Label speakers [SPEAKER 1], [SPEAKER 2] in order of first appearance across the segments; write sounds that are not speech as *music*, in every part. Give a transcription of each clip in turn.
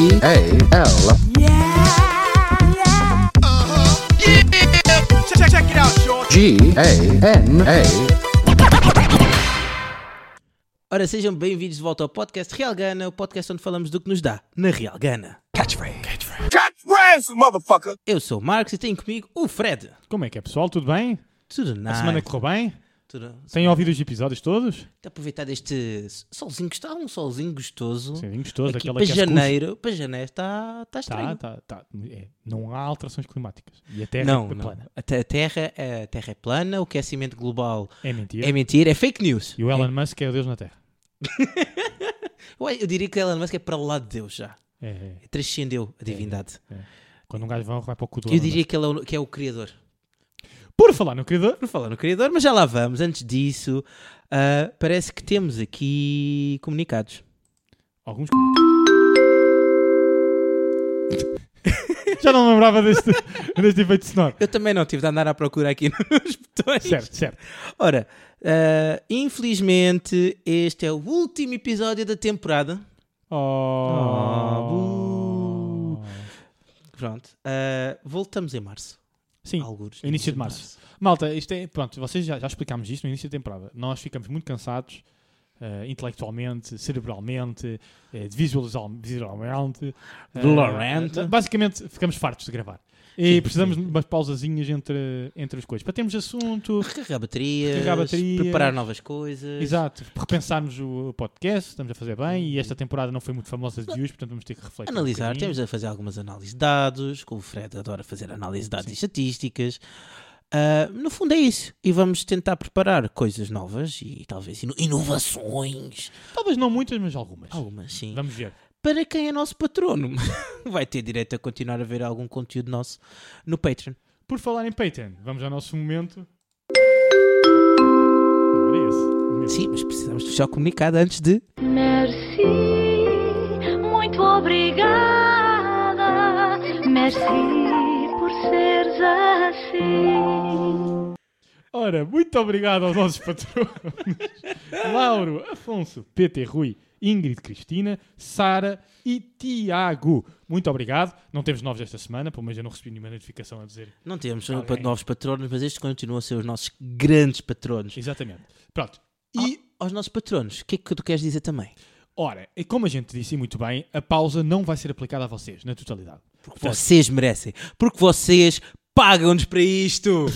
[SPEAKER 1] J-A-L.
[SPEAKER 2] Uh-huh. Check, check it out, Sean.
[SPEAKER 1] G-A-N-A.
[SPEAKER 3] Ora, sejam bem-vindos de volta ao podcast Real Gana, o podcast onde falamos do que nos dá na Real Gana.
[SPEAKER 2] Catchphrase, motherfucker.
[SPEAKER 3] Eu sou o Marcos e tenho comigo o Fred.
[SPEAKER 4] Como é que é, pessoal? Tudo bem?
[SPEAKER 3] Tudo nice.
[SPEAKER 4] A semana correu bem?
[SPEAKER 3] Tudo...
[SPEAKER 4] Têm ouvido os episódios todos?
[SPEAKER 3] Tenho aproveitado este solzinho, está um solzinho gostoso.
[SPEAKER 4] Sim, gostoso.
[SPEAKER 3] Aqui
[SPEAKER 4] aquela
[SPEAKER 3] para
[SPEAKER 4] que é escusa.
[SPEAKER 3] janeiro, para janeiro está, está
[SPEAKER 4] Tá,
[SPEAKER 3] estranho.
[SPEAKER 4] tá, tá. É, não há alterações climáticas. E a Terra
[SPEAKER 3] Não,
[SPEAKER 4] é
[SPEAKER 3] não.
[SPEAKER 4] plana.
[SPEAKER 3] A, te- a terra, é- a Terra é plana, o aquecimento global
[SPEAKER 4] É mentira.
[SPEAKER 3] é mentira, é fake news.
[SPEAKER 4] E o Elon Musk é o Deus na Terra.
[SPEAKER 3] Eu, eu diria que Elon Musk é para lá de Deus já.
[SPEAKER 4] É, é.
[SPEAKER 3] Transcendeu a divindade.
[SPEAKER 4] Quando um gajo vai, vai para o cu do
[SPEAKER 3] Eu
[SPEAKER 4] Elon
[SPEAKER 3] diria que ele é o, que é o criador.
[SPEAKER 4] Musk. Por falar no criador,
[SPEAKER 3] Por falar no criador, mas já lá vamos. Antes disso, ah, parece que temos aqui comunicados.
[SPEAKER 4] alguns... *laughs* Já não me lembrava deste, *laughs* deste efeito
[SPEAKER 3] *laughs*
[SPEAKER 4] sonoro.
[SPEAKER 3] Eu também não tive de andar à procura aqui *laughs* nos botões.
[SPEAKER 4] Certo, certo.
[SPEAKER 3] Ora, ah, infelizmente, este é o último episódio da temporada. Ah,
[SPEAKER 4] Oh.
[SPEAKER 3] Pronto. ah, voltamos em março.
[SPEAKER 4] Sim,
[SPEAKER 3] Algures.
[SPEAKER 4] início de março. Malta, isto é. Pronto, vocês já, já explicámos isto no início da temporada. Nós ficamos muito cansados, eh, intelectualmente, cerebralmente, eh, visualizal- visualmente. eh,
[SPEAKER 3] Dolorante.
[SPEAKER 4] basicamente, ficamos fartos de gravar. E precisamos de umas pausazinhas entre, entre as coisas. Para termos assunto,
[SPEAKER 3] Recarregar baterias,
[SPEAKER 4] Recarregar baterias.
[SPEAKER 3] preparar novas coisas.
[SPEAKER 4] exato, repensarmos o podcast, estamos a fazer bem e esta temporada não foi muito famosa de views, portanto vamos ter que refletir. um
[SPEAKER 3] Analisar,
[SPEAKER 4] bocadinho.
[SPEAKER 3] temos a fazer algumas análises de dados, que o Fred adora fazer análise de dados e estatísticas. Ah, no fundo é isso. E vamos tentar preparar coisas novas e talvez ino- inovações.
[SPEAKER 4] Talvez não muitas, mas algumas.
[SPEAKER 3] Algumas, sim.
[SPEAKER 4] Vamos ver.
[SPEAKER 3] Para quem é nosso patrono, *laughs* vai ter direito a continuar a ver algum conteúdo nosso no Patreon.
[SPEAKER 4] Por falar em Peyton, vamos ao nosso momento. Não era esse.
[SPEAKER 3] Sim, mas precisamos fechar o comunicado antes de.
[SPEAKER 5] Merci, muito obrigada. Merci por seres assim.
[SPEAKER 4] Ora, muito obrigado aos nossos patronos. Lauro, Afonso, PT Rui, Ingrid Cristina, Sara e Tiago. Muito obrigado. Não temos novos esta semana, pelo menos eu não recebi nenhuma notificação a dizer.
[SPEAKER 3] Não temos
[SPEAKER 4] Alguém.
[SPEAKER 3] pa- novos patronos, mas estes continuam a ser os nossos grandes patronos.
[SPEAKER 4] Exatamente. Pronto.
[SPEAKER 3] E
[SPEAKER 4] E,
[SPEAKER 3] aos nossos patronos, o que é que tu queres dizer também?
[SPEAKER 4] ora, e como a gente disse e muito bem, a pausa não vai ser aplicada a vocês, na totalidade.
[SPEAKER 3] Porque vocês merecem. Porque vocês pagam-nos para isto.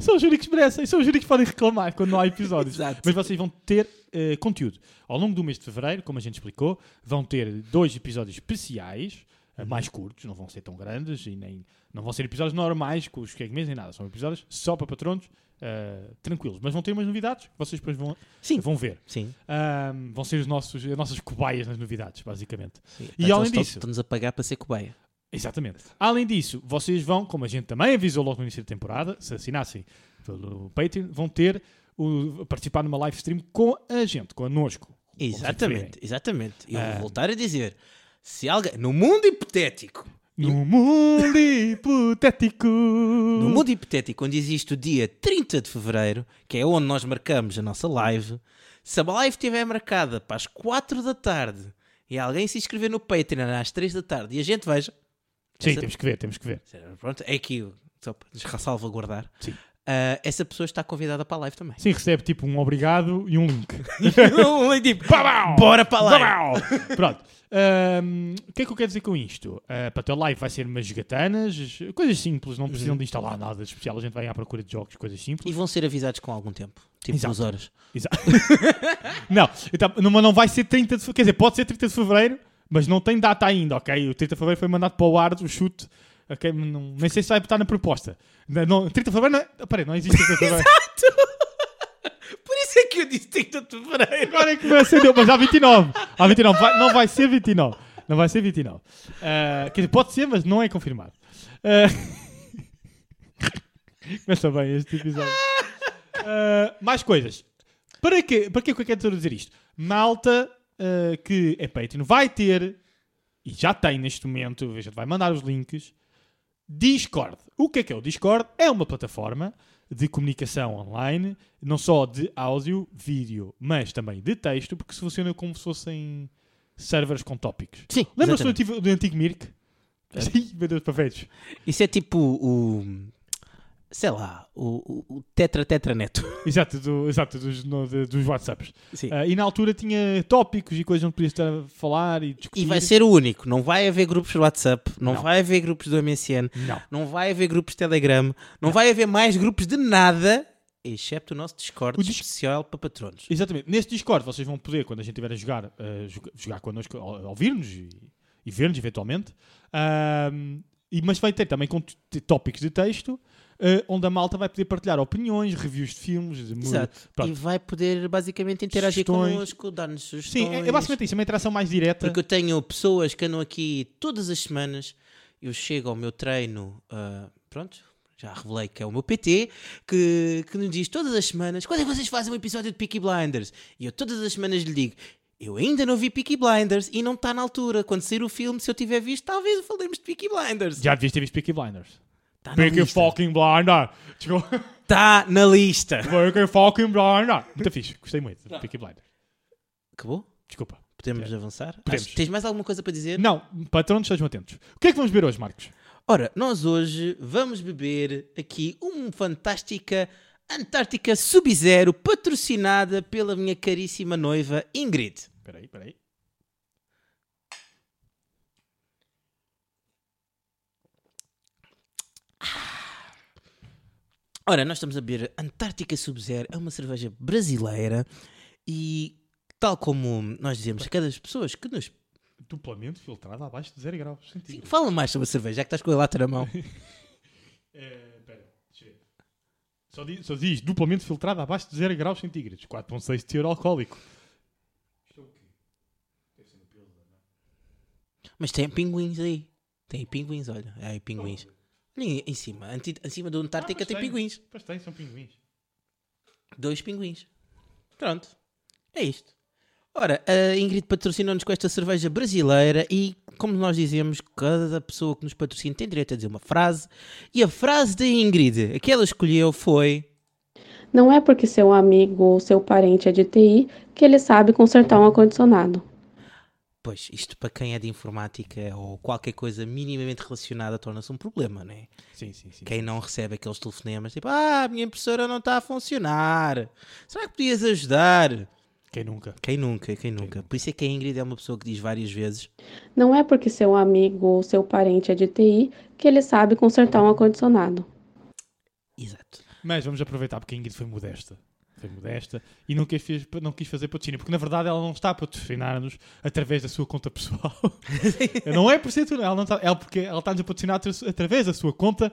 [SPEAKER 4] São os únicos que merecem, são os únicos que podem reclamar quando não há episódios.
[SPEAKER 3] *laughs* Exato.
[SPEAKER 4] Mas vocês vão ter eh, conteúdo. Ao longo do mês de fevereiro, como a gente explicou, vão ter dois episódios especiais, eh,
[SPEAKER 3] Uhum.
[SPEAKER 4] mais curtos, não vão ser tão grandes e nem. Não vão ser episódios normais com os segmentos nem nada. São episódios só para patronos, eh, tranquilos. Mas vão ter umas novidades que vocês depois vão,
[SPEAKER 3] Sim.
[SPEAKER 4] vão ver.
[SPEAKER 3] Sim.
[SPEAKER 4] Ahm, vão ser os nossos, as nossas cobaias nas novidades, basicamente.
[SPEAKER 3] Portanto,
[SPEAKER 4] além
[SPEAKER 3] eles Então estão-
[SPEAKER 4] disso-
[SPEAKER 3] Estão-nos a pagar para ser cobaia.
[SPEAKER 4] Exatamente. Além disso, vocês vão, como a gente também avisou logo no início da temporada, se assinassem pelo Patreon, vão ter o, participar numa live stream com a gente, connosco. como
[SPEAKER 3] tipo,
[SPEAKER 4] vocês
[SPEAKER 3] Exatamente, exatamente. E eu vou voltar a dizer: se alguém. No mundo hipotético.
[SPEAKER 4] preferirem. No mundo hipotético.
[SPEAKER 3] No mundo hipotético, onde existe o dia 30 de fevereiro, que é onde nós marcamos a nossa live, se a live estiver marcada para as 4 da tarde e alguém se inscrever no Patreon às 3 da tarde e a gente veja,
[SPEAKER 4] Sim,
[SPEAKER 3] Essa-
[SPEAKER 4] temos que ver, temos que ver.
[SPEAKER 3] pronto, é aqui, só para nos ressalvaguardar,
[SPEAKER 4] Sim.
[SPEAKER 3] ah, essa pessoa está convidada para a live também.
[SPEAKER 4] Sim, recebe tipo um obrigado e um
[SPEAKER 3] *laughs*
[SPEAKER 4] link.
[SPEAKER 3] Não, é tipo,
[SPEAKER 4] Babau!
[SPEAKER 3] bora para a live.
[SPEAKER 4] Babau! Pronto. Ahm, o que é que eu quero dizer com isto? Ah, para a tua live vai ser umas jogatanas, coisas simples, não precisam
[SPEAKER 3] Uhum.
[SPEAKER 4] de instalar nada de especial, a gente vai à procura de jogos, coisas simples.
[SPEAKER 3] E vão ser avisados com algum tempo, tipo
[SPEAKER 4] Exato.
[SPEAKER 3] duas horas.
[SPEAKER 4] Exato. *laughs* não, então, não, mas não vai ser 30 de fevereiro. Quer dizer, pode ser 30 de fevereiro, mas não tem data ainda, ok? O 30 de fevereiro foi mandado para o ar o chute. ok? Não- nem sei se vai botar na proposta. Não, não, 30 de fevereiro não é. Peraí, não existe 30 de fevereiro.
[SPEAKER 3] Por isso é que eu disse 30 de fevereiro.
[SPEAKER 4] Agora é que me acendeu, mas há 29. Há 29. Vai- não vai ser 29. Não vai ser 29. Ah, quer dizer, pode ser, mas não é confirmado. Ah, *laughs* Começa bem este episódio. Ah, mais coisas. Para quê? Para quê que eu quero dizer isto? Malta ah, que é Patreon vai ter, e já tem neste momento, a gente vai mandar os links, Discord. O que é que é o Discord? É uma plataforma de comunicação online, não só de áudio, vídeo, mas também de texto, porque se funciona como se fossem servers com tópicos.
[SPEAKER 3] Sim,
[SPEAKER 4] Lembras-te do,
[SPEAKER 3] exatamente. É.
[SPEAKER 4] antigo- do antigo Mirk? *laughs* Sim, meu Deus, para velhos.
[SPEAKER 3] Isso é tipo o. Sei lá, o, o- o Tetra Tetra Neto. É.
[SPEAKER 4] Exato, do, exato dos, no- de- dos WhatsApps.
[SPEAKER 3] Sim.
[SPEAKER 4] Ah, e na altura tinha tópicos e coisas onde podias estar a falar e discutir.
[SPEAKER 3] E vai ser o único. Não vai haver grupos de WhatsApp, não,
[SPEAKER 4] Não.
[SPEAKER 3] vai haver grupos do MSN,
[SPEAKER 4] Não.
[SPEAKER 3] não vai haver grupos de Telegram, não, vai haver mais grupos de nada, excepto o nosso Discord
[SPEAKER 4] O dis-
[SPEAKER 3] especial para patronos.
[SPEAKER 4] Exatamente. Neste Discord vocês vão poder, quando a gente estiver a jogar, eh, jo- jogar connosco, ou- eh, ouvir-nos e, e ver-nos eventualmente. Ahm, e, mas vai ter também cont- t- tópicos de texto, eh, onde a malta vai poder partilhar opiniões, reviews de filmes, de mu-
[SPEAKER 3] Exato.
[SPEAKER 4] pronto.
[SPEAKER 3] E vai poder basicamente interagir
[SPEAKER 4] Sugestões.
[SPEAKER 3] connosco, dar-nos sugestões.
[SPEAKER 4] Sim, é, é basicamente isso, é uma interação mais direta.
[SPEAKER 3] Porque eu tenho pessoas que andam aqui todas as semanas. Eu chego ao meu treino, ah, pronto, já revelei que é o meu PT, que, que nos diz todas as semanas: quando é que vocês fazem um episódio de Peaky Blinders? E eu todas as semanas lhe digo. Eu ainda não vi Peaky Blinders e não está na altura. Quando sair o filme, se eu tiver visto, talvez falemos de Peaky Blinders.
[SPEAKER 4] Já devias ter visto Peaky Blinders.
[SPEAKER 3] Está na
[SPEAKER 4] Peaky
[SPEAKER 3] lista.
[SPEAKER 4] fucking Blinder! Desculpa.
[SPEAKER 3] *laughs* Está na lista.
[SPEAKER 4] Peaky fucking Blinder! Muito fixe, gostei muito de Peaky Blinders.
[SPEAKER 3] Acabou?
[SPEAKER 4] Desculpa.
[SPEAKER 3] Podemos avançar?
[SPEAKER 4] Podemos.
[SPEAKER 3] Acho- Tens mais alguma coisa para dizer?
[SPEAKER 4] Não, patronos, estejam atentos. O que é que vamos ver hoje, Marcos?
[SPEAKER 3] Ora, nós hoje vamos beber aqui uma fantástica Antártica Sub-Zero patrocinada pela minha caríssima noiva Ingrid.
[SPEAKER 4] Espera aí, espera aí.
[SPEAKER 3] Ora, nós estamos a beber Antártica Sub-Zero, é uma cerveja brasileira e tal como nós dizemos a cada das pessoas que nos...
[SPEAKER 4] Duplamente filtrada abaixo de 0 graus
[SPEAKER 3] Sim,
[SPEAKER 4] centígrados.
[SPEAKER 3] fala mais sobre a cerveja, já que estás com a lata na mão.
[SPEAKER 4] É, pera, deixa eu ver. Só diz, só diz duplamente filtrada abaixo de 0 graus centígrados. 4,6 de teor alcoólico.
[SPEAKER 3] Mas tem pinguins aí. Tem pinguins, olha. Aí pinguins. Olha em- em cima, anti- em cima do Antártica
[SPEAKER 4] Ah, pois
[SPEAKER 3] tem pinguins.
[SPEAKER 4] Pois tem, são pinguins.
[SPEAKER 3] Dois pinguins. Pronto. É isto. Ora, a Ingrid patrocinou-nos com esta cerveja brasileira e, como nós dizemos, cada pessoa que nos patrocina tem direito a dizer uma frase. E a frase da Ingrid, a que ela escolheu foi...
[SPEAKER 6] Não é porque seu amigo ou seu parente é de TI que ele sabe consertar um ar-condicionado.
[SPEAKER 3] Pois, isto para quem é de informática ou qualquer coisa minimamente relacionada torna-se um problema, não é?
[SPEAKER 4] Sim, sim, sim.
[SPEAKER 3] Quem não recebe aqueles telefonemas, tipo, ah, a minha impressora não está a funcionar. Será que podias ajudar?
[SPEAKER 4] Quem nunca?
[SPEAKER 3] Quem nunca, quem nunca. Por isso é que a Ingrid é uma pessoa que diz várias vezes
[SPEAKER 6] Não é porque seu amigo ou seu parente é de TI que ele sabe consertar um ar-condicionado.
[SPEAKER 3] Exato.
[SPEAKER 4] Mas vamos aproveitar porque a Ingrid foi modesta. Foi modesta e não quis, fez- não quis fazer patrocínio, porque na verdade ela não está a patrocinar-nos através da sua conta
[SPEAKER 3] *laughs*
[SPEAKER 4] pessoal. não é por ser tu- ela não está, ela porque ela está-nos a patrocinar atra- através da sua conta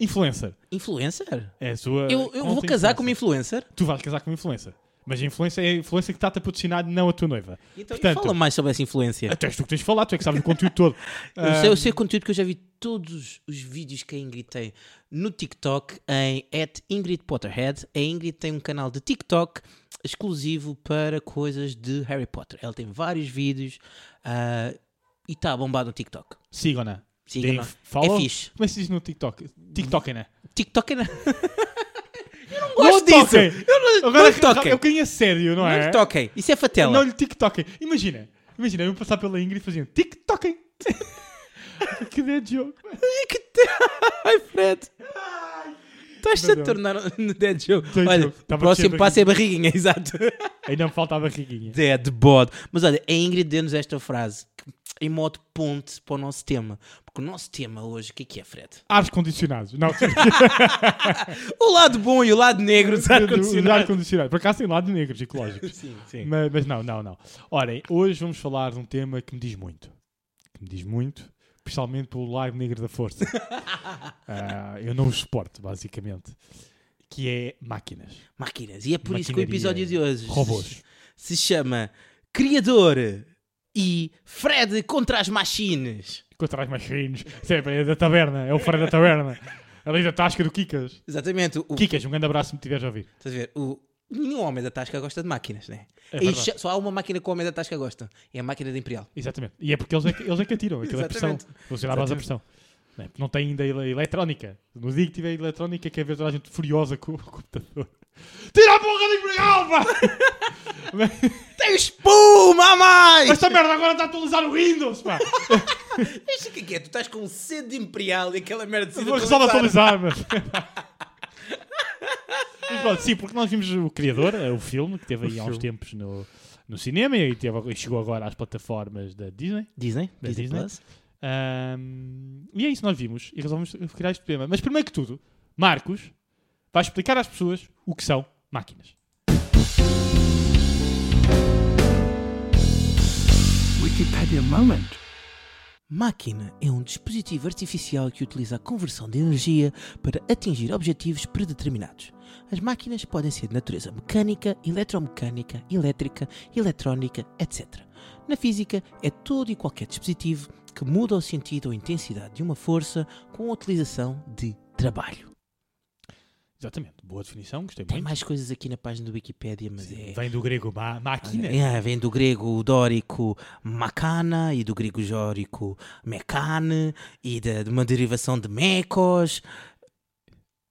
[SPEAKER 4] influencer.
[SPEAKER 3] Influencer?
[SPEAKER 4] É a sua
[SPEAKER 3] Eu, eu vou
[SPEAKER 4] conta
[SPEAKER 3] casar
[SPEAKER 4] influencer.
[SPEAKER 3] com uma influencer?
[SPEAKER 4] Tu vais casar com uma influencer. Mas a influencer é a influencer que está-te a patrocinar, não a tua noiva.
[SPEAKER 3] Então, e
[SPEAKER 4] Portanto,
[SPEAKER 3] fala mais sobre essa influência.
[SPEAKER 4] até és tu que tens de falar, tu é que sabes o conteúdo
[SPEAKER 3] *laughs*
[SPEAKER 4] todo. Ah,
[SPEAKER 3] Eu sei, eu sei o conteúdo que eu já vi todos os vídeos que a Ingrid tem no TikTok em at Ingrid Potterhead. A Ingrid tem um canal de TikTok exclusivo para coisas de Harry Potter. Ela tem vários vídeos ah, e está bombado no TikTok.
[SPEAKER 4] Sigam-na.
[SPEAKER 3] Sigam-na.
[SPEAKER 4] Deem né? follow.
[SPEAKER 3] É fixe.
[SPEAKER 4] Como é que se diz no TikTok? TikTok, né?
[SPEAKER 3] TikTok é na...
[SPEAKER 4] Não
[SPEAKER 3] gosto
[SPEAKER 4] toquem!
[SPEAKER 3] disso! Eu não,
[SPEAKER 4] Agora
[SPEAKER 3] não
[SPEAKER 4] é-
[SPEAKER 3] lhe toquem!
[SPEAKER 4] É um bocadinho a sério, não
[SPEAKER 3] Não
[SPEAKER 4] é?
[SPEAKER 3] lhe toquem! Isso é fatela.
[SPEAKER 4] Não lhe TikTokem. Imagina, imagina, eu passar pela Ingrid e fazia
[SPEAKER 3] *laughs*
[SPEAKER 4] TikTokem. que ideia de jogo.
[SPEAKER 3] Que te- *laughs* Ai, Fred. Estás-te a
[SPEAKER 4] Deus.
[SPEAKER 3] tornar um *laughs* dead joke.
[SPEAKER 4] Dead
[SPEAKER 3] Olha,
[SPEAKER 4] joke. Tá para mexer
[SPEAKER 3] o próximo
[SPEAKER 4] a
[SPEAKER 3] passo é barriguinha, *laughs* exato.
[SPEAKER 4] Ainda me falta a barriguinha.
[SPEAKER 3] Dead bod. Mas olha, a Ingrid deu-nos esta frase que- em modo ponte para o nosso tema. Porque o nosso tema hoje, o que é que é, Fred?
[SPEAKER 4] Ares condicionados.
[SPEAKER 3] *laughs*
[SPEAKER 4] Não, *laughs*
[SPEAKER 3] O lado bom e o lado negro dos
[SPEAKER 4] ar
[SPEAKER 3] ar-condicionado.
[SPEAKER 4] condicionado. Por acaso tem lado negros, ecológicos.
[SPEAKER 3] *laughs* Sim, sim.
[SPEAKER 4] Mas, mas não, não, não. Olhem, hoje vamos falar de um tema que me diz muito. Que me diz muito, especialmente pelo Live Negro da Força. Ah, eu não os suporto, basicamente. Que é máquinas.
[SPEAKER 3] Máquinas. E é por isso que o
[SPEAKER 4] Maquinaria,
[SPEAKER 3] episódio de hoje
[SPEAKER 4] Robôs.
[SPEAKER 3] se chama Criador e Fred contra as Machines.
[SPEAKER 4] Contra as machines. Sempre é da taberna. É o Fred da taberna. Ali da tasca do Kikas.
[SPEAKER 3] Exatamente. O,
[SPEAKER 4] Kikas, um grande abraço se me tiveres a ouvir.
[SPEAKER 3] Estás a ver? O... Nenhum homem da Tasca gosta de máquinas, né?
[SPEAKER 4] É
[SPEAKER 3] E
[SPEAKER 4] verdade.
[SPEAKER 3] já- só há uma máquina que o homem da Tasca gosta. É a máquina da Imperial.
[SPEAKER 4] Exatamente. E é porque eles é que, eles é que atiram. Aquilo é pressão.
[SPEAKER 3] Exatamente.
[SPEAKER 4] Funciona à base da pressão. Não, é? Porque não tem ainda ele- eletrónica. No dia que tiver eletrónica, quer ver toda a gente *laughs* furiosa com o computador. Tira a porra de Imperial, pá!
[SPEAKER 3] Tem espuma a mais!
[SPEAKER 4] Esta merda agora está a atualizar o Windows, pá.
[SPEAKER 3] Mas o que é que é? Tu estás com um sede imperial e aquela merda de
[SPEAKER 4] Vou só de atualizar, mas... *laughs* Mas pronto, sim, porque nós vimos o Criador, eh, o filme, que teve aí há uns tempos no, no cinema e teve- e chegou agora às plataformas da Disney.
[SPEAKER 3] Disney?
[SPEAKER 4] Da
[SPEAKER 3] Disney,
[SPEAKER 4] Disney?
[SPEAKER 3] Plus?
[SPEAKER 4] Ahm, e é isso, nós vimos e resolvemos criar este tema. Mas primeiro que tudo, Marcos vai explicar às pessoas o que são máquinas.
[SPEAKER 1] Wikipedia moment.
[SPEAKER 3] Máquina é um dispositivo artificial que utiliza a conversão de energia para atingir objetivos predeterminados. As máquinas podem ser de natureza mecânica, eletromecânica, elétrica, eletrónica, etc. Na física, é todo e qualquer dispositivo que muda o sentido ou intensidade de uma força com a utilização de trabalho.
[SPEAKER 4] Exatamente, boa definição, gostei
[SPEAKER 3] Tem
[SPEAKER 4] muito.
[SPEAKER 3] mais coisas aqui na página do Wikipedia, mas é.
[SPEAKER 4] Vem do grego ma- máquina.
[SPEAKER 3] É, vem do grego dórico macana e do grego jórico mecane e de, de uma derivação de mecos.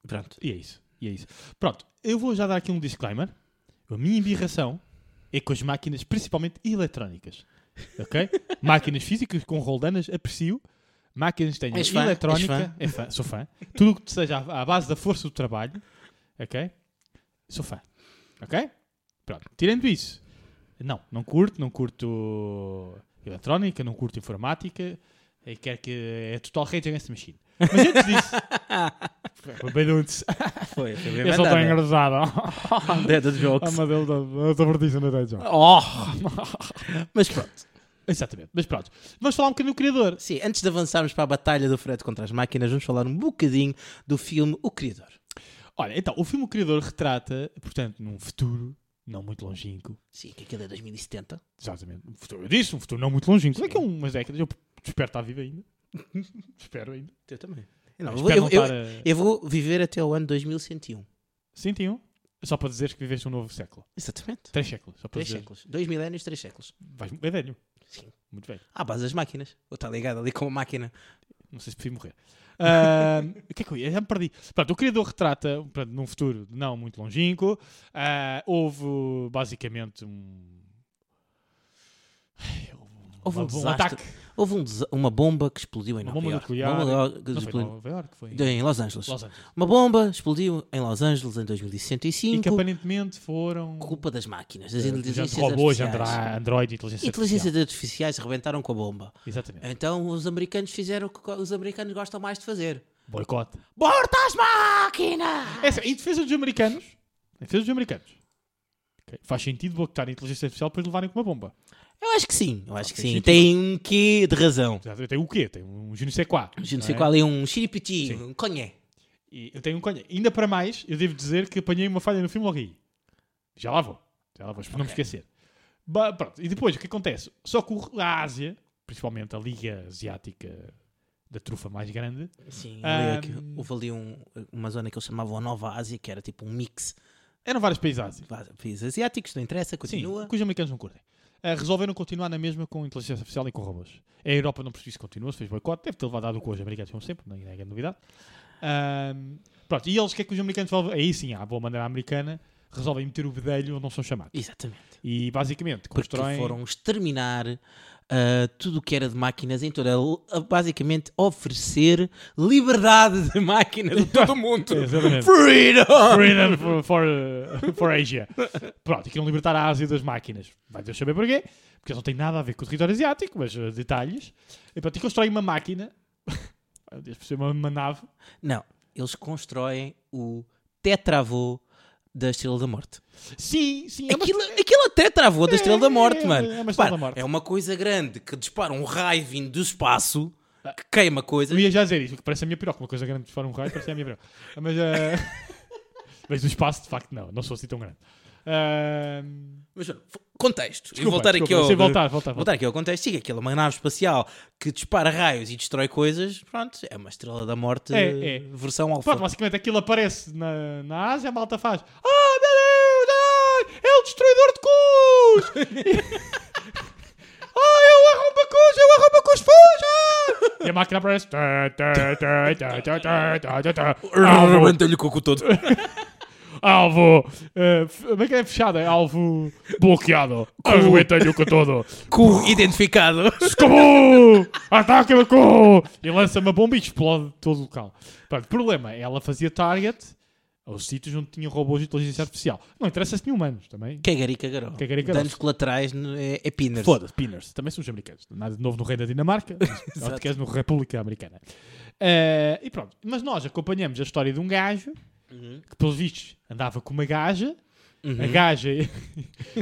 [SPEAKER 3] Pronto.
[SPEAKER 4] E é isso, e é isso. Pronto, eu vou já dar aqui um disclaimer. A minha embirração é com as máquinas, principalmente eletrónicas.
[SPEAKER 3] *laughs*
[SPEAKER 4] Ok? máquinas físicas com roldanas, aprecio. Máquinas que tenham
[SPEAKER 3] És fã?
[SPEAKER 4] eletrónica.
[SPEAKER 3] És fã?
[SPEAKER 4] É fã, sou fã. Tudo o que seja à à base da força do trabalho. Ok? Sou fã. Ok? Pronto. Tirando isso, não, não curto, não curto eletrónica, não curto informática. E quero que é total rage against the machine. Mas antes
[SPEAKER 3] *laughs*
[SPEAKER 4] disso. bem antes.
[SPEAKER 3] Foi, foi
[SPEAKER 4] Eu sou tão engraçado. *laughs* Ah,
[SPEAKER 3] Dead jokes.
[SPEAKER 4] Amadeu da Vertice na Dead
[SPEAKER 3] Oh! Mas pronto.
[SPEAKER 4] *laughs* Exatamente, mas pronto. Vamos falar um bocadinho do criador.
[SPEAKER 3] Sim, antes de avançarmos para a batalha do Fred contra as máquinas, vamos falar um bocadinho do filme O Criador.
[SPEAKER 4] Olha, então, o filme O Criador retrata, portanto, num futuro não muito longínquo.
[SPEAKER 3] Sim, que aquilo é 2070.
[SPEAKER 4] Exatamente, um futuro, eu disse, um futuro não muito longínquo. Daqui a umas décadas, eu espero estar vivo ainda. *laughs* espero ainda.
[SPEAKER 3] Eu também. Não, eu, vou-
[SPEAKER 4] espero
[SPEAKER 3] eu,
[SPEAKER 4] não
[SPEAKER 3] eu-
[SPEAKER 4] estar a-
[SPEAKER 3] eu vou viver até o ano 2101.
[SPEAKER 4] Sentiam? Só para dizeres que viveste um novo século.
[SPEAKER 3] Exatamente.
[SPEAKER 4] Três séculos, só para
[SPEAKER 3] Três
[SPEAKER 4] dizer.
[SPEAKER 3] séculos. Dois milénios, três séculos.
[SPEAKER 4] Vais muito bem velho.
[SPEAKER 3] Sim.
[SPEAKER 4] Muito velho.
[SPEAKER 3] À base das máquinas. Ou está ligado ali com a máquina.
[SPEAKER 4] Não sei se prefiro morrer. Ah, *laughs* O que é que eu ia? Já me perdi. Pronto, o criador retrata, pronto, num futuro não muito longínquo, ah, houve basicamente um. Ai,
[SPEAKER 3] Houve um
[SPEAKER 4] uma-
[SPEAKER 3] desastre.
[SPEAKER 4] ataque.
[SPEAKER 3] Houve um desa- uma bomba que explodiu em
[SPEAKER 4] Uma
[SPEAKER 3] Nova
[SPEAKER 4] bomba
[SPEAKER 3] Iorque.
[SPEAKER 4] nuclear.
[SPEAKER 3] Uma bomba que
[SPEAKER 4] Não foi em
[SPEAKER 3] explodiu
[SPEAKER 4] Nova Iorque, foi em
[SPEAKER 3] em Los Angeles.
[SPEAKER 4] Los Angeles.
[SPEAKER 3] Uma bomba explodiu em Los Angeles em
[SPEAKER 4] E que
[SPEAKER 3] 2065.
[SPEAKER 4] aparentemente foram.
[SPEAKER 3] Culpa das máquinas,
[SPEAKER 4] ah,
[SPEAKER 3] das inteligências
[SPEAKER 4] gente, robôs,
[SPEAKER 3] artificiais.
[SPEAKER 4] andra- android, inteligência
[SPEAKER 3] Inteligências
[SPEAKER 4] artificial. É.
[SPEAKER 3] artificiais rebentaram com a bomba.
[SPEAKER 4] Exatamente.
[SPEAKER 3] Então os americanos fizeram o que os americanos gostam mais de fazer.
[SPEAKER 4] Boicote.
[SPEAKER 3] Borta as máquinas!
[SPEAKER 4] É assim, em defesa dos americanos. Em defesa dos americanos. ok, Faz sentido boicotar a inteligência artificial depois levarem com uma bomba.
[SPEAKER 3] Eu acho que sim, eu acho que
[SPEAKER 4] tem
[SPEAKER 3] sim.
[SPEAKER 4] sentido.
[SPEAKER 3] Tem um quê de razão.
[SPEAKER 4] Exatamente, Tem o quê? Tem um je ne sais quoi.
[SPEAKER 3] Gente,
[SPEAKER 4] não
[SPEAKER 3] sei
[SPEAKER 4] é?
[SPEAKER 3] qual é um xiripiti,
[SPEAKER 4] Sim.
[SPEAKER 3] um conhé.
[SPEAKER 4] E eu tenho um conhe- Ainda para mais, eu devo dizer que apanhei uma falha no filme logo aí. Já lá vou. Já lá vou, para não me esquecer. Ba- pronto, e depois, o que acontece? Só que o- a Ásia, principalmente a Liga Asiática da trufa mais grande,
[SPEAKER 3] Sim,
[SPEAKER 4] Ah,
[SPEAKER 3] ali é que houve ali um- uma zona que eles chamavam a Nova Ásia, que era tipo um mix
[SPEAKER 4] eram vários países da Ásia.
[SPEAKER 3] de países asiáticos, não interessa, continua.
[SPEAKER 4] Sim, que os americanos não curtem. Ah, resolveram continuar na mesma com inteligência artificial e com robôs. A Europa não percebeu se continuou, se fez boicote, deve ter levado a água com os americanos, como sempre, não é grande novidade. Ah, pronto, e eles, o que é que os americanos resolvem? Aí sim, à boa maneira americana, resolvem meter o bedelho onde não são chamados.
[SPEAKER 3] Exatamente.
[SPEAKER 4] E basicamente
[SPEAKER 3] Porque
[SPEAKER 4] constroem.
[SPEAKER 3] foram exterminar ah, tudo o que era de máquinas em toda a- basicamente oferecer liberdade de máquinas a
[SPEAKER 4] *laughs*
[SPEAKER 3] todo o mundo.
[SPEAKER 4] Exatamente.
[SPEAKER 3] Freedom!
[SPEAKER 4] Freedom for, for, uh, for Asia. Pronto, e queriam libertar a Ásia das máquinas. Vai Deus saber porquê, porque eles não têm nada a ver com o território asiático, mas uh, detalhes. E pronto, e constroem uma máquina, *laughs* deve ser uma, uma nave,
[SPEAKER 3] Não, eles constroem o tetravô da Estrela da Morte.
[SPEAKER 4] Sim, sim. é uma-
[SPEAKER 3] Aquilo, aquilo até travou da Estrela da Morte,
[SPEAKER 4] é,
[SPEAKER 3] mano.
[SPEAKER 4] é uma Estrela
[SPEAKER 3] Pá,
[SPEAKER 4] da Morte.
[SPEAKER 3] é uma coisa grande que dispara um raio vindo do espaço que queima coisas.
[SPEAKER 4] *laughs* Eu ia já dizer isso, que parece a minha piroca. Uma coisa grande de fora um raio, parece a minha piroca. Mas, uh, *laughs* mas o espaço, de facto, não. Não sou assim tão grande. Uh,
[SPEAKER 3] Mas, mano, f- contexto. e
[SPEAKER 4] Desculpa,
[SPEAKER 3] voltar
[SPEAKER 4] desculpa,
[SPEAKER 3] aqui ao.
[SPEAKER 4] sim, voltar, voltar,
[SPEAKER 3] voltar aqui ao contexto. Sim, aquilo é uma nave espacial que dispara raios e destrói coisas. Pronto, é uma Estrela da Morte eh,
[SPEAKER 4] É, é.
[SPEAKER 3] versão alfa.
[SPEAKER 4] Pronto, basicamente aquilo aparece na, na Ásia, a malta faz. Ah, meu Deus! Ai, é o destruidor de cus! *laughs* ah, eu arromba cus! Eu arromba cus! Fuja! E a máquina aparece. Tá, tá, tá, tá, tá, tá, tá, tá, tá.
[SPEAKER 3] Arrebentei-lhe com o cu todo.
[SPEAKER 4] alvo. eh, f- como é que é fechado? É alvo bloqueado. Arrebenta-lhe o que todo.
[SPEAKER 3] *laughs* Cu *laughs* identificado. *laughs*
[SPEAKER 4] Escabou! Ataca-me com! E lança uma bomba e explode todo o local. Pronto, problema. é, Ela fazia target aos sítios onde tinha robôs de inteligência artificial. Não interessa se tinha humanos também.
[SPEAKER 3] Cagari cagaró.
[SPEAKER 4] Cagari, cagaró.
[SPEAKER 3] Danos colaterais no- é, é pinners.
[SPEAKER 4] Foda-se, Pinners. Também são os americanos. Nada de novo no reino da
[SPEAKER 3] *laughs*
[SPEAKER 4] Dinamarca. mas Nada de queres no República Americana. Eh, e pronto. Mas nós acompanhamos a história de um gajo
[SPEAKER 3] Uhum.
[SPEAKER 4] que, pelos vistos, andava com uma gaja. A gaja *laughs*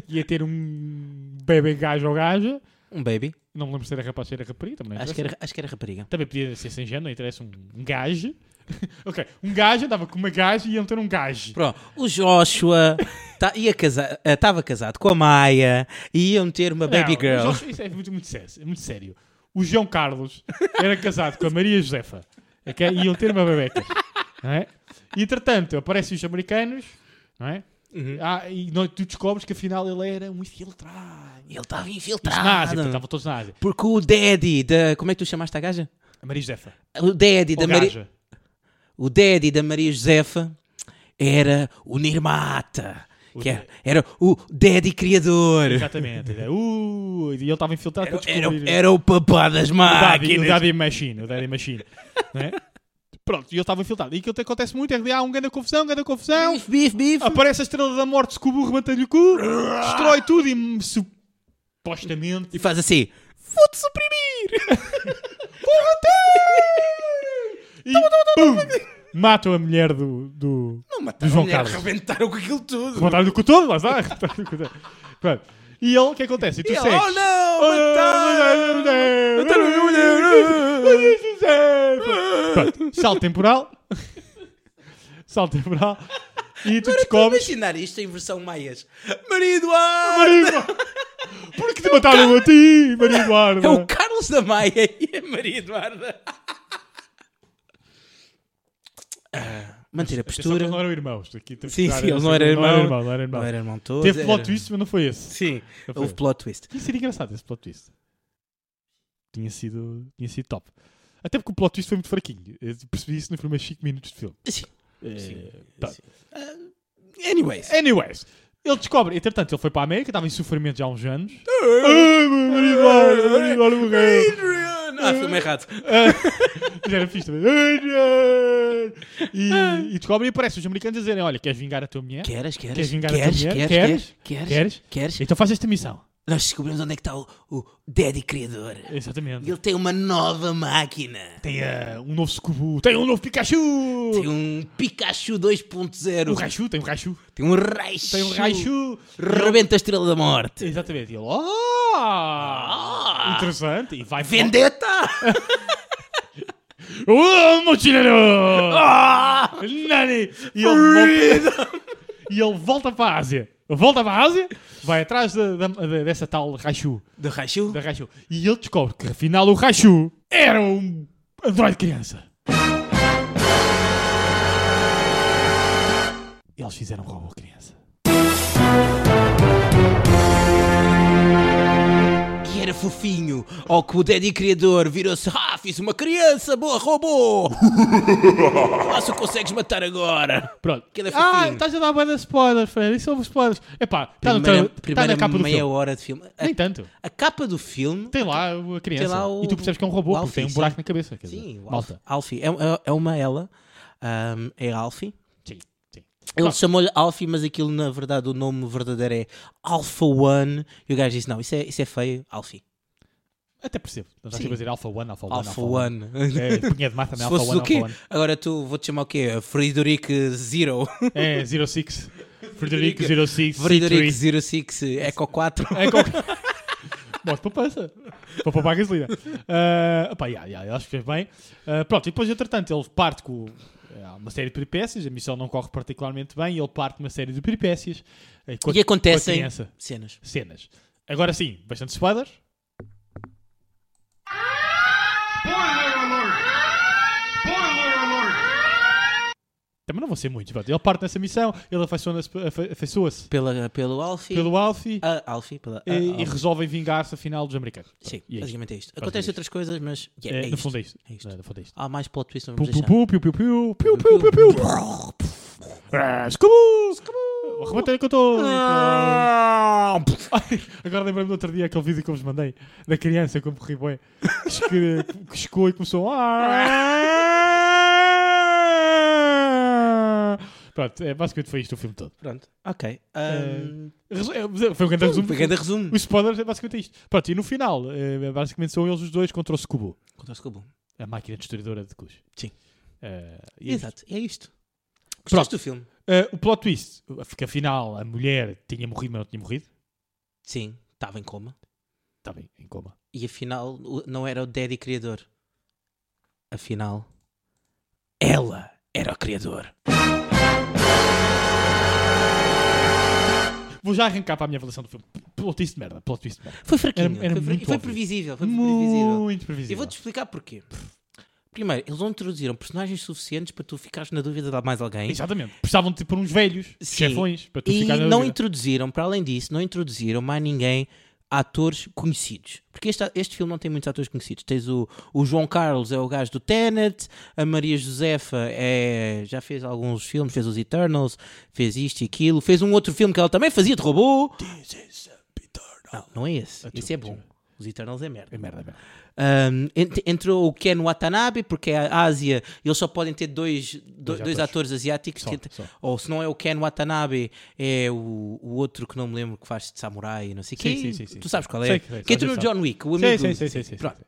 [SPEAKER 4] ia ter um bebê gajo ou gaja.
[SPEAKER 3] Um baby.
[SPEAKER 4] Não me lembro se era rapaz ou era rapariga. Também não
[SPEAKER 3] Acho
[SPEAKER 4] interessa.
[SPEAKER 3] que, era, acho que era rapariga.
[SPEAKER 4] Também podia ser sem género, não interessa. Um, um gajo. *laughs* ok. Um gajo andava com uma gaja e iam ter um gajo.
[SPEAKER 3] Pronto, o Joshua tá, ia casar, estava casado com a Maia e iam ter uma baby
[SPEAKER 4] Não,
[SPEAKER 3] girl.
[SPEAKER 4] mas isso é muito, muito, sério, é muito sério. O João Carlos era casado com a Maria Josefa. ok? E iam ter uma bebeca. Não é? E, entretanto, aparecem os americanos. Não é?
[SPEAKER 3] Uhum.
[SPEAKER 4] Ah, e no- tu descobres que afinal ele era um infiltrado.
[SPEAKER 3] Ele
[SPEAKER 4] Na Ásia,
[SPEAKER 3] estava
[SPEAKER 4] portanto,
[SPEAKER 3] infiltrado.
[SPEAKER 4] estavam todos na Ásia.
[SPEAKER 3] Porque o daddy da. Como é que tu chamaste a gaja?
[SPEAKER 4] A Maria Josefa.
[SPEAKER 3] O daddy da
[SPEAKER 4] Ou
[SPEAKER 3] Maria.
[SPEAKER 4] gaja.
[SPEAKER 3] o daddy da Maria Josefa era o Nirmata, que era, era o daddy criador.
[SPEAKER 4] Exatamente. Uh, e ele estava infiltrado
[SPEAKER 3] Era,
[SPEAKER 4] para descobrir.
[SPEAKER 3] era, era o papá das
[SPEAKER 4] O Daddy, o
[SPEAKER 3] máquinas.
[SPEAKER 4] Daddy Machine, o Daddy Machine. né? Pronto, e eu estava infiltrado. E aquilo que acontece muito é que há um grande confusão, grande confusão.
[SPEAKER 3] Bife, bife, bife.
[SPEAKER 4] Aparece a estrela da morte, Scooby rebenta-lhe o cu, destrói tudo e supostamente.
[SPEAKER 3] E faz assim: vou-te suprimir.
[SPEAKER 4] E, pum, matam a mulher do. do
[SPEAKER 3] Não
[SPEAKER 4] Do
[SPEAKER 3] mataram
[SPEAKER 4] João
[SPEAKER 3] a mulher,
[SPEAKER 4] Carlos.
[SPEAKER 3] rebentaram com aquilo tudo.
[SPEAKER 4] mataram o cu todo, lá está. arrebentaram-lhe o cu todo. Pronto. E ele, o que acontece? E tu
[SPEAKER 3] E ela,
[SPEAKER 4] segues.
[SPEAKER 3] oh não, mataram.
[SPEAKER 4] Mataram a mulher! Pronto, salto temporal. Salto temporal. E tu
[SPEAKER 3] Estou a
[SPEAKER 4] descobres.
[SPEAKER 3] imaginar isto em versão maias. Maria Eduarda!
[SPEAKER 4] Maria Por que te mataram a ti, Maria Eduarda?
[SPEAKER 3] É o Carlos da Maia e a *laughs* Maria Eduarda. Ah, Manter a
[SPEAKER 4] Atenção que
[SPEAKER 3] postura.
[SPEAKER 4] eles não eram irmãos. Aqui temos que
[SPEAKER 3] Sim,
[SPEAKER 4] dar
[SPEAKER 3] sim, eles
[SPEAKER 4] essa-
[SPEAKER 3] não eram irmãos.
[SPEAKER 4] Não eram irmãos, não eram irmãos.
[SPEAKER 3] Não eram irmão todos.
[SPEAKER 4] Teve plot
[SPEAKER 3] era-
[SPEAKER 4] twist, mas não foi esse.
[SPEAKER 3] Sim,
[SPEAKER 4] Não foi
[SPEAKER 3] houve
[SPEAKER 4] esse.
[SPEAKER 3] plot twist.
[SPEAKER 4] Tinha sido engraçado esse plot twist. Tinha sido, tinha sido top. Até porque o plot twist foi muito fraquinho. Eu percebi isso nos primeiros 5 minutos de filme.
[SPEAKER 3] Sim. Sim.
[SPEAKER 4] tá.
[SPEAKER 3] Sim. Ah, anyways.
[SPEAKER 4] Anyways, ele descobre, entretanto, ele foi para a América, estava em sofrimento já há uns anos. Ai, Maria Eduarda, Maria Eduarda morreu.
[SPEAKER 3] Adrian! Ah, filme errado.
[SPEAKER 4] Mas era fixe também. Adrian! E, e descobre e aparece os americanos a dizerem: Olha, queres vingar a tua mulher?
[SPEAKER 3] Queres,
[SPEAKER 4] Queres
[SPEAKER 3] queres,
[SPEAKER 4] vingar a tua
[SPEAKER 3] queres,
[SPEAKER 4] mulher?
[SPEAKER 3] queres,
[SPEAKER 4] Queres?
[SPEAKER 3] queres, queres,
[SPEAKER 4] Queres?
[SPEAKER 3] queres?
[SPEAKER 4] Então faz esta missão.
[SPEAKER 3] Nós descobrimos onde é que está o, o Daddy Criador.
[SPEAKER 4] Exatamente.
[SPEAKER 3] Ele tem uma nova máquina.
[SPEAKER 4] Tem eh, um novo Scooby, tem um novo Pikachu!
[SPEAKER 3] Tem um Pikachu 2.0.
[SPEAKER 4] O Raichu, tem um Raichu.
[SPEAKER 3] Tem um Raichu.
[SPEAKER 4] Tem um Raichu.
[SPEAKER 3] Rebenta a Estrela da Morte.
[SPEAKER 4] Exatamente. E ele, ah,
[SPEAKER 3] Ah!
[SPEAKER 4] Interessante. E vai...
[SPEAKER 3] Vendetta!
[SPEAKER 4] Oh, mochileiro!
[SPEAKER 3] Ah!
[SPEAKER 4] Nani! E ele, volta, e ele volta para a Ásia. Volta para a Ásia, vai atrás da, da- da- dessa tal Raichu.
[SPEAKER 3] *laughs* Do Raichu?
[SPEAKER 4] Da Raichu. E ele descobre que afinal o Raichu era um androide criança. Eles fizeram um robô criança.
[SPEAKER 3] Que era fofinho. Ao que o Daddy Criador virou-se. Ah, fiz uma criança, boa robô! Ah, se o consegues matar agora.
[SPEAKER 4] Pronto.
[SPEAKER 3] Que ele é
[SPEAKER 4] ah,
[SPEAKER 3] fofinho.
[SPEAKER 4] estás a dar bué de spoilers, Fred. Isso são spoilers. Epá, está no
[SPEAKER 3] Primeira,
[SPEAKER 4] tra- tá
[SPEAKER 3] primeira
[SPEAKER 4] na capa do
[SPEAKER 3] meia
[SPEAKER 4] filme.
[SPEAKER 3] hora de filme. A,
[SPEAKER 4] Nem tanto.
[SPEAKER 3] a capa do filme.
[SPEAKER 4] Tem lá a criança.
[SPEAKER 3] Tem lá o-
[SPEAKER 4] E tu percebes que é um robô,
[SPEAKER 3] o
[SPEAKER 4] porque
[SPEAKER 3] Alfie,
[SPEAKER 4] tem um
[SPEAKER 3] sim.
[SPEAKER 4] buraco na cabeça. Quer dizer,
[SPEAKER 3] Sim, o Alf-
[SPEAKER 4] malta.
[SPEAKER 3] Alfie. É, é- é uma ela. ahm, é Alfie.
[SPEAKER 4] Sim, sim.
[SPEAKER 3] Ele
[SPEAKER 4] Pronto.
[SPEAKER 3] chamou-lhe Alfie, mas aquilo na verdade o nome verdadeiro é Alpha One. E o gajo disse: Não, isso é, isso é feio, Alfie.
[SPEAKER 4] Até percebo. Não estás
[SPEAKER 3] Sim.
[SPEAKER 4] sempre a dizer Alpha One, Alpha One,
[SPEAKER 3] Alpha One. *laughs*
[SPEAKER 4] É, punha de massa,
[SPEAKER 3] Se
[SPEAKER 4] né? Alpha
[SPEAKER 3] fosse
[SPEAKER 4] One,
[SPEAKER 3] o quê?
[SPEAKER 4] Alpha One.
[SPEAKER 3] Agora tu vou-te chamar o quê? Frederic
[SPEAKER 4] *laughs*
[SPEAKER 3] Zero. *laughs*
[SPEAKER 4] É, Zero Six. Frederico Zero Six.
[SPEAKER 3] Frederic
[SPEAKER 4] C3.
[SPEAKER 3] Zero Six Eco
[SPEAKER 4] *laughs*
[SPEAKER 3] 4.
[SPEAKER 4] É com... Bom, poupança. Para poupar gasolina. Uh, opa, yeah, yeah, eu acho que fez bem. Ah, pronto, e depois, entretanto, ele parte com ah, uma série de peripécias. A missão não corre particularmente bem e ele parte uma série de peripécias. eh, com a-
[SPEAKER 3] E
[SPEAKER 4] com
[SPEAKER 3] acontecem
[SPEAKER 4] a criança.
[SPEAKER 3] cenas.
[SPEAKER 4] cenas. Agora sim, bastante spoilers. Também não vão ser muitos. pronto. Ele parte nessa missão, ele afeiçoa-se afe- afeiçoa-se
[SPEAKER 3] Pela, pelo Alfie.
[SPEAKER 4] pelo Alfie
[SPEAKER 3] A Alfie. Pela, a
[SPEAKER 4] e, e
[SPEAKER 3] Alfie.
[SPEAKER 4] resolvem vingar-se afinal dos americanos.
[SPEAKER 3] Sim,
[SPEAKER 4] E é isto.
[SPEAKER 3] basicamente é isto.
[SPEAKER 4] Basicamente
[SPEAKER 3] Acontecem outras coisas, mas yeah, é,
[SPEAKER 4] É, no
[SPEAKER 3] isto.
[SPEAKER 4] fundo é isto.
[SPEAKER 3] É isto.
[SPEAKER 4] No fundo é isto.
[SPEAKER 3] Há mais plot twist, não
[SPEAKER 4] Piu,
[SPEAKER 3] vamos
[SPEAKER 4] piu,
[SPEAKER 3] deixar.
[SPEAKER 4] piu, piu, piu, piu, piu, piu, piu, piu. Ah, Scoobu! Scoobu! Rematei que eu estou. Ah! Agora lembrei-me do outro dia aquele vídeo que eu vos mandei da criança com o ribué que, esque- que escou e começou. a- Pronto, é, basicamente foi isto o filme todo.
[SPEAKER 3] Pronto, ok.
[SPEAKER 4] É,
[SPEAKER 3] Ahm,
[SPEAKER 4] Resu- é, Foi um grande
[SPEAKER 3] um
[SPEAKER 4] resumo.
[SPEAKER 3] pequeno resumo.
[SPEAKER 4] O spoiler é basicamente isto. Pronto, e no final, eh, basicamente são eles os dois contra o Scoobo,
[SPEAKER 3] Contra o Scooby.
[SPEAKER 4] a máquina destruidora de cus.
[SPEAKER 3] Sim.
[SPEAKER 4] Eh, e é isto.
[SPEAKER 3] Exato, é isto. Gostaste do filme?
[SPEAKER 4] Eh, o plot twist, que afinal a mulher tinha morrido, mas não tinha morrido.
[SPEAKER 3] Sim, estava em coma.
[SPEAKER 4] Está bem, em coma.
[SPEAKER 3] E afinal, o- não era o Daddy criador. Afinal, ela era o criador.
[SPEAKER 4] Vou já arrancar para a minha avaliação do filme. P- Plot twist de merda, plot twist de merda.
[SPEAKER 3] Foi fraquinho.
[SPEAKER 4] Era- era
[SPEAKER 3] foi, fra-
[SPEAKER 4] muito
[SPEAKER 3] foi
[SPEAKER 4] óbvio.
[SPEAKER 3] previsível. Foi previsível.
[SPEAKER 4] Muito previsível.
[SPEAKER 3] Eu vou-te explicar porquê. Primeiro, eles não introduziram personagens suficientes para tu ficares na dúvida de mais alguém.
[SPEAKER 4] Exatamente. Precisavam de por uns velhos,
[SPEAKER 3] Sim.
[SPEAKER 4] chefões, para tu
[SPEAKER 3] E
[SPEAKER 4] ficar na
[SPEAKER 3] não
[SPEAKER 4] dúvida.
[SPEAKER 3] introduziram, para além disso, não introduziram mais ninguém atores conhecidos. Porque este, este filme não tem muitos atores conhecidos. Tens o, o João Carlos, é o gajo do Tenet, a Maria Josefa é, já fez alguns filmes, fez os Eternals, fez isto e aquilo, fez um outro filme que ela também fazia de robô. Não, não é esse. Esse é bom. Os Eternals é merda.
[SPEAKER 4] É merda, é merda.
[SPEAKER 3] Um, ent- entrou o Ken Watanabe, porque é a Ásia, eles só podem ter dois, do- dois,
[SPEAKER 4] atores.
[SPEAKER 3] atores asiáticos.
[SPEAKER 4] Só,
[SPEAKER 3] que-
[SPEAKER 4] só.
[SPEAKER 3] Ou se não é o Ken Watanabe, é o, o outro que não me lembro que faz de samurai e não sei o quê.
[SPEAKER 4] Sim, sim, sim, sim.
[SPEAKER 3] Tu sabes qual é?
[SPEAKER 4] Sei que- sei,
[SPEAKER 3] que
[SPEAKER 4] só
[SPEAKER 3] entrou no
[SPEAKER 4] já sabe.
[SPEAKER 3] John Wick, o
[SPEAKER 4] Sim,
[SPEAKER 3] amigo.
[SPEAKER 4] sim, sim, sim, sim, sim.
[SPEAKER 3] Pronto.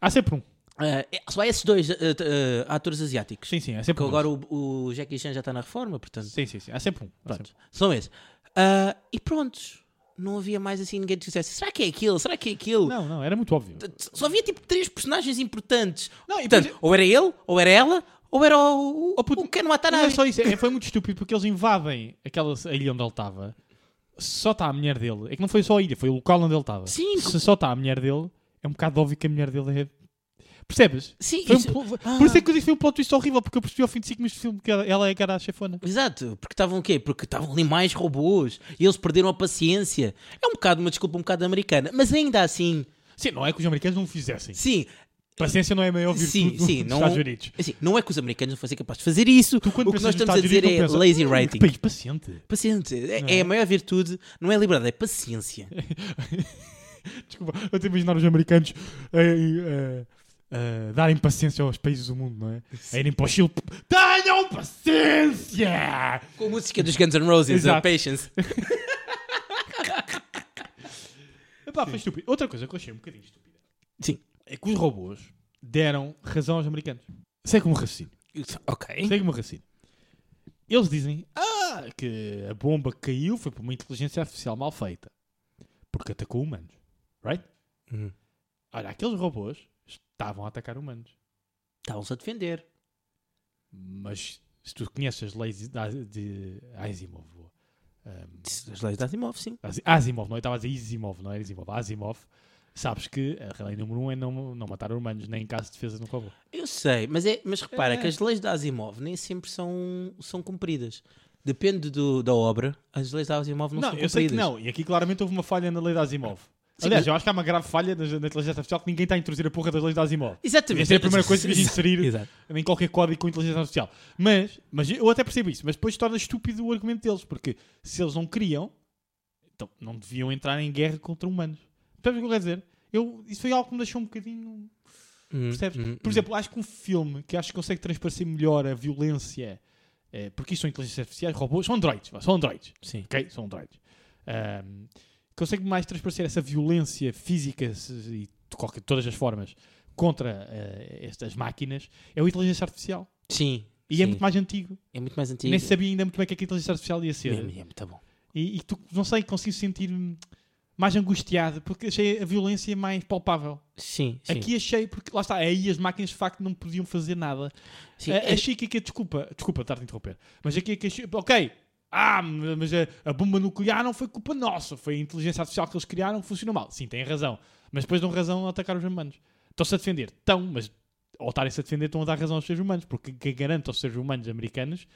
[SPEAKER 4] Há sempre um.
[SPEAKER 3] Ah, é- só há esses dois ah, ah, atores asiáticos.
[SPEAKER 4] Sim, sim, há sempre
[SPEAKER 3] Porque
[SPEAKER 4] um.
[SPEAKER 3] agora o, o Jackie Chan já está na reforma, portanto.
[SPEAKER 4] Sim, sim, sim. Há sempre um. Há
[SPEAKER 3] Pronto,
[SPEAKER 4] sempre
[SPEAKER 3] são esses. Ah, e prontos. Não havia mais assim ninguém que dissesse: será que é aquilo? Será que é aquilo?
[SPEAKER 4] um. Não, não, era muito óbvio.
[SPEAKER 3] Só havia tipo três personagens importantes.
[SPEAKER 4] Não, e
[SPEAKER 3] Portanto,
[SPEAKER 4] depois-
[SPEAKER 3] ou era ele, ou era ela, ou era o, o, o Ken
[SPEAKER 4] Não é
[SPEAKER 3] Watanabe.
[SPEAKER 4] só isso, é- foi muito estúpido porque eles invadem aquela a ilha onde ele estava. Só está a mulher dele. É que não foi só a ilha, foi o local onde ele estava.
[SPEAKER 3] Sim.
[SPEAKER 4] Se só está a mulher dele, é um bocado óbvio que a mulher dele é. Percebes?
[SPEAKER 3] Sim,
[SPEAKER 4] Foi um
[SPEAKER 3] isso-
[SPEAKER 4] plo- foi-
[SPEAKER 3] Ah.
[SPEAKER 4] Por isso é que eu disse que foi um plot twist horrível, porque eu percebi ao fim de 5 minutos de filme que ela ela é que era a chefona.
[SPEAKER 3] Exato, porque estavam o quê? Porque estavam ali mais robôs e eles perderam a paciência. É um bocado uma desculpa um bocado americana, mas ainda assim,
[SPEAKER 4] Sim, não é que os americanos não o fizessem.
[SPEAKER 3] sim,
[SPEAKER 4] Paciência não é a maior virtude
[SPEAKER 3] sim,
[SPEAKER 4] dos
[SPEAKER 3] sim, não,
[SPEAKER 4] Estados Unidos.
[SPEAKER 3] assim, não é que os americanos não fossem capazes de fazer isso.
[SPEAKER 4] Tu, quando
[SPEAKER 3] o que
[SPEAKER 4] pensas
[SPEAKER 3] nós
[SPEAKER 4] nos
[SPEAKER 3] estamos a
[SPEAKER 4] Estados
[SPEAKER 3] dizer
[SPEAKER 4] Unidos,
[SPEAKER 3] é
[SPEAKER 4] não pensas,
[SPEAKER 3] lazy
[SPEAKER 4] "Hum, que
[SPEAKER 3] writing.
[SPEAKER 4] país paciente.
[SPEAKER 3] Paciente, é, é a maior virtude, não é liberdade,
[SPEAKER 4] *laughs*
[SPEAKER 3] é paciência.
[SPEAKER 4] Desculpa, eu te imaginar os americanos eh, eh, eh, darem paciência aos países do mundo, não é? A irem para o Chile. Tenham paciência!
[SPEAKER 3] Com a música dos Guns N' Roses, a
[SPEAKER 4] Exato. *laughs*
[SPEAKER 3] Patience.
[SPEAKER 4] Epá, foi estúpido. Outra coisa que eu achei um bocadinho estúpida
[SPEAKER 3] Sim.
[SPEAKER 4] é que os robôs deram razão aos americanos. Segue um raciocínio.
[SPEAKER 3] Ok.
[SPEAKER 4] Segue um raciocínio. Eles dizem ah, que a bomba que caiu foi por uma inteligência artificial mal feita porque atacou humanos. Right? Hum.
[SPEAKER 3] Uhum.
[SPEAKER 4] Olha, aqueles robôs estavam a atacar humanos.
[SPEAKER 3] Estavam-se a defender.
[SPEAKER 4] Mas se tu conheces as leis da- de Asimov, boa. Um,
[SPEAKER 3] As leis da Asimov, sim.
[SPEAKER 4] Asi- Asimov, não estava a dizer Isimov, não era Isimov, Asimov, sabes que a lei número um é não, não matar humanos, nem em caso de defesa de um robô.
[SPEAKER 3] Eu sei, mas, é, mas repara
[SPEAKER 4] É.
[SPEAKER 3] que as leis da Asimov nem sempre são, são cumpridas. Depende do, da obra, as leis da Asimov não,
[SPEAKER 4] Não,
[SPEAKER 3] são
[SPEAKER 4] eu
[SPEAKER 3] cumpridas.
[SPEAKER 4] sei que não, e aqui claramente houve uma falha na lei da Asimov.
[SPEAKER 3] Sim,
[SPEAKER 4] Aliás,
[SPEAKER 3] mas-
[SPEAKER 4] eu acho que há uma grave falha na, na inteligência artificial que ninguém está a introduzir a porra das leis da Asimov.
[SPEAKER 3] Exatamente.
[SPEAKER 4] Essa é a primeira coisa que devias inserir
[SPEAKER 3] Exato.
[SPEAKER 4] em qualquer código com inteligência artificial. Mas, mas eu até percebo isso, mas depois torna estúpido o argumento deles, porque se eles não queriam, então não deviam entrar em guerra contra humanos. Percebes o que eu quero dizer? Eu, isso foi algo que me deixou um bocadinho.
[SPEAKER 3] Hum,
[SPEAKER 4] Percebes?
[SPEAKER 3] hum,
[SPEAKER 4] Por exemplo, acho que um filme que acho que consegue transparecer melhor a violência, eh, porque isto são inteligências artificiais, robôs, são androides, vá, são androides,
[SPEAKER 3] Sim.
[SPEAKER 4] ok? São androides. Ahm, consegue mais transparecer essa violência física se- e de qualquer, de todas as formas contra eh, estas máquinas é o inteligência artificial.
[SPEAKER 3] Sim.
[SPEAKER 4] E
[SPEAKER 3] sim.
[SPEAKER 4] é muito mais antigo.
[SPEAKER 3] É muito mais
[SPEAKER 4] E
[SPEAKER 3] antigo.
[SPEAKER 4] nem se sabia ainda muito bem o que é que a inteligência artificial ia ser.
[SPEAKER 3] É, é muito bom.
[SPEAKER 4] E, e tu, não sei, consigo sentir-me mais angustiado porque achei a violência mais palpável.
[SPEAKER 3] Sim, sim.
[SPEAKER 4] Aqui achei, porque lá está, aí as máquinas de facto não podiam fazer nada.
[SPEAKER 3] sim.
[SPEAKER 4] A-
[SPEAKER 3] é-
[SPEAKER 4] achei que aqui, desculpa, desculpa estar a interromper, mas aqui é que achei, ok, ah, mas a, a bomba nuclear não foi culpa nossa, foi a inteligência artificial que eles criaram que funcionou mal. Sim, têm razão, mas depois dão razão a atacar os humanos. Estão-se a defender, estão, mas ao estarem-se a defender estão a dar razão aos seres humanos, porque que garante aos seres humanos americanos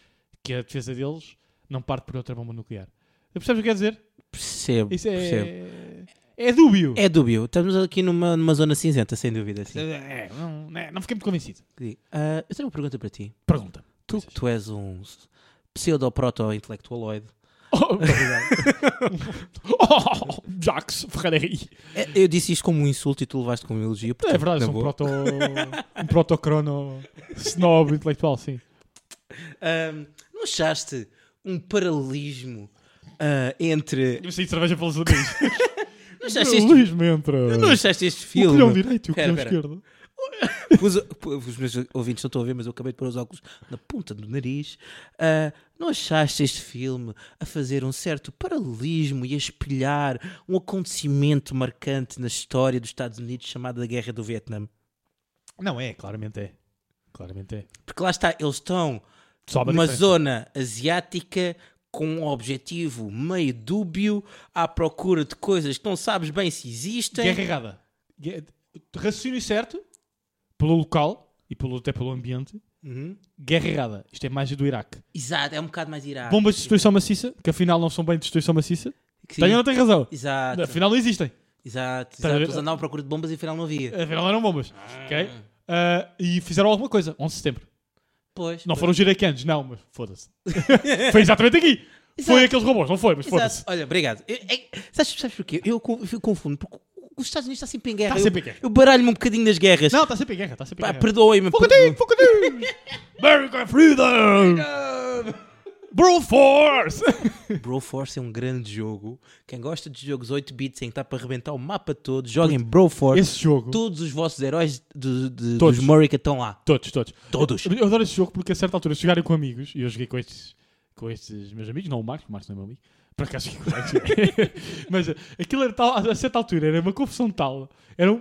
[SPEAKER 4] que a defesa deles não parte por outra bomba nuclear. Percebes o que quer dizer?
[SPEAKER 3] Percebo,
[SPEAKER 4] Isso
[SPEAKER 3] percebo.
[SPEAKER 4] é... É dúbio.
[SPEAKER 3] É dúbio. Estamos aqui numa, numa zona cinzenta, sem dúvida. Sim.
[SPEAKER 4] É, não, não é- não fiquei muito convencido. é.
[SPEAKER 3] Ah, eu tenho uma pergunta para ti.
[SPEAKER 4] Pergunta.
[SPEAKER 3] Tu, tu és um pseudo-proto-intelectualoide.
[SPEAKER 4] *laughs* Oh, muito obrigado. *laughs* oh, Jacques Tá Ferrari.
[SPEAKER 3] É, Eu disse isto como um insulto e tu levaste como um elogio.
[SPEAKER 4] É
[SPEAKER 3] portanto,
[SPEAKER 4] verdade,
[SPEAKER 3] na
[SPEAKER 4] sou um
[SPEAKER 3] boa.
[SPEAKER 4] proto... um protocrono snob intelectual, sim.
[SPEAKER 3] Ahm, não achaste um paralelismo ah, entre.
[SPEAKER 4] Eu saí de cerveja pelos *laughs* amigos.
[SPEAKER 3] Não achaste este,
[SPEAKER 4] Luís Mentra.
[SPEAKER 3] não achaste este
[SPEAKER 4] O colhão
[SPEAKER 3] filme?
[SPEAKER 4] direito e o
[SPEAKER 3] Pera,
[SPEAKER 4] colhão
[SPEAKER 3] pera.
[SPEAKER 4] esquerdo.
[SPEAKER 3] Pus- pu- os meus ouvintes não estão a ver, mas eu acabei de pôr os óculos na ponta do nariz. Ah, não achaste este filme a fazer um certo paralelismo e a espelhar um acontecimento marcante na história dos Estados Unidos chamado a Guerra do Vietnã?
[SPEAKER 4] Não é, claramente é. Claramente é.
[SPEAKER 3] Porque lá está, eles estão
[SPEAKER 4] Sobe a
[SPEAKER 3] uma
[SPEAKER 4] diferença.
[SPEAKER 3] zona asiática com um objetivo meio dúbio à procura de coisas que não sabes bem se existem.
[SPEAKER 4] Guerra errada. Guerra- Raciocínio certo, pelo local e pelo, até pelo ambiente.
[SPEAKER 3] Uhum.
[SPEAKER 4] Guerra errada. Isto é magia do Iraque.
[SPEAKER 3] Exato, é um bocado mais irado.
[SPEAKER 4] Bombas de destruição maciça, que afinal não são bem de destruição maciça.
[SPEAKER 3] Que sim.
[SPEAKER 4] Tem ou não tem razão?
[SPEAKER 3] Exato,
[SPEAKER 4] Afinal não existem.
[SPEAKER 3] exato,
[SPEAKER 4] Tá a
[SPEAKER 3] exato.
[SPEAKER 4] ver?
[SPEAKER 3] Eles andavam à procura de bombas e afinal não havia.
[SPEAKER 4] Afinal eram bombas. Ok? Ah, e fizeram alguma coisa, 11 de setembro.
[SPEAKER 3] Pois.
[SPEAKER 4] Não
[SPEAKER 3] pois.
[SPEAKER 4] foram os iraquianos, não, mas *laughs* foda-se. foi exatamente aqui. Foi
[SPEAKER 3] Exato.
[SPEAKER 4] aqueles robôs, não foi, mas
[SPEAKER 3] Exato.
[SPEAKER 4] foda-se.
[SPEAKER 3] Olha, obrigado. Eu- eu- sabes, sabes porquê? Eu, co- eu confundo, porque os Estados Unidos está sempre em guerra.
[SPEAKER 4] Está Tá sempre em guerra.
[SPEAKER 3] Eu, eu baralho-me um bocadinho nas guerras.
[SPEAKER 4] Não, está sempre em guerra, está sempre em
[SPEAKER 3] Pá,
[SPEAKER 4] guerra.
[SPEAKER 3] perdoem-me.
[SPEAKER 4] Fogo a Deus,
[SPEAKER 3] perdoem-me.
[SPEAKER 4] fogo a Deus! *laughs* America Freedom! Bro Force!
[SPEAKER 3] Bro Force é um grande jogo. Quem gosta de jogos 8 bits em que está para arrebentar o mapa todo, joguem Bro Force.
[SPEAKER 4] Esse jogo.
[SPEAKER 3] Todos os vossos heróis do- de-
[SPEAKER 4] Uhum. Todos.
[SPEAKER 3] dos Murica estão lá.
[SPEAKER 4] Todos, todos.
[SPEAKER 3] Todos.
[SPEAKER 4] Eu, eu adoro esse jogo porque a certa altura chegaram com amigos, e eu joguei com estes, com estes meus amigos, não o Marcos, o Marcos não é meu amigo, por acaso joguei com o Marcos. *laughs* Mas eh, aquilo era tal, a certa altura era uma confusão tal, era um,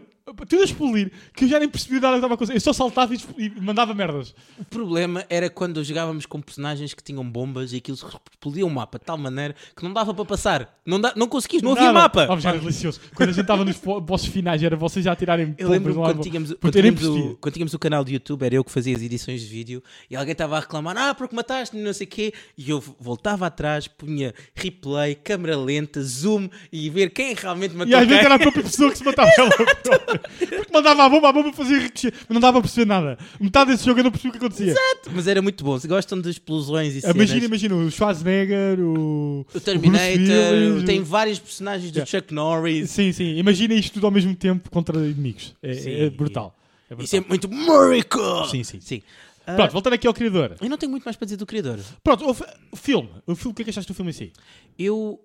[SPEAKER 4] tudo a explodir, que eu já nem percebi nada que estava a acontecer. Eu só saltava e, expl- e mandava merdas.
[SPEAKER 3] O problema era quando jogávamos com personagens que tinham bombas e aquilo explodia o mapa de tal maneira que não dava para passar. Não, dá- não conseguias, não havia
[SPEAKER 4] Nada.
[SPEAKER 3] mapa.
[SPEAKER 4] Ah, mas era delicioso. Quando a gente estava nos po- bosses finais, era vocês já tirarem
[SPEAKER 3] Eu lembro-me
[SPEAKER 4] bombas um
[SPEAKER 3] quando
[SPEAKER 4] lá.
[SPEAKER 3] tínhamos,
[SPEAKER 4] Puta,
[SPEAKER 3] quando,
[SPEAKER 4] eu nem
[SPEAKER 3] tínhamos o,
[SPEAKER 4] percebi.
[SPEAKER 3] quando tínhamos o canal do YouTube, era eu que fazia as edições de vídeo e alguém estava a reclamar, ah, porque mataste-me, não sei o quê. E eu voltava atrás, punha replay, câmera lenta, zoom e ver quem realmente matou
[SPEAKER 4] E às
[SPEAKER 3] quem.
[SPEAKER 4] vezes era a própria pessoa que se matava ela
[SPEAKER 3] *laughs*
[SPEAKER 4] própria. Porque mandava a bomba, a bomba fazia ricochê. Mas não dava a perceber nada. Metade desse jogo eu não percebi o que acontecia.
[SPEAKER 3] Mas era muito bom. Se gostam de explosões e cenas,
[SPEAKER 4] Imagina, imagina, o Schwarzenegger, o.
[SPEAKER 3] o Terminator,
[SPEAKER 4] Willis,
[SPEAKER 3] tem
[SPEAKER 4] o-
[SPEAKER 3] vários personagens do
[SPEAKER 4] Yeah.
[SPEAKER 3] Chuck Norris.
[SPEAKER 4] Sim, sim. Imagina isto tudo ao mesmo tempo contra inimigos. É,
[SPEAKER 3] Sim.
[SPEAKER 4] é brutal. É brutal.
[SPEAKER 3] Isso é muito Murica!
[SPEAKER 4] Sim, sim.
[SPEAKER 3] Sim. Ah,
[SPEAKER 4] Pronto, voltando aqui ao criador.
[SPEAKER 3] Eu não tenho muito mais para dizer do criador.
[SPEAKER 4] Pronto, o, fi- o filme. O filme, o que é que achaste do filme em si?
[SPEAKER 3] Eu,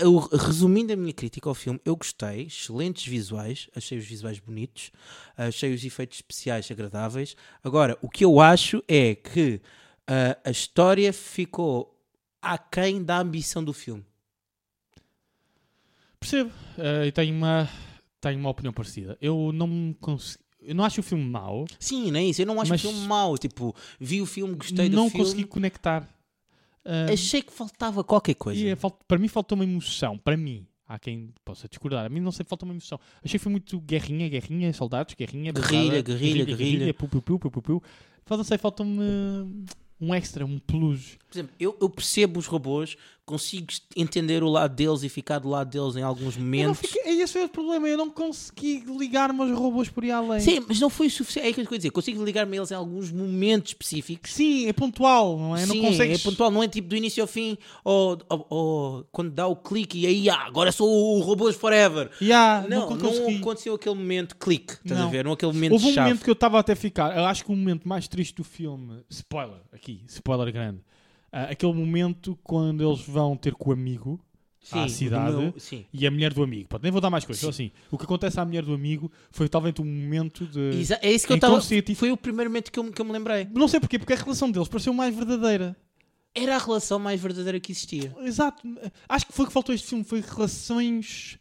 [SPEAKER 3] eu, resumindo a minha crítica ao filme, eu gostei, excelentes visuais, achei os visuais bonitos, achei os efeitos especiais agradáveis. Agora, o que eu acho é que ah, a história ficou aquém da ambição do filme.
[SPEAKER 4] Percebo. Eh, eu tenho uma, tenho uma opinião parecida. Eu não me consegui. Eu não acho o filme mau.
[SPEAKER 3] Sim, não é isso. Eu não acho
[SPEAKER 4] Mas-
[SPEAKER 3] o filme mau. Tipo, vi o filme, gostei do
[SPEAKER 4] não
[SPEAKER 3] filme.
[SPEAKER 4] consegui conectar. Ah,
[SPEAKER 3] Achei que faltava qualquer coisa.
[SPEAKER 4] e é falt- para mim faltou uma emoção. Para mim, há quem possa discordar. A mim não sei, falta uma emoção. Achei que foi muito guerrinha, guerrinha, soldados, guerrinha, brigada,
[SPEAKER 3] Guerrilha, guerrilha, guerrilha.
[SPEAKER 4] Piu, piu, piu, piu, piu, piu. Mas não sei, falta-me ah, um extra, um plus.
[SPEAKER 3] Por exemplo, eu, eu percebo os robôs, consigo entender o lado deles e ficar do lado deles em alguns
[SPEAKER 4] Eu não
[SPEAKER 3] momentos.
[SPEAKER 4] fiquei- esse foi o problema. Eu não consegui ligar-me aos robôs por aí além.
[SPEAKER 3] Sim, mas não foi o suficiente. É aquilo que eu ia dizer. Consigo ligar-me a eles em alguns momentos específicos.
[SPEAKER 4] Sim, é pontual, não é?
[SPEAKER 3] Sim,
[SPEAKER 4] não consegues...
[SPEAKER 3] é pontual, não é tipo do início ao fim, ou, ou- ou quando dá o clique e aí, ah, agora sou o robôs forever.
[SPEAKER 4] Yeah,
[SPEAKER 3] não, não,
[SPEAKER 4] Ah, consegui.
[SPEAKER 3] aconteceu aquele momento clique, estás
[SPEAKER 4] Não.
[SPEAKER 3] a ver? Não aquele momento
[SPEAKER 4] Houve um
[SPEAKER 3] chave.
[SPEAKER 4] momento que eu estava até a ficar. Eu acho que o momento mais triste do filme. Spoiler, aqui, spoiler grande. ah, aquele momento quando eles vão ter com o amigo à
[SPEAKER 3] Sim,
[SPEAKER 4] Ah, cidade
[SPEAKER 3] do meu- sim.
[SPEAKER 4] e a mulher do amigo. Pronto, nem vou dar mais coisas. só Assim, o que acontece à mulher do amigo foi talvez um momento de.
[SPEAKER 3] Exa- é isso que eu
[SPEAKER 4] Então,
[SPEAKER 3] estava.
[SPEAKER 4] se eu tive-
[SPEAKER 3] Foi o primeiro momento que eu, me- que eu me lembrei.
[SPEAKER 4] Não sei porquê, porque a relação deles pareceu mais verdadeira.
[SPEAKER 3] Era a relação mais verdadeira que existia.
[SPEAKER 4] Exato. Acho que foi o que faltou a este filme. Foi relações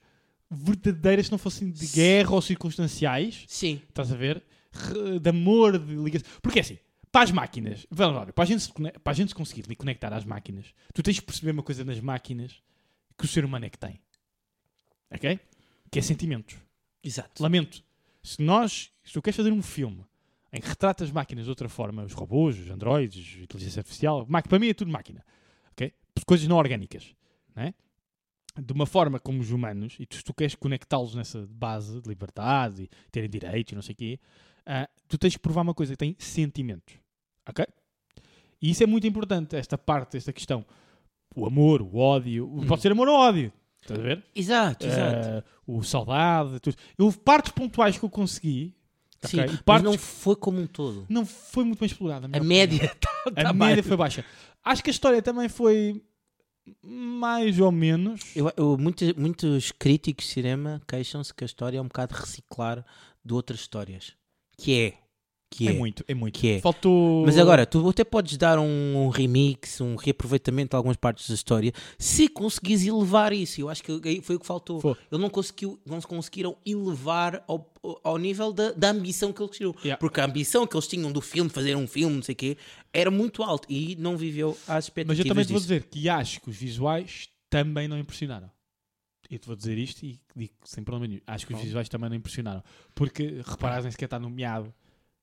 [SPEAKER 4] verdadeiras, se não fossem de guerra ou circunstanciais.
[SPEAKER 3] Sim.
[SPEAKER 4] Estás a ver? Re- De amor, de ligação. Porque é assim, para as máquinas, vamos lá, para a gente se, cone- para a gente se conseguir li- conectar às máquinas, tu tens que perceber uma coisa nas máquinas que o ser humano é que tem. Ok? Que é sentimentos.
[SPEAKER 3] Exato.
[SPEAKER 4] Lamento. Se nós, se tu queres fazer um filme em que retrata as máquinas de outra forma, os robôs, os androides, a inteligência artificial, ma- para mim é tudo máquina, ok? Coisas não orgânicas, não é? De uma forma como os humanos, e tu, se tu queres conectá-los nessa base de liberdade e terem direitos e não sei o quê, ah, tu tens que provar uma coisa que tem sentimentos, ok? E isso é muito importante, esta parte, esta questão. O amor, o ódio. Pode ser amor ou ódio. Estás a ver?
[SPEAKER 3] Exato, exato.
[SPEAKER 4] Eh, o saudade, tudo. Houve partes pontuais que eu consegui.
[SPEAKER 3] Sim,
[SPEAKER 4] ok, e
[SPEAKER 3] mas
[SPEAKER 4] partes
[SPEAKER 3] não
[SPEAKER 4] não...
[SPEAKER 3] foi como um todo.
[SPEAKER 4] não foi muito bem explorada. na
[SPEAKER 3] A
[SPEAKER 4] minha
[SPEAKER 3] média
[SPEAKER 4] *laughs*
[SPEAKER 3] tá- está
[SPEAKER 4] opinião. a média foi baixa. Acho que a história também foi mais ou menos.
[SPEAKER 3] Eu, eu- muitos, muitos críticos de cinema queixam-se que a história é um bocado reciclar de outras histórias. Que é. Que é.
[SPEAKER 4] É muito, é muito.
[SPEAKER 3] Que é.
[SPEAKER 4] Faltou.
[SPEAKER 3] Mas agora, tu até podes dar um, um remix, um reaproveitamento de algumas partes da história, se conseguires elevar isso. Eu acho que aí foi o que faltou.
[SPEAKER 4] Foi.
[SPEAKER 3] Eles não, conseguiu, não se conseguiram elevar ao, ao nível da, da ambição que eles tinham.
[SPEAKER 4] Yeah.
[SPEAKER 3] Porque a ambição que eles tinham do filme, fazer um filme, não sei o quê, era muito alto e não viveu às expectativas
[SPEAKER 4] Mas eu também te vou
[SPEAKER 3] disso.
[SPEAKER 4] dizer que acho que os visuais também não impressionaram. Eu te vou dizer isto e digo sem problema nenhum. Acho que os visuais também não impressionaram. Porque, reparás, nem sequer está nomeado.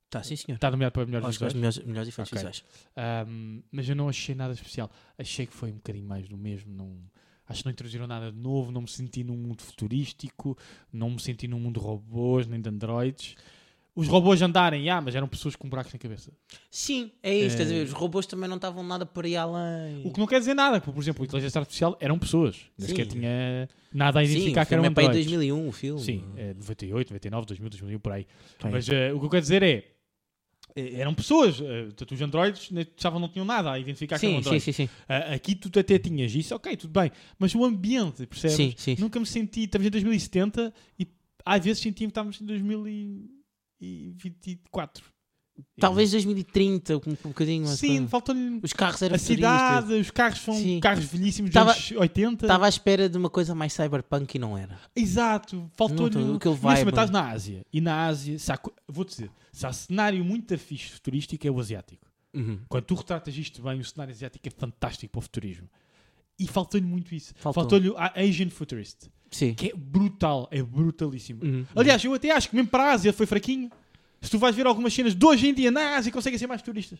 [SPEAKER 3] Tá, sim senhor.
[SPEAKER 4] Está nomeado para melhores
[SPEAKER 3] Acho que é
[SPEAKER 4] visuais.
[SPEAKER 3] os melhores, melhores efeitos
[SPEAKER 4] Ok.
[SPEAKER 3] visuais.
[SPEAKER 4] Ahm, mas eu não achei nada especial. Achei que foi um bocadinho mais do mesmo. Não, acho que não introduziram nada de novo. Não me senti num mundo futurístico. Não me senti num mundo de robôs, nem de androides. Os robôs andarem, ah, mas eram pessoas com buracos na cabeça.
[SPEAKER 3] Sim, é isso.
[SPEAKER 4] É.
[SPEAKER 3] Estás a ver? Os robôs também não estavam nada por aí além.
[SPEAKER 4] O que não quer dizer nada, porque, por exemplo, a inteligência artificial eram pessoas. Nem
[SPEAKER 3] Sim.
[SPEAKER 4] sequer tinha nada a
[SPEAKER 3] Sim,
[SPEAKER 4] identificar
[SPEAKER 3] o
[SPEAKER 4] que eram
[SPEAKER 3] filme é para aí
[SPEAKER 4] androides.
[SPEAKER 3] 2001 o filme.
[SPEAKER 4] Sim, é 98, 99, 2000, 2001, por aí.
[SPEAKER 3] Tá aí.
[SPEAKER 4] Mas eh, o que eu quero dizer é, eh, eram pessoas, eh, tanto os androides ne- achavam que não tinham nada a identificar que eram
[SPEAKER 3] Sim, sim,
[SPEAKER 4] androides.
[SPEAKER 3] sim, sim.
[SPEAKER 4] Ah, aqui tu até tinhas isso, ok, tudo bem, mas o ambiente, percebes?
[SPEAKER 3] Sim, sim.
[SPEAKER 4] Nunca me senti, estamos em 2070 e às vezes sentia-me que estávamos em 2024.
[SPEAKER 3] Talvez 2030, um, um bocadinho mais
[SPEAKER 4] Sim,
[SPEAKER 3] tarde.
[SPEAKER 4] faltou-lhe
[SPEAKER 3] Os carros eram
[SPEAKER 4] a cidade, os carros são
[SPEAKER 3] Sim.
[SPEAKER 4] carros velhíssimos dos
[SPEAKER 3] Tava-
[SPEAKER 4] anos 80.
[SPEAKER 3] Estava à espera de uma coisa mais cyberpunk e não era.
[SPEAKER 4] Exato, faltou-lhe.
[SPEAKER 3] Não,
[SPEAKER 4] um-
[SPEAKER 3] aquele
[SPEAKER 4] Ainda por
[SPEAKER 3] vibe.
[SPEAKER 4] cima, estás na Ásia. E na Ásia, se há co- vou-te dizer, se há cenário muito fixe futurístico, é o asiático. Quando tu retratas isto bem, o cenário asiático é fantástico para o futurismo. E faltou-lhe muito isso.
[SPEAKER 3] Faltou.
[SPEAKER 4] Faltou-lhe a Asian Futurist,
[SPEAKER 3] Sim.
[SPEAKER 4] que é brutal, é brutalíssimo.
[SPEAKER 3] Uhum.
[SPEAKER 4] Aliás, eu até acho que mesmo para a Ásia foi fraquinho. Se tu vais ver algumas cenas de hoje em dia na Ásia, conseguem ser mais futuristas.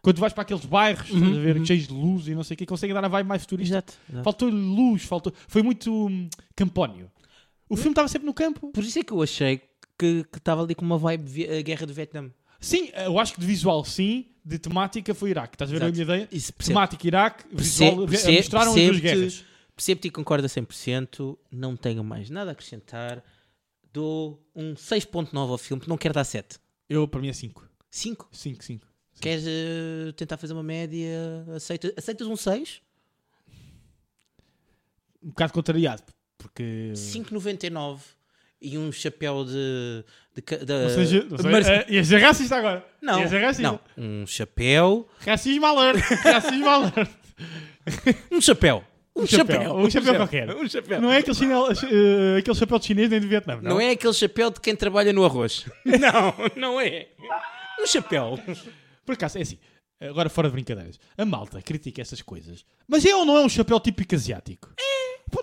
[SPEAKER 4] Quando vais para aqueles bairros, estás a ver, cheios de luz e não sei o que, conseguem dar a vibe mais futurista.
[SPEAKER 3] Uhum, Exato. exato.
[SPEAKER 4] Faltou-lhe luz, faltou... foi muito hum, campónio. O filme estava sempre no campo.
[SPEAKER 3] Por isso é que eu achei que que estava ali com uma vibe vi- a guerra do Vietnã.
[SPEAKER 4] Sim, eu acho que de visual, sim, de temática foi Iraque. Estás a ver a
[SPEAKER 3] Exato.
[SPEAKER 4] minha ideia?
[SPEAKER 3] Isso
[SPEAKER 4] Temática Iraque, visual,
[SPEAKER 3] Perce-
[SPEAKER 4] eh, mostraram as duas
[SPEAKER 3] percebo-te-
[SPEAKER 4] guerras.
[SPEAKER 3] Percebo-te e concordo a 100%. Não tenho mais nada a acrescentar. Dou um 6.9 ao filme, porque não quero dar 7.
[SPEAKER 4] Eu, para mim, é 5.
[SPEAKER 3] 5.
[SPEAKER 4] 5, 5.
[SPEAKER 3] Queres eh, tentar fazer uma média? Aceita, aceitas um 6?
[SPEAKER 4] Um bocado contrariado, porque...
[SPEAKER 3] 5,99 e um chapéu de. de, ca- da-
[SPEAKER 4] Ou seja, não sei,
[SPEAKER 3] Mar-
[SPEAKER 4] eh, ias dizer racista agora.
[SPEAKER 3] Não,
[SPEAKER 4] Ias dizer é assim, racista.
[SPEAKER 3] não, um chapéu.
[SPEAKER 4] Racismo alert. *laughs* Racismo alert.
[SPEAKER 3] Um chapéu. Um, chapéu.
[SPEAKER 4] Um chapéu qualquer.
[SPEAKER 3] Um chapéu.
[SPEAKER 4] Não é aquele, chinelo, eh, aquele chapéu de chinês nem de Vietnã, não?
[SPEAKER 3] Não é aquele chapéu de quem trabalha no
[SPEAKER 4] *laughs*
[SPEAKER 3] arroz. não, não é. Um chapéu.
[SPEAKER 4] Por acaso, é assim. Agora, fora de brincadeiras. A malta critica essas coisas. Mas é ou não é um chapéu típico asiático? É.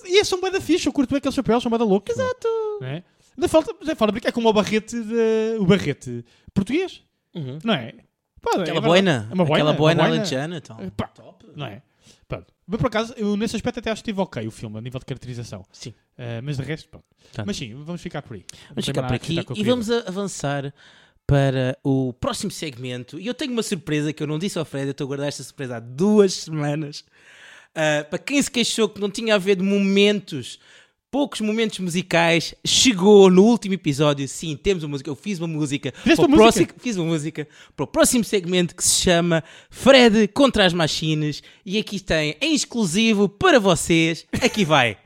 [SPEAKER 4] E são bué da fixe. Eu curto bem aqueles chapéus, são bué da loucos. Exato. Não é? Ainda falta, mas é fora de brincar. É como o barrete, de- o barrete português.
[SPEAKER 3] Uhum.
[SPEAKER 4] Não é? Pá, é
[SPEAKER 3] Aquela
[SPEAKER 4] verdade.
[SPEAKER 3] boina.
[SPEAKER 4] É uma boina.
[SPEAKER 3] Aquela
[SPEAKER 4] uma
[SPEAKER 3] boina
[SPEAKER 4] boina.
[SPEAKER 3] alentejana. Então.
[SPEAKER 4] É, pá, Não é? Pronto. Mas por acaso, eu nesse aspecto até acho que estive ok o filme, a nível de caracterização.
[SPEAKER 3] Sim.
[SPEAKER 4] Eh, mas de resto, pronto.
[SPEAKER 3] Tá.
[SPEAKER 4] Mas sim, vamos ficar por aí.
[SPEAKER 3] Vamos ficar por aqui
[SPEAKER 4] tá
[SPEAKER 3] e vamos a- avançar para o próximo segmento. E eu tenho uma surpresa que eu não disse ao Fred, eu estou a guardar esta surpresa há duas semanas. Ah, para quem se queixou que não tinha a ver de momentos, poucos momentos musicais, chegou no último episódio. Sim, temos uma música. Eu fiz uma música.
[SPEAKER 4] Fizeste
[SPEAKER 3] para o
[SPEAKER 4] uma música?
[SPEAKER 3] próximo- Fiz uma música para o próximo segmento que se chama Fred contra as Machines. E aqui tem, em exclusivo para vocês,
[SPEAKER 4] *laughs*
[SPEAKER 3] aqui vai.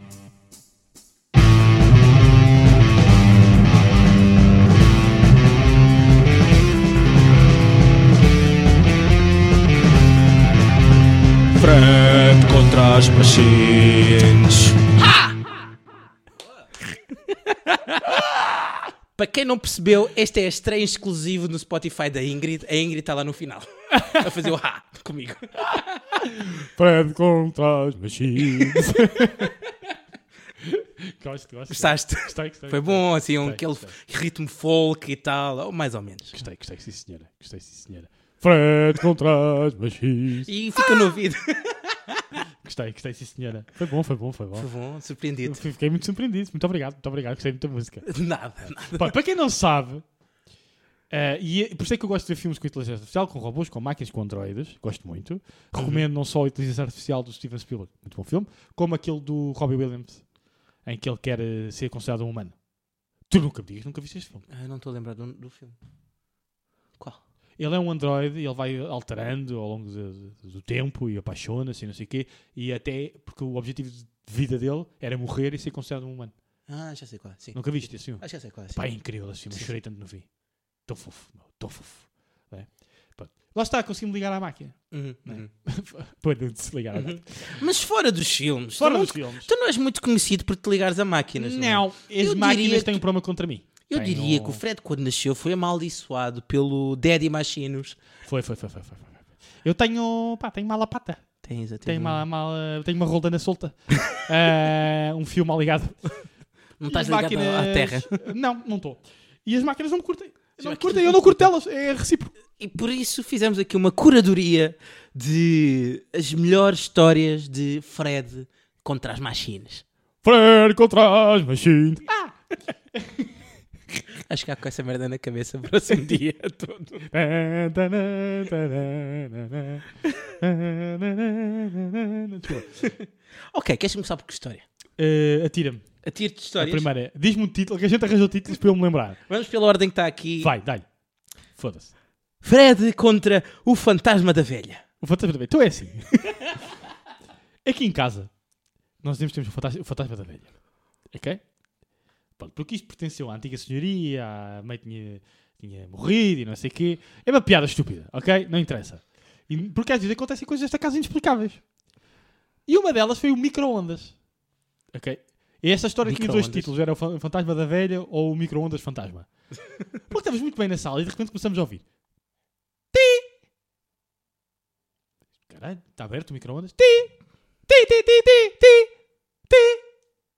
[SPEAKER 2] Fred contra as machines.
[SPEAKER 3] Para quem não percebeu, este é a estreia exclusiva no Spotify da Ingrid. A Ingrid está lá no *laughs* final a fazer o ha comigo.
[SPEAKER 4] Fred contra as machines. *laughs* gosto, gosto.
[SPEAKER 3] Gostaste?
[SPEAKER 4] Gostei, gostei.
[SPEAKER 3] Foi bom, assim, um,
[SPEAKER 4] Gostei,
[SPEAKER 3] aquele
[SPEAKER 4] gostei.
[SPEAKER 3] ritmo folk e tal, ou mais ou menos.
[SPEAKER 4] Gostei, gostei, sim senhora. Gostei, sim senhora. Fred contra as machines.
[SPEAKER 3] E fica no ouvido.
[SPEAKER 4] Gostei, gostei, sim senhora. Foi bom, foi bom, foi
[SPEAKER 3] *laughs* Foi
[SPEAKER 4] bom.
[SPEAKER 3] bom, surpreendido.
[SPEAKER 4] Eu Fiquei muito surpreendido. Muito obrigado, muito obrigado. Gostei muito da música.
[SPEAKER 3] Nada, nada.
[SPEAKER 4] Pá, para quem não sabe, Eh, e é- por isso é que eu gosto de ver filmes com inteligência artificial, com robôs, com máquinas, com androides. Gosto muito. Recomendo não só a inteligência artificial do Steven Spielberg, muito bom filme, como aquele do Robbie Williams, em que ele quer eh, ser considerado um humano. Tu nunca me digas, nunca viste este filme.
[SPEAKER 3] Ah, eu não estou a lembrar do, do filme. Qual?
[SPEAKER 4] Ele é um androide e ele vai alterando ao longo de- de- do tempo e apaixona-se e não sei o quê. E até porque o objetivo de vida dele era morrer e ser considerado um humano.
[SPEAKER 3] Ah, já sei qual. Sim.
[SPEAKER 4] Nunca viste esse filme?
[SPEAKER 3] Acho que já sei qual. Sim.
[SPEAKER 4] Pá, é incrível esse filme. Eu chorei tanto no vi. Tão fofo, meu. Tão fofo. Não é? Pronto. Lá está, consegui-me ligar à máquina.
[SPEAKER 3] Uhum, uhum.
[SPEAKER 4] Pô, não desligar à máquina.
[SPEAKER 3] Mas fora dos filmes.
[SPEAKER 4] Fora
[SPEAKER 3] tu,
[SPEAKER 4] dos
[SPEAKER 3] não,
[SPEAKER 4] filmes.
[SPEAKER 3] tu não és muito conhecido por te ligares a máquinas. é?
[SPEAKER 4] Não, as
[SPEAKER 3] Eu
[SPEAKER 4] máquinas
[SPEAKER 3] diria
[SPEAKER 4] têm um
[SPEAKER 3] que-
[SPEAKER 4] problema contra mim.
[SPEAKER 3] Eu
[SPEAKER 4] Tem
[SPEAKER 3] diria
[SPEAKER 4] um-
[SPEAKER 3] que o Fred, quando nasceu, foi amaldiçoado pelo Daddy Machinos.
[SPEAKER 4] Foi, foi, foi, foi, foi. foi. Eu tenho, pá, tenho um. mala pata.
[SPEAKER 3] Tens um- a
[SPEAKER 4] Tenho, mala, mala, tenho uma roldana *laughs* solta. Ah, um fio mal ligado. E
[SPEAKER 3] Não estás
[SPEAKER 4] as
[SPEAKER 3] ligado à à Terra.
[SPEAKER 4] Não, não estou. E as máquinas não me curtem. Não me
[SPEAKER 3] máquinas
[SPEAKER 4] curtem,
[SPEAKER 3] não
[SPEAKER 4] eu não curto elas. É recíproco.
[SPEAKER 3] E por isso fizemos aqui uma curadoria de as melhores histórias de Fred contra as máquinas.
[SPEAKER 4] Fred contra as machines.
[SPEAKER 3] Acho que há com essa merda na cabeça no
[SPEAKER 4] *laughs*
[SPEAKER 3] próximo dia todo.
[SPEAKER 4] Desculpa.
[SPEAKER 3] Ok, queres começar por que história?
[SPEAKER 4] Eh, Atira-me.
[SPEAKER 3] A tiro de
[SPEAKER 4] A
[SPEAKER 3] histórias.
[SPEAKER 4] primeira é. Diz-me um título, que a gente arranjou títulos para eu me lembrar.
[SPEAKER 3] Vamos pela ordem que está aqui.
[SPEAKER 4] Vai, dá-lhe. Foda-se.
[SPEAKER 3] Fred contra o fantasma da velha.
[SPEAKER 4] O fantasma da velha. Então é assim. *laughs* Aqui em casa, nós dizemos que temos o fantasma, o fantasma da velha. Ok? Pronto, porque isto pertenceu à antiga senhoria, a mãe tinha, tinha morrido e não sei o quê. É uma piada estúpida, ok? Não interessa. E, porque às vezes acontecem coisas desta casa inexplicáveis. E uma delas foi o micro-ondas. Ok? E esta história tinha dois
[SPEAKER 3] Micro-ondas.
[SPEAKER 4] títulos. Era o fa- fantasma da velha ou o micro-ondas fantasma. Porque estávamos muito bem na sala e de repente começamos a ouvir. Caralho, está aberto o micro-ondas? Ti! Ti, ti, ti, ti, ti! Ti!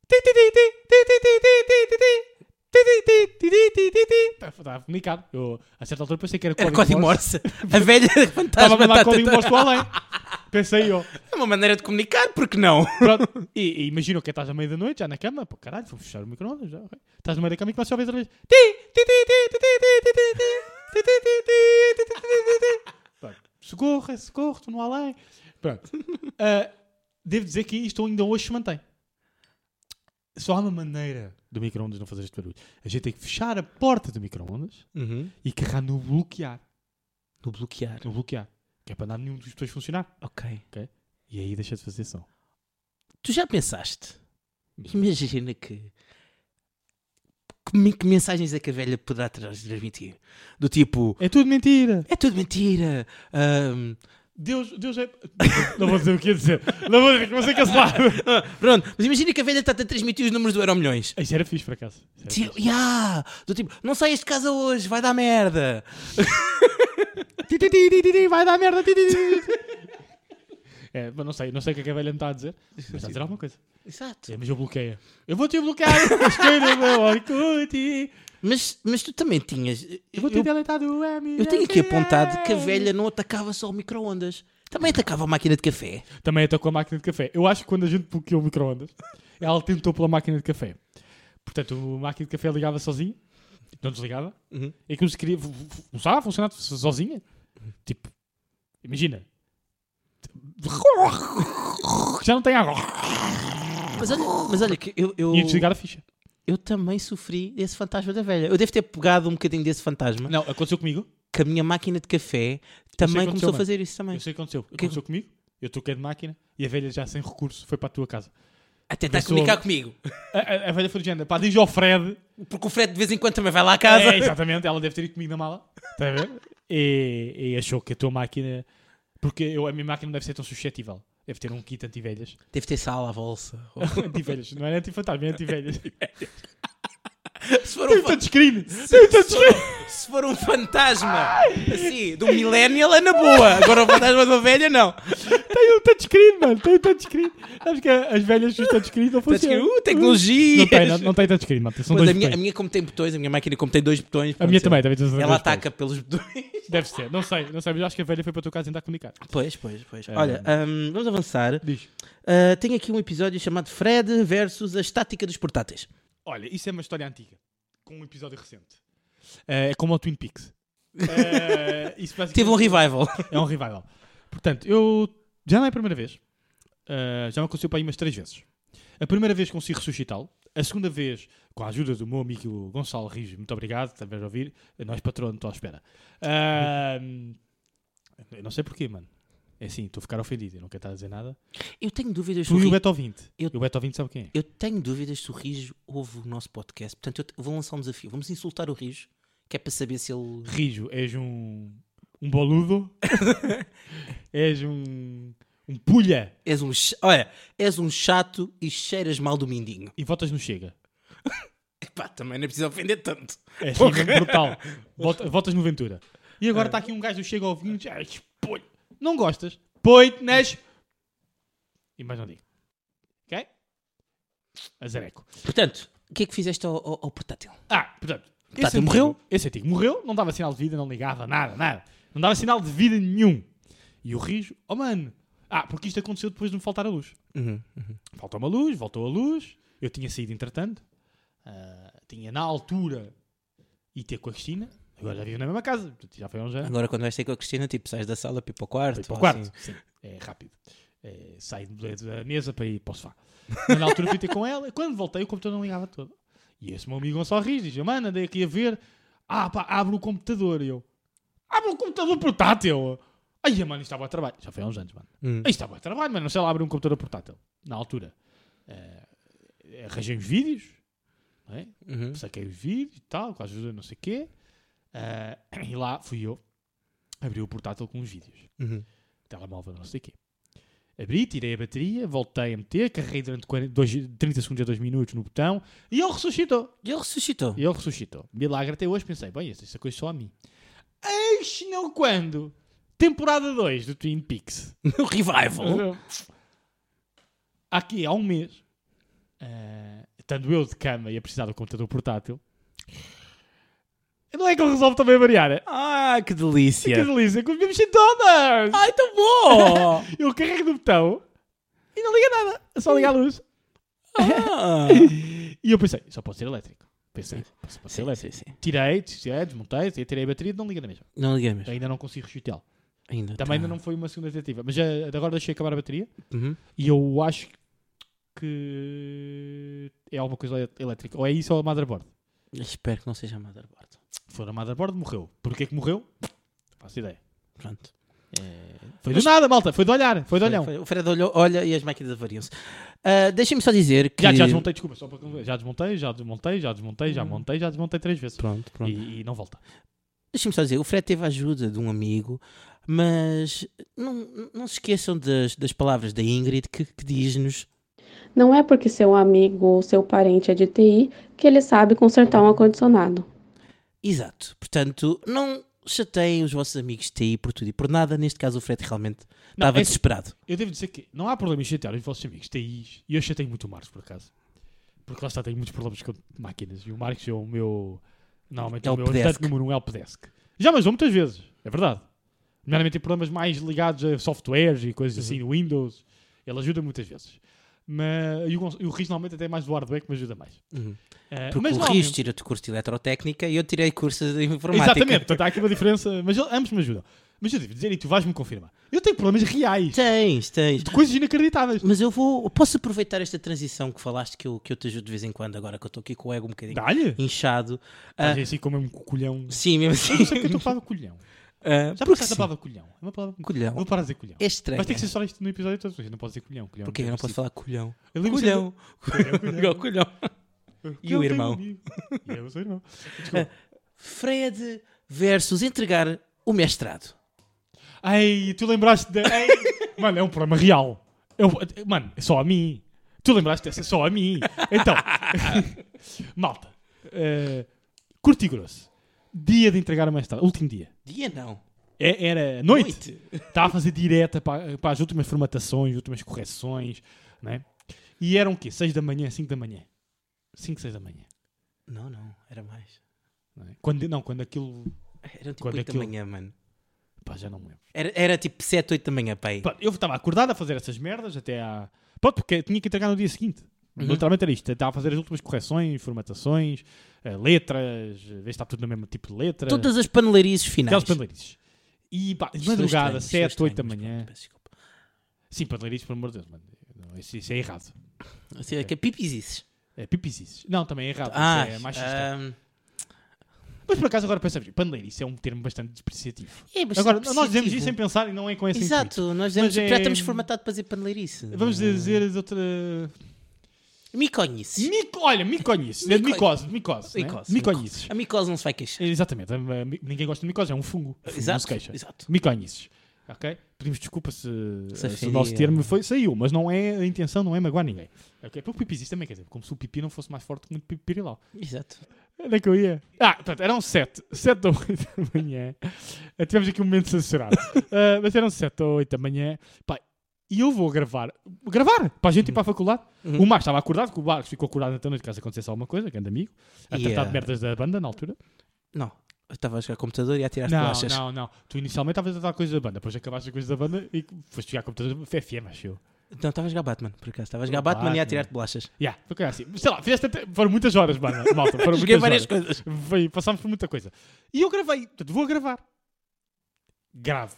[SPEAKER 4] Ti, ti, ti, ti, ti, ti, ti, ti, ti, ti, ti! Ti, ti, ti, ti, ti, ti, ti, ti! Tá- tá a comunicar. Eu, a certa altura, pensei que era
[SPEAKER 3] Era código Morse. A velha
[SPEAKER 4] Estava a
[SPEAKER 3] fantasma
[SPEAKER 4] mandar
[SPEAKER 3] da
[SPEAKER 4] código Morse para além. Pensei eu.
[SPEAKER 3] É uma maneira de comunicar, porque não?
[SPEAKER 4] Pronto. E, e imagina que estás à meia da noite, já na cama. Pô, caralho, vou fechar o micro-ondas. já, ok. Estás no meio da cama e começa a ouvir outra vez. Ti, ti, ti, ti, ti, ti, ti, ti, ti, ti, ti, ti, ti, ti, ti, ti, ti, ti. Pronto. Socorro, é socorro, estou no além. Pronto. Ah, devo dizer que isto ainda hoje se mantém. Só há uma maneira do micro-ondas não fazer este barulho. A gente tem que fechar a porta do micro-ondas e carregar no bloquear.
[SPEAKER 3] No bloquear.
[SPEAKER 4] No bloquear. Que é para dar nenhum dos dois funcionar.
[SPEAKER 3] Ok.
[SPEAKER 4] E aí deixa de fazer som.
[SPEAKER 3] Tu já pensaste? Imagina que. Que, men- que mensagens é que a velha poderá trans- transmitir? Do tipo,
[SPEAKER 4] É tudo mentira.
[SPEAKER 3] é tudo mentira. hum, ahm,
[SPEAKER 4] Deus, Deus é. Não vou dizer o que ia dizer. Não vou dizer que vou ser cancelado.
[SPEAKER 3] pronto, mas imagina que a velha está a transmitir os números do Euro Milhões.
[SPEAKER 4] Isso era fixe, por acaso. Isso era
[SPEAKER 3] Tipo, yeah, do tipo, não saias de casa hoje, vai dar merda.
[SPEAKER 4] fixe. Ti, ti, ti, ti, ti, ti, Vai dar merda. ti, ti, ti, ti. É, mas não sei, não sei o que é que a velha me está a dizer. Mas está a dizer alguma coisa.
[SPEAKER 3] Exato.
[SPEAKER 4] É, mas eu bloqueio. Eu vou te bloquear. Escolha é o meu Orkut.
[SPEAKER 3] Mas, mas tu também tinhas.
[SPEAKER 4] Eu
[SPEAKER 3] Eu,
[SPEAKER 4] vou te deletar do M.
[SPEAKER 3] eu tenho aqui apontado que a velha não atacava só o micro-ondas. Também atacava a máquina de café.
[SPEAKER 4] Também atacou a máquina de café. Eu acho que quando a gente bloqueou o micro-ondas, *laughs* ela tentou pela máquina de café. Portanto, a máquina de café ligava sozinha, não desligava,
[SPEAKER 3] Uhum.
[SPEAKER 4] e que se queria, fu- fu- usava, funcionava so- sozinha. Tipo, imagina. *laughs* Já não tem água.
[SPEAKER 3] Mas olha, mas olha que eu, eu,
[SPEAKER 4] Ia desligar a ficha.
[SPEAKER 3] eu também sofri desse fantasma da velha. Eu devo ter pegado um bocadinho desse fantasma,
[SPEAKER 4] Não, aconteceu comigo.
[SPEAKER 3] que a minha máquina de café também
[SPEAKER 4] aconteceu,
[SPEAKER 3] começou a
[SPEAKER 4] mano.
[SPEAKER 3] fazer isso também.
[SPEAKER 4] Eu sei o que aconteceu. Aconteceu comigo. Eu troquei de máquina e a velha já sem recurso foi para a tua casa.
[SPEAKER 3] A tentar
[SPEAKER 4] Começou-
[SPEAKER 3] comunicar comigo.
[SPEAKER 4] A, a- a velha foi de género, Pá, diz ao Fred
[SPEAKER 3] Porque o Fred de vez em quando também vai lá à casa. *laughs*
[SPEAKER 4] É, exatamente, ela deve ter ido comigo na mala. Está a ver? E, e achou que a tua máquina. Porque eu, a minha máquina não deve ser tão suscetível. Deve ter um kit anti-velhas. *laughs*
[SPEAKER 3] Deve ter sala à bolsa.
[SPEAKER 4] anti-velhas, não é anti-fantasma, é *laughs* anti-velhas.
[SPEAKER 3] *laughs* se, for
[SPEAKER 4] Tem
[SPEAKER 3] um,
[SPEAKER 4] um
[SPEAKER 3] fa-
[SPEAKER 4] touchscreen! Tem um touchscreen!
[SPEAKER 3] se for um fantasma assim, do millennial é na boa. Agora o fantasma da velha *laughs* não.
[SPEAKER 4] Tem um touchscreen, mano! Tem um touchscreen! Sabes que as velhas dos touchscreens não
[SPEAKER 3] Portanto,
[SPEAKER 4] funcionam.
[SPEAKER 3] uh, tecnologia.
[SPEAKER 4] Não tem, não, não tem touchscreen, mano. São
[SPEAKER 3] Pois,
[SPEAKER 4] dois
[SPEAKER 3] a, minha, a
[SPEAKER 4] botões.
[SPEAKER 3] minha como tem botões, a minha máquina como tem dois botões.
[SPEAKER 4] A minha,
[SPEAKER 3] pronto,
[SPEAKER 4] também, também.
[SPEAKER 3] Ela ataca pelos botões.
[SPEAKER 4] Deve ser, não sei, não sei, mas eu acho que a velha foi para a tua casa ainda a comunicar.
[SPEAKER 3] Pois, pois, pois.
[SPEAKER 4] É.
[SPEAKER 3] Olha, hum, vamos avançar.
[SPEAKER 4] Diz.
[SPEAKER 3] Uh, tem aqui um episódio chamado Fred versus a estática dos portáteis.
[SPEAKER 4] Olha, isso Eh, é uma história antiga, com um episódio recente. É como o Twin Peaks. Eh, isso basicamente-
[SPEAKER 3] Teve um revival. *laughs*
[SPEAKER 4] É um revival. Portanto, eu já não é a primeira vez. Ah, já me aconteceu para aí umas três vezes. A primeira vez consigo ressuscitá-lo. A segunda vez, com a ajuda do meu amigo Gonçalo Rijo, muito obrigado, talvez ouvir. Nós, patrono, estou à espera. Ah, eu não sei porquê, mano. É assim, estou a ficar ofendido, eu não quero estar a dizer nada.
[SPEAKER 3] Eu tenho dúvidas.
[SPEAKER 4] Tu e
[SPEAKER 3] se o
[SPEAKER 4] o
[SPEAKER 3] Ri-
[SPEAKER 4] Beto Ouvinte.
[SPEAKER 3] Eu-
[SPEAKER 4] E o Beto Ouvinte sabe quem é.
[SPEAKER 3] Eu tenho dúvidas se o Rijo ouve o nosso podcast. Portanto, eu te- vou lançar um desafio. Vamos insultar o Rijo, que é para saber se ele.
[SPEAKER 4] Rijo, és um, um
[SPEAKER 3] *laughs*
[SPEAKER 4] boludo. és um, um pulha.
[SPEAKER 3] És um. ch- Olha, és um chato e cheiras mal do mindinho.
[SPEAKER 4] E votas no Chega.
[SPEAKER 3] Epá, também não é preciso ofender tanto.
[SPEAKER 4] É assim, mesmo brutal. Vota- Votas no Ventura. E agora está aqui um gajo do Chega ao vinho e diz, "Ai, que polho." Não gostas? Põe-te nas... E mais não digo. Ok? Azareco.
[SPEAKER 3] Portanto, o que é que fizeste ao, ao- ao portátil?
[SPEAKER 4] Ah, portanto...
[SPEAKER 3] Tá, tu morreu?
[SPEAKER 4] Esse antigo morreu, não dava sinal de vida, não ligava, nada, nada. Não dava sinal de vida nenhum. E o Rijo, oh mano... Ah, porque isto aconteceu depois de me faltar a luz. Faltou uma luz, voltou a luz. Eu tinha saído entretanto. Ah, tinha na altura ido ter com a Cristina. Agora já vivo na mesma casa. portanto, Já foi há uns anos.
[SPEAKER 3] Agora, quando vais ter com a Cristina, tipo, sais da sala para ir para o quarto.
[SPEAKER 4] Foi para o
[SPEAKER 3] ou
[SPEAKER 4] quarto.
[SPEAKER 3] assim.
[SPEAKER 4] Sim, é rápido. É, saí do- da mesa para ir para o sofá. Mas na altura fui ter com ela. e Quando voltei, o computador não ligava todo. E esse meu amigo só ri. Diz: Mano, andei aqui a ver. Ah, pá, abre o computador. E eu: Abre o computador portátil. Aí, mano, isto estava a trabalho. Já foi há uns anos, mano.
[SPEAKER 3] Hum.
[SPEAKER 4] Isto estava a trabalho, mano. Não sei lá abrir um computador portátil. Na altura. Eh, arranjei os vídeos. Não é?
[SPEAKER 3] Uhum.
[SPEAKER 4] saquei os vídeos e tal, com a ajuda de não sei o quê. Ah, *clears throat* e lá fui eu. Abri o portátil com os vídeos.
[SPEAKER 3] Uhum.
[SPEAKER 4] Telemóvel, não sei o quê. Abri, tirei a bateria, voltei a meter, carreguei durante 40, dois- 30 segundos a 2 minutos no botão e ele ressuscitou.
[SPEAKER 3] E ele ressuscitou.
[SPEAKER 4] E ele ressuscitou. Milagre até hoje pensei, bem, essa, essa coisa só a mim. Eis não quando? Temporada 2 do Twin Peaks.
[SPEAKER 3] O
[SPEAKER 4] Uhum.
[SPEAKER 3] revival.
[SPEAKER 4] Aqui há um mês, eh, estando eu de cama e a precisar do computador portátil, não é que ele resolve também a variar.
[SPEAKER 3] Ah, que delícia.
[SPEAKER 4] Que delícia, com os mesmos sintomas!
[SPEAKER 3] Ai, tão bom!
[SPEAKER 4] Eu carrego no botão e não liga nada, é só liga a luz.
[SPEAKER 3] Ah.
[SPEAKER 4] E eu pensei, só pode ser elétrico. Pensei, só pode ser
[SPEAKER 3] Sim,
[SPEAKER 4] elétrico.
[SPEAKER 3] sim, sim.
[SPEAKER 4] Tirei, tirei, desmontei, tirei a bateria e não liga na mesma.
[SPEAKER 3] Não liguei mesmo.
[SPEAKER 4] Ainda não consigo rechuteá-lo.
[SPEAKER 3] Ainda
[SPEAKER 4] Também ainda
[SPEAKER 3] tá.
[SPEAKER 4] não foi uma segunda tentativa, mas já, agora deixei acabar a bateria.
[SPEAKER 3] Uhum.
[SPEAKER 4] E eu acho que é alguma coisa elé- elétrica. Ou é isso ou a motherboard.
[SPEAKER 3] Espero que não seja a motherboard.
[SPEAKER 4] Foi a motherboard, morreu. Porquê que morreu? Não Faço ideia.
[SPEAKER 3] Pronto. É,
[SPEAKER 4] Foi do nada, malta. Foi de olhar. Foi de olhão.
[SPEAKER 3] Foi- foi- O Fred olhou, olha e as máquinas avariam-se. Ah, Deixem-me só dizer que.
[SPEAKER 4] Já, já desmontei, desculpa. Só para... Já desmontei, já desmontei, já desmontei, já
[SPEAKER 3] Hum.
[SPEAKER 4] montei, já desmontei três vezes.
[SPEAKER 3] Pronto, pronto.
[SPEAKER 4] E, e não volta.
[SPEAKER 3] Deixa-me só dizer, o Fred teve a ajuda de um amigo, mas não, não se esqueçam das, das palavras da Ingrid que, que diz-nos.
[SPEAKER 6] Não é porque seu amigo ou seu parente é de TI que ele sabe consertar um ar-condicionado.
[SPEAKER 3] Exato. Portanto, não chateiem os vossos amigos de TI por tudo e por nada. Neste caso, o Fred realmente
[SPEAKER 4] Não,
[SPEAKER 3] estava
[SPEAKER 4] é-
[SPEAKER 3] desesperado.
[SPEAKER 4] Eu devo dizer que não há problema em chatear os vossos amigos. TIs. E eu chatei muito o Marcos, por acaso. Porque lá está, tenho muitos problemas com máquinas. E o Marcos é o meu. Normalmente é o meu
[SPEAKER 3] Helpdesk.
[SPEAKER 4] ajudante número um helpdesk. Já me ajudou muitas vezes, é verdade. Nomeadamente em problemas mais ligados a softwares e coisas assim,
[SPEAKER 3] Uhum.
[SPEAKER 4] Windows. Ele ajuda muitas vezes. Mas, e o, Gonç- e o Riz normalmente até é mais do hardware que me ajuda mais.
[SPEAKER 3] Uhum.
[SPEAKER 4] Eh,
[SPEAKER 3] Porque
[SPEAKER 4] mas
[SPEAKER 3] o
[SPEAKER 4] normalmente-
[SPEAKER 3] Rios tira-te curso de eletrotécnica e eu tirei curso de informática.
[SPEAKER 4] Exatamente, portanto há aqui uma diferença. Mas ele- ambos me ajudam. Mas eu devo dizer, e tu vais-me confirmar, eu tenho problemas reais.
[SPEAKER 3] Tens, tens.
[SPEAKER 4] De coisas inacreditáveis.
[SPEAKER 3] Mas eu vou. Posso aproveitar esta transição que falaste que eu, que eu te ajudo de vez em quando, agora que eu estou aqui com o ego um bocadinho
[SPEAKER 4] Dá-lhe.
[SPEAKER 3] inchado. Ah.
[SPEAKER 4] Mas é assim como é um colhão.
[SPEAKER 3] Sim, mesmo
[SPEAKER 4] Eu não *laughs* sei
[SPEAKER 3] assim.
[SPEAKER 4] porque é eu estou a falar de colhão.
[SPEAKER 3] Ah,
[SPEAKER 4] Já
[SPEAKER 3] porque
[SPEAKER 4] pensaste a
[SPEAKER 3] sim.
[SPEAKER 4] palavra colhão? É uma palavra.
[SPEAKER 3] Colhão.
[SPEAKER 4] Vou parar de dizer colhão.
[SPEAKER 3] É estranho.
[SPEAKER 4] Mas tem que ser só isto no episódio todo. porque Não pode dizer colhão. colhão é
[SPEAKER 3] Porquê? Eu não posso falar colhão.
[SPEAKER 4] Eu lembro
[SPEAKER 3] Colhão.
[SPEAKER 4] sempre- Colhão,
[SPEAKER 3] Colhão. colhão.
[SPEAKER 4] colhão.
[SPEAKER 3] E o irmão?
[SPEAKER 4] um E eu sou irmão. Desculpa.
[SPEAKER 3] Fred versus entregar o mestrado.
[SPEAKER 4] Ei, tu lembraste da. Ei, mano, é um problema real. Eu, mano, é só a mim. Tu lembraste dessa é só a mim. Então, *laughs* malta, eh, curto e grosso. Dia de entregar a mestrado, último dia.
[SPEAKER 3] Dia não.
[SPEAKER 4] É- era noite. Estava Tá a fazer é direta para, para as últimas formatações, últimas correções, né? E eram o quê? 6 da manhã, 5 da manhã. 5, 6 da manhã.
[SPEAKER 3] Não, não. Era mais.
[SPEAKER 4] não é? Quando, não, quando aquilo.
[SPEAKER 3] Era tipo
[SPEAKER 4] Quando
[SPEAKER 3] 8
[SPEAKER 4] aquilo-
[SPEAKER 3] da manhã, mano.
[SPEAKER 4] Pá, já não me lembro.
[SPEAKER 3] Era, era tipo 7, 8 da manhã, pai.
[SPEAKER 4] Pronto, eu estava acordado a fazer essas merdas até à. Pronto, porque tinha que entregar no dia seguinte.
[SPEAKER 3] Uhum.
[SPEAKER 4] Literalmente era isto. Tentava fazer as últimas correções, formatações, eh, letras, eh, ver se está tudo no mesmo tipo de letra.
[SPEAKER 3] Todas as paneleirices finais.
[SPEAKER 4] Aquelas paneleirices. E pá, de
[SPEAKER 3] Isto é
[SPEAKER 4] madrugada,
[SPEAKER 3] estranho, isto
[SPEAKER 4] 7,
[SPEAKER 3] é
[SPEAKER 4] 8 da
[SPEAKER 3] estranho, mas
[SPEAKER 4] manhã.
[SPEAKER 3] pronto, peço desculpa.
[SPEAKER 4] Sim, paneleirices, pelo amor de Deus, mano. Não, Isso, isso é errado.
[SPEAKER 3] Assim, é que é pipizices.
[SPEAKER 4] É pipizices. Não, também é errado.
[SPEAKER 3] Ah,
[SPEAKER 4] isso é machista.
[SPEAKER 3] ahm,
[SPEAKER 4] Mas por acaso agora pensamos, paneleirice é um termo bastante despreciativo.
[SPEAKER 3] é bastante
[SPEAKER 4] Agora, nós dizemos
[SPEAKER 3] perceptivo.
[SPEAKER 4] isso sem pensar e não é com esse intuito.
[SPEAKER 3] Exato, Hum. nós dizemos,
[SPEAKER 4] Mas é-
[SPEAKER 3] já estamos formatados para dizer paneleirice.
[SPEAKER 4] Vamos dizer de outra...
[SPEAKER 3] Miconhice.
[SPEAKER 4] Mico... Olha, miconice. É de micose, de micose. né?
[SPEAKER 3] Micose,
[SPEAKER 4] Miconices.
[SPEAKER 3] A micose não se vai queixar.
[SPEAKER 4] Exatamente. a- a- mi- Ninguém gosta de micose, é um fungo. Fungo Não se
[SPEAKER 3] Exato,
[SPEAKER 4] queixa.
[SPEAKER 3] exato.
[SPEAKER 4] Miconices. Ok? Pedimos desculpa se,
[SPEAKER 3] Se
[SPEAKER 4] se o nosso
[SPEAKER 3] ofendi,
[SPEAKER 4] termo
[SPEAKER 3] é.
[SPEAKER 4] foi, saiu, mas não é a intenção, não é magoar ninguém. Ok? Porque o pipizice também, quer dizer, como se o pipi não fosse mais forte que muito pipirilau.
[SPEAKER 3] Exato.
[SPEAKER 4] Onde é que eu ia? Ah, portanto, eram 7. 7 ou 8 da manhã. Eh, Tivemos aqui um momento censurado. Ah, mas eram 7 ou 8 da manhã. Pá, e eu vou gravar. Gravar! Para a gente ir para a faculdade.
[SPEAKER 3] Uhum.
[SPEAKER 4] O Marcos estava acordado, porque o Marcos ficou acordado então, noite, caso acontecesse alguma coisa, grande amigo. A
[SPEAKER 3] E,
[SPEAKER 4] tratar
[SPEAKER 3] eh,
[SPEAKER 4] de merdas da banda na altura.
[SPEAKER 3] Não, eu estava a jogar computador e a tirar as
[SPEAKER 4] Não,
[SPEAKER 3] bolachas.
[SPEAKER 4] não, não. Tu inicialmente estavas a tratar coisas da banda, depois acabaste as coisas da banda e foste chegar a computador. Foi FM, acho eu.
[SPEAKER 3] Não, Então, estava a jogar Batman, por acaso. Estava a jogar Batman, e a
[SPEAKER 4] Batman.
[SPEAKER 3] tirar de bolachas.
[SPEAKER 4] Yeah, foi coisa assim. Sei lá, fizeste até... Foram muitas horas, banda, malta. Foram
[SPEAKER 3] *laughs* Joguei
[SPEAKER 4] muitas
[SPEAKER 3] várias
[SPEAKER 4] horas.
[SPEAKER 3] coisas.
[SPEAKER 4] Foi- passámos por muita coisa. E eu gravei. Portanto, vou gravar. Gravo.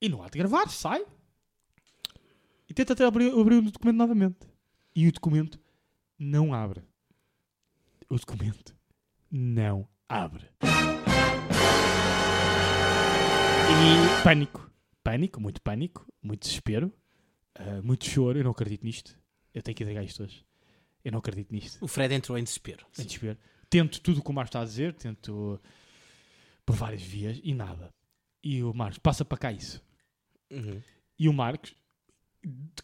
[SPEAKER 4] E não há de gravar, sai. E tento até abrir, abrir o documento novamente. E o documento não abre. O documento não abre. E pânico. Pânico, muito pânico, muito desespero, ah, muito choro. Eu não acredito nisto. Eu tenho que entregar isto hoje. Eu não acredito nisto
[SPEAKER 3] O Fred entrou em desespero.
[SPEAKER 4] em desespero. Tento tudo o que o Marcos está a dizer, tento por várias vias e nada. E o Marcos passa para cá isso.
[SPEAKER 3] Uhum.
[SPEAKER 4] E o Marcos,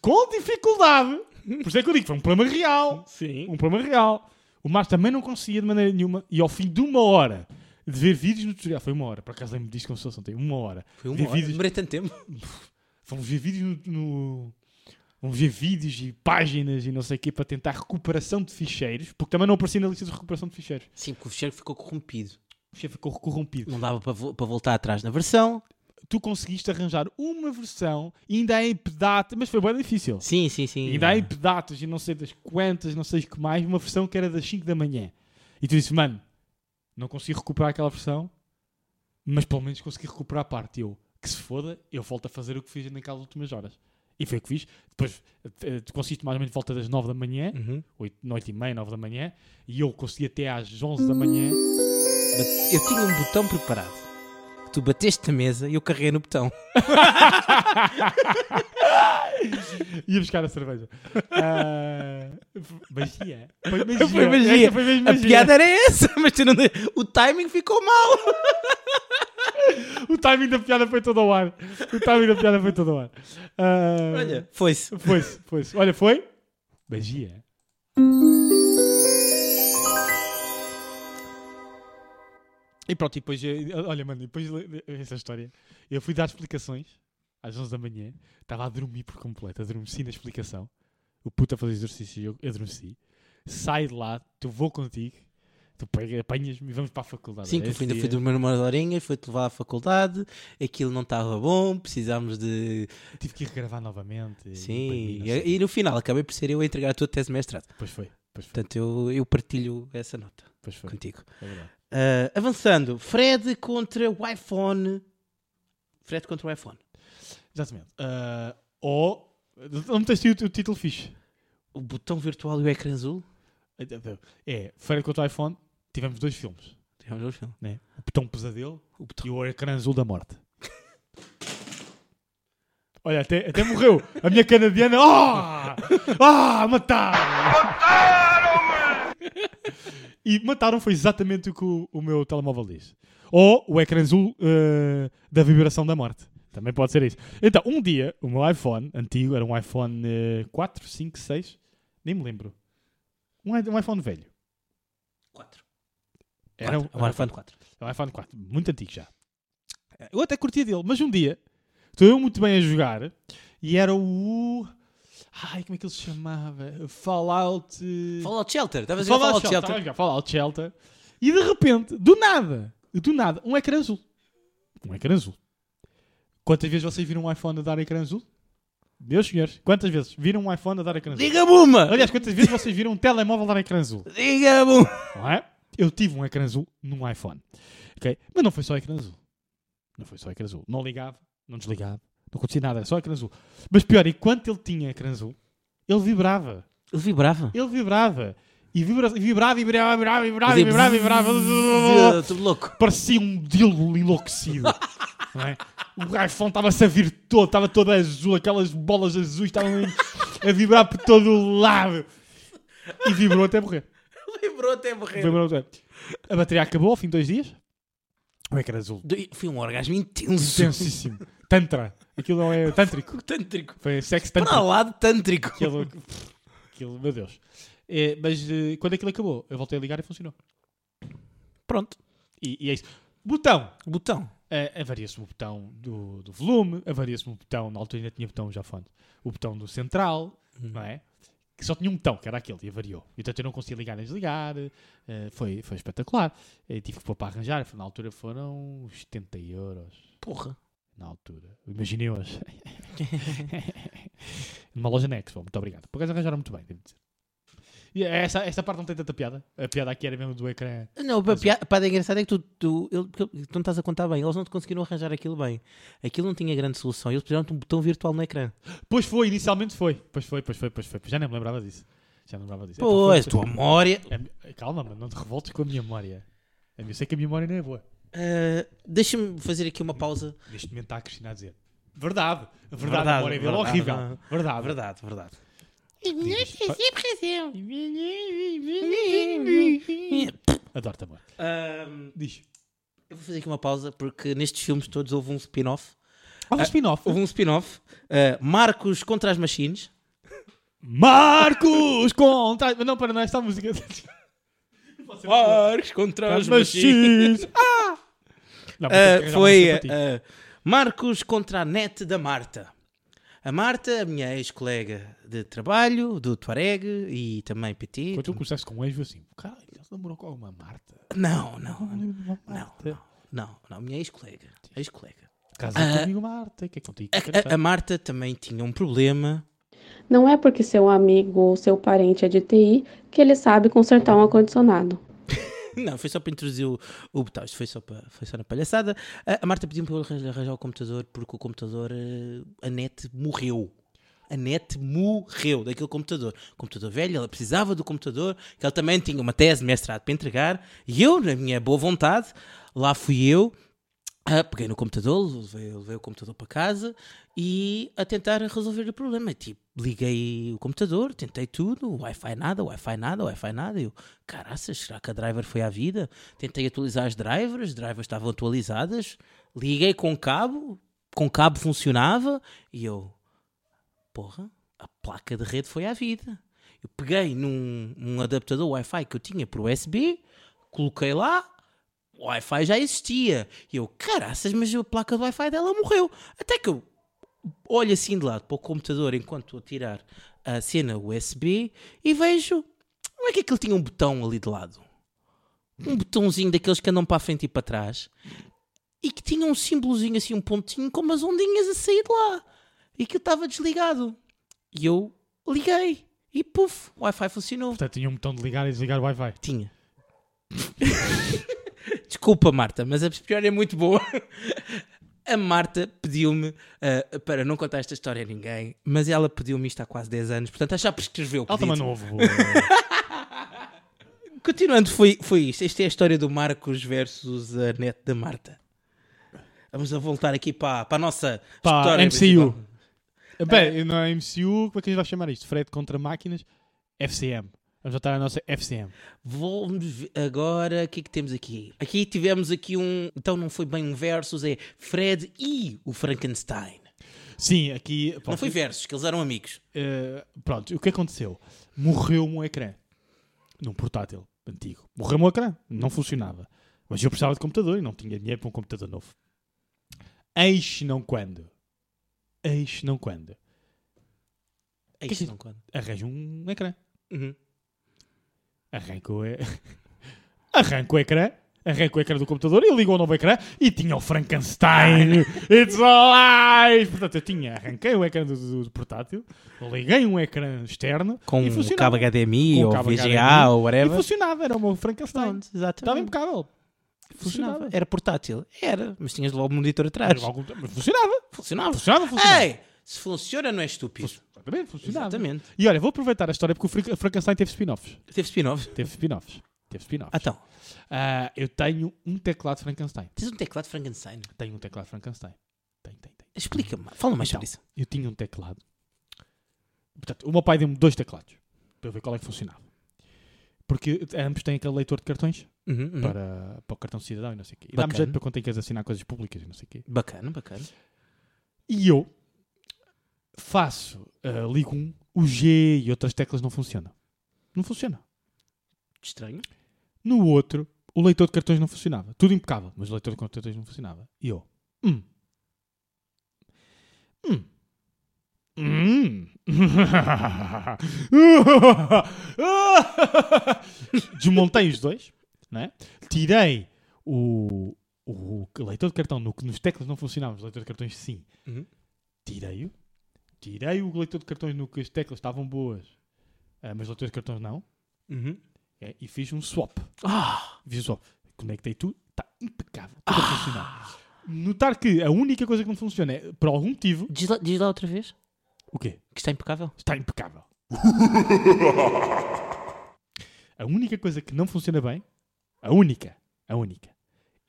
[SPEAKER 4] com dificuldade, por isso é que eu digo, foi um problema real.
[SPEAKER 3] Sim.
[SPEAKER 4] Um problema real. O Marcos também não conseguia de maneira nenhuma. E ao fim de uma hora de ver vídeos no tutorial, foi uma hora, por acaso lembro disso como se fosse ontem, uma hora.
[SPEAKER 3] Foi um
[SPEAKER 4] Ver
[SPEAKER 3] hora.
[SPEAKER 4] vídeos-
[SPEAKER 3] Demorei tanto tempo.
[SPEAKER 4] Fomos ver vídeos no. no- Vamos ver vídeos e páginas e não sei o quê para tentar recuperação de ficheiros, porque também não aparecia na lista de recuperação de ficheiros.
[SPEAKER 3] Sim, porque o fecheiro ficou corrompido.
[SPEAKER 4] O chefe ficou corrompido.
[SPEAKER 3] Não dava para vo- para voltar atrás na versão.
[SPEAKER 4] tu conseguiste arranjar uma versão, e ainda é em pedata, mas foi bem difícil.
[SPEAKER 3] Sim, sim, sim.
[SPEAKER 4] ainda é em pedatos e não sei das quantas, não sei o que mais, uma versão que era das 5 da manhã. E tu disse, mano, não consegui recuperar aquela versão, mas pelo menos consegui recuperar a parte. E Eu, que se foda, eu volto a fazer o que fiz naquelas últimas horas. E foi o que fiz. Depois, eh, tu conseguiste mais ou menos volta das 9 da manhã,
[SPEAKER 3] Uhum.
[SPEAKER 4] 8, 8 e meia, 9 da manhã, e eu consegui até às 11 da manhã.
[SPEAKER 3] Bate- Eu tinha um botão preparado. Tu bateste a mesa e eu carreguei no botão.
[SPEAKER 4] Ia buscar a cerveja. *laughs* Ah, f- magia. Foi magia.
[SPEAKER 3] Foi magia.
[SPEAKER 4] Esta foi mesmo
[SPEAKER 3] A
[SPEAKER 4] magia.
[SPEAKER 3] piada era essa, *laughs* mas tu não... o timing ficou mal.
[SPEAKER 4] O timing da piada foi todo ao ar. O timing da piada foi todo ao ar. Ah,
[SPEAKER 3] Olha, foi-se.
[SPEAKER 4] Foi-se, foi-se. Olha, foi. Magia. E pronto, e depois, eh, olha, mano, e depois le- essa história. Eu fui dar explicações às 11 da manhã, estava a dormir por completo, adormeci na explicação. O puto a fazer exercício e eu adormeci. Sai de lá, tu vou contigo, tu pega- apanhas-me e vamos para a faculdade.
[SPEAKER 3] Sim, que
[SPEAKER 4] Olha,
[SPEAKER 3] eu
[SPEAKER 4] esse
[SPEAKER 3] fui- ainda fui
[SPEAKER 4] dia-
[SPEAKER 3] dormir umas horinhas, fui-te levar à faculdade, aquilo não estava bom, precisámos de.
[SPEAKER 4] Tive que ir regravar novamente. e
[SPEAKER 3] Sim,
[SPEAKER 4] aprendi, não sei.
[SPEAKER 3] e, e no final acabei por ser eu a entregar a tua tese de mestrado.
[SPEAKER 4] Pois foi, pois foi,
[SPEAKER 3] Portanto, eu, eu partilho essa nota
[SPEAKER 4] pois foi.
[SPEAKER 3] contigo.
[SPEAKER 4] é verdade.
[SPEAKER 3] Ah, avançando, Fred contra o iPhone. Fred contra o iPhone.
[SPEAKER 4] Exatamente. Ah, ou. Não me tens tido o título fixe.
[SPEAKER 3] O botão virtual e o ecrã azul.
[SPEAKER 4] É, Feira contra o iPhone, tivemos dois filmes.
[SPEAKER 3] Tivemos dois filmes.
[SPEAKER 4] Né? O Botão Pesadelo
[SPEAKER 3] O botão.
[SPEAKER 4] e o Ecrã Azul da Morte. Olha, até, até morreu. A minha canadiana. Ah! Ah! Mataram! E mataram foi exatamente o que o, o meu telemóvel diz. Ou o ecrã azul eh, da vibração da morte. Também pode ser isso. Então, um dia, o meu iPhone antigo, era um iPhone eh, 4, 5, 6, nem me lembro. Um, i- um iPhone velho.
[SPEAKER 3] 4.
[SPEAKER 4] Era um,
[SPEAKER 3] É um iPhone 4.
[SPEAKER 4] é um iPhone 4, muito antigo já. Eu até curtia dele, mas um dia estou eu muito bem a jogar e era o. Ai, como é que ele se chamava? Fallout. eh,
[SPEAKER 3] Fallout Shelter. Estavas a dizer Fallout
[SPEAKER 4] Shelter, estava a
[SPEAKER 3] Shelter.
[SPEAKER 4] jogar Fallout Shelter. E de repente, do nada, do nada, um ecrã azul. Um ecrã azul. Quantas vezes vocês viram um iPhone a dar ecrã azul? Meus senhores, quantas vezes viram um iPhone a dar ecrã azul?
[SPEAKER 3] Diga-me uma!
[SPEAKER 4] Aliás, quantas vezes vocês viram um telemóvel dar ecrã azul?
[SPEAKER 3] Diga-me uma!
[SPEAKER 4] Não é? Eu tive um ecrã azul num iPhone. Ok? Mas não foi só ecrã azul. Não foi só ecrã azul. Não ligava, não desligava, não acontecia nada, era só ecrã azul. Mas pior, enquanto ele tinha ecrã azul, ele vibrava.
[SPEAKER 3] Ele vibrava.
[SPEAKER 4] Ele vibrava. E vibra, vibrava, vibrava, vibrava, vibrava,
[SPEAKER 3] Fazia
[SPEAKER 4] vibrava, vibrava. *laughs*
[SPEAKER 3] Zé, Tudo louco.
[SPEAKER 4] Parecia um dildo enlouquecido. *laughs* não é? O iPhone estava-se a vir todo, estava todo azul, aquelas bolas azuis estavam a vibrar por todo o lado. E vibrou até morrer.
[SPEAKER 3] Lembrou até morrer.
[SPEAKER 4] Vibrou até- A bateria acabou ao fim de dois dias. O ecrã azul.
[SPEAKER 3] Foi um orgasmo intenso.
[SPEAKER 4] Intensíssimo. Tantra. Aquilo não é tântrico.
[SPEAKER 3] Tântrico.
[SPEAKER 4] Foi sexo
[SPEAKER 3] Para
[SPEAKER 4] tântrico.
[SPEAKER 3] lá de tântrico.
[SPEAKER 4] Aquilo, aquilo, meu Deus. É, mas eh, quando aquilo acabou, eu voltei a ligar e funcionou.
[SPEAKER 3] Pronto.
[SPEAKER 4] E, e é isso. Botão.
[SPEAKER 3] Botão.
[SPEAKER 4] Eh, Avaria-se o botão do, do volume, avaria-se o botão, na altura ainda tinha botão já fonte, o botão do central, não é? Que só tinha um botão, que era aquele, e avariou. E, Portanto, eu não conseguia ligar nem desligar. eh, foi, foi espetacular. Eh, tive que pôr para arranjar. Na altura foram uns 70 euros.
[SPEAKER 3] Porra.
[SPEAKER 4] Na altura. Imaginei hoje. Numa loja na Expo. Muito obrigado. Por acaso arranjaram muito bem, devo dizer. E essa, esta parte não tem tanta piada. A piada aqui era mesmo do ecrã.
[SPEAKER 3] Não, a piada, a piada engraçada é que tu, tu, ele- porque tu não estás a contar bem. Eles não te conseguiram arranjar aquilo bem. Aquilo não tinha grande solução. Eles precisaram de um botão virtual no ecrã.
[SPEAKER 4] Pois foi, inicialmente foi. Pois foi, pois foi, pois foi. Já nem me lembrava disso. Já não me lembrava disso. Então foi-
[SPEAKER 3] Pois, tua memória.
[SPEAKER 4] A mi- Calma, mano, não te revoltes com a minha memória. A mi- Eu sei que a minha memória não é boa.
[SPEAKER 3] Ah, Deixa-me fazer aqui uma pausa.
[SPEAKER 4] Neste momento está a Cristina a dizer. Verdade, a verdade,
[SPEAKER 3] Verdade,
[SPEAKER 4] a memória dele é
[SPEAKER 3] verdade,
[SPEAKER 4] horrível.
[SPEAKER 3] verdade.
[SPEAKER 4] Verdade,
[SPEAKER 3] Verdade, verdade.
[SPEAKER 4] Adoro-te, amor.
[SPEAKER 3] Ah,
[SPEAKER 4] Diz.
[SPEAKER 3] eu vou fazer aqui uma pausa porque nestes filmes todos houve um spin-off.
[SPEAKER 4] Há um spin-off.
[SPEAKER 3] Houve um spin-off. ah, Marcos contra as Machines.
[SPEAKER 4] Marcos contra. Não, para, não, esta música.
[SPEAKER 3] Marcos contra Ah,
[SPEAKER 4] As machines. Ah! Não, mas tens que arranjar
[SPEAKER 3] foi
[SPEAKER 4] uma música para ti.
[SPEAKER 3] ah, Marcos contra a net da Marta. A Marta, a minha ex-colega de trabalho, do Tuareg e também PT.
[SPEAKER 4] Quando tu começaste com um ex, eu assim, caralho, ele namorou com alguma Marta.
[SPEAKER 3] Não, não,
[SPEAKER 4] Uma
[SPEAKER 3] não,
[SPEAKER 4] Marta.
[SPEAKER 3] não, não, não, minha ex-colega. Ex-colega.
[SPEAKER 4] Casou
[SPEAKER 3] Ah.
[SPEAKER 4] comigo, Marta. Que é contigo? que eu quero
[SPEAKER 3] A- A, a Marta também tinha um problema.
[SPEAKER 6] Não é porque seu amigo ou seu parente é de TI que ele sabe consertar um ar-condicionado.
[SPEAKER 3] *laughs* Não, foi só para introduzir o, o botão. Isto foi só, para, foi só na palhaçada. A, a Marta pediu-me para eu arranjar- arranjar o computador porque o computador, eh, a net morreu. A net morreu daquele computador. Computador velho, ela precisava do computador, que ela também tinha uma tese de mestrado para entregar. E eu, na minha boa vontade, lá fui eu, ah, peguei no computador, levei, levei o computador para casa e a tentar resolver o problema. Tipo, liguei o computador, tentei tudo, Wi-Fi nada, Wi-Fi nada, Wi-Fi nada. Eu, caraças, será que a driver foi à vida? Tentei atualizar as drivers, as drivers estavam atualizadas, liguei com cabo, com cabo funcionava e eu, porra, a placa de rede foi à vida. Eu peguei num num adaptador Wi-Fi que eu tinha para o USB, coloquei lá, o Wi-Fi já existia. E eu, caraças, mas a placa do Wi-Fi dela morreu. Até que eu olho assim de lado para o computador enquanto estou a tirar a cena USB e vejo. Não é que aquilo tinha um botão ali de lado? Um botãozinho daqueles que andam para a frente e para trás e que tinha um símbolozinho assim, um pontinho com umas ondinhas a sair de lá e que estava desligado. E eu liguei e puf, o Wi-Fi funcionou.
[SPEAKER 4] Portanto, tinha um botão de ligar e desligar o Wi-Fi.
[SPEAKER 3] Tinha. *laughs* Desculpa, Marta, mas a pior é muito boa. A Marta pediu-me ah, para não contar esta história a ninguém, mas ela pediu-me isto há quase 10 anos, portanto ela já prescreveu. o
[SPEAKER 4] Ela
[SPEAKER 3] pedido.
[SPEAKER 4] também não houve.
[SPEAKER 3] Continuando, foi, foi isto. Esta é a história do Marcos versus a net da Marta. Vamos a voltar aqui para, para a nossa
[SPEAKER 4] Pá,
[SPEAKER 3] história.
[SPEAKER 4] MCU.
[SPEAKER 3] principal.
[SPEAKER 4] *laughs* Bem, não é MCU, como é que a gente vai chamar isto? Fred contra máquinas? FCM. Vamos voltar à nossa FCM.
[SPEAKER 3] Vamos ver agora, o que é que temos aqui? Aqui tivemos aqui um, então não foi bem um versus, é Fred e o Frankenstein.
[SPEAKER 4] Sim, aqui.
[SPEAKER 3] Não
[SPEAKER 4] pronto,
[SPEAKER 3] foi versus, que eles eram amigos.
[SPEAKER 4] eh, pronto, o que aconteceu? Morreu um ecrã. Num portátil antigo. Morreu um ecrã. Não funcionava. Mas eu precisava de computador e não tinha dinheiro para um computador novo. Eis não quando. Eis não quando.
[SPEAKER 3] É
[SPEAKER 4] Que
[SPEAKER 3] isto
[SPEAKER 4] que-
[SPEAKER 3] não conta.
[SPEAKER 4] Arranja um ecrã.
[SPEAKER 3] Uhum.
[SPEAKER 4] *laughs* Arranca o, e... Arranca o ecrã, Arranca o ecrã do computador e liga o novo ecrã e tinha o
[SPEAKER 3] *laughs*
[SPEAKER 4] Frankenstein. It's alive! Portanto, eu tinha, arranquei o ecrã do, do- do portátil, liguei um ecrã externo
[SPEAKER 3] Com
[SPEAKER 4] e
[SPEAKER 3] o
[SPEAKER 4] funcionava.
[SPEAKER 3] cabo HDMI
[SPEAKER 4] Com o
[SPEAKER 3] ou
[SPEAKER 4] cabo
[SPEAKER 3] VGA
[SPEAKER 4] HDMI,
[SPEAKER 3] ou
[SPEAKER 4] e
[SPEAKER 3] whatever.
[SPEAKER 4] funcionava, era o meu Frankenstein.
[SPEAKER 3] Pronto, exatamente.
[SPEAKER 4] Estava impecável.
[SPEAKER 3] um funcionava.
[SPEAKER 4] Funcionava.
[SPEAKER 3] Era portátil. Era, mas tinhas logo o monitor atrás.
[SPEAKER 4] Era algum- mas Funcionava,
[SPEAKER 3] Funcionava.
[SPEAKER 4] funcionava, funcionava.
[SPEAKER 3] Ei, se funciona não é estúpido.
[SPEAKER 4] Exatamente, funcionava.
[SPEAKER 3] Exatamente.
[SPEAKER 4] E olha, vou aproveitar a história porque o Frank- Frankenstein teve spin-offs.
[SPEAKER 3] Teve spin-off.
[SPEAKER 4] Teve spin-offs. Teve
[SPEAKER 3] Ah,
[SPEAKER 4] spin-offs.
[SPEAKER 3] então.
[SPEAKER 4] Ah, eu tenho um teclado Frankenstein.
[SPEAKER 3] Tens um teclado Frankenstein.
[SPEAKER 4] Tenho um teclado Frankenstein. Tenho, tenho, tenho.
[SPEAKER 3] Explica-me. Fala mais
[SPEAKER 4] Então,
[SPEAKER 3] sobre isso.
[SPEAKER 4] Eu tinha um teclado. Portanto, o meu pai deu-me dois teclados para eu ver qual é que funcionava. Porque ambos têm aquele leitor de cartões
[SPEAKER 3] Uhum, uhum.
[SPEAKER 4] para, para o cartão de cidadão e não sei o quê. E dá-me
[SPEAKER 3] Bacana.
[SPEAKER 4] jeito para quando tem que assinar coisas públicas e não sei o quê.
[SPEAKER 3] Bacana, bacana.
[SPEAKER 4] E eu faço, ah, ligo um, o G e outras teclas não funcionam. Não funciona.
[SPEAKER 3] Estranho.
[SPEAKER 4] No outro, o leitor de cartões não funcionava. Tudo impecável, mas o leitor de cartões não funcionava. E eu, hum. Hum. Hum. *laughs* Desmontei os dois, né? tirei o, o leitor de cartão no que nos teclas não funcionava, os leitor de cartões sim.
[SPEAKER 3] Uhum.
[SPEAKER 4] Tirei-o, tirei o leitor de cartões no que as teclas estavam boas, ah, mas os leitores de cartões não,
[SPEAKER 3] Uhum.
[SPEAKER 4] é, e fiz um swap
[SPEAKER 3] Ah,
[SPEAKER 4] visual. Conectei tudo, está impecável, tudo a funcionar. Notar que a única coisa que não funciona é, por algum motivo,
[SPEAKER 3] diz, lá, diz lá outra vez.
[SPEAKER 4] o quê?
[SPEAKER 3] Que está impecável.
[SPEAKER 4] Está impecável. a única coisa que não funciona bem, a única, a única,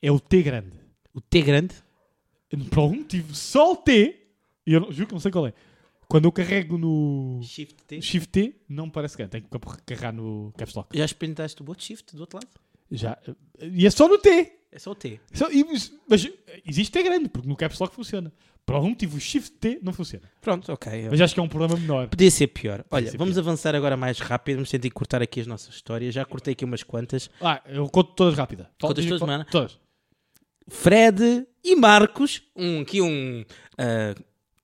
[SPEAKER 4] é o T grande.
[SPEAKER 3] O T grande.
[SPEAKER 4] Por algum motivo, só o T, e eu não- juro que não sei qual é, quando eu carrego no
[SPEAKER 3] Shift T.
[SPEAKER 4] Shift T, não parece grande, tenho que carregar no Caps Lock.
[SPEAKER 3] Já experimentaste o bot shift do outro lado?
[SPEAKER 4] Já, e é só no T.
[SPEAKER 3] É só o T.
[SPEAKER 4] Só- e- mas- mas existe T grande, porque no Caps Lock funciona. Por algum motivo, o Shift T não funciona.
[SPEAKER 3] Pronto, ok.
[SPEAKER 4] Mas acho que é um problema menor.
[SPEAKER 3] Podia ser pior. Olha,
[SPEAKER 4] ser
[SPEAKER 3] vamos avançar agora mais rápido. Vamos tentar cortar aqui as nossas histórias. Já cortei aqui umas quantas.
[SPEAKER 4] Ah, eu conto todas rápida.
[SPEAKER 3] Contas todas,
[SPEAKER 4] Fal-
[SPEAKER 3] mano?
[SPEAKER 4] Todas.
[SPEAKER 3] Fred e Marcos. Um, aqui um. ah,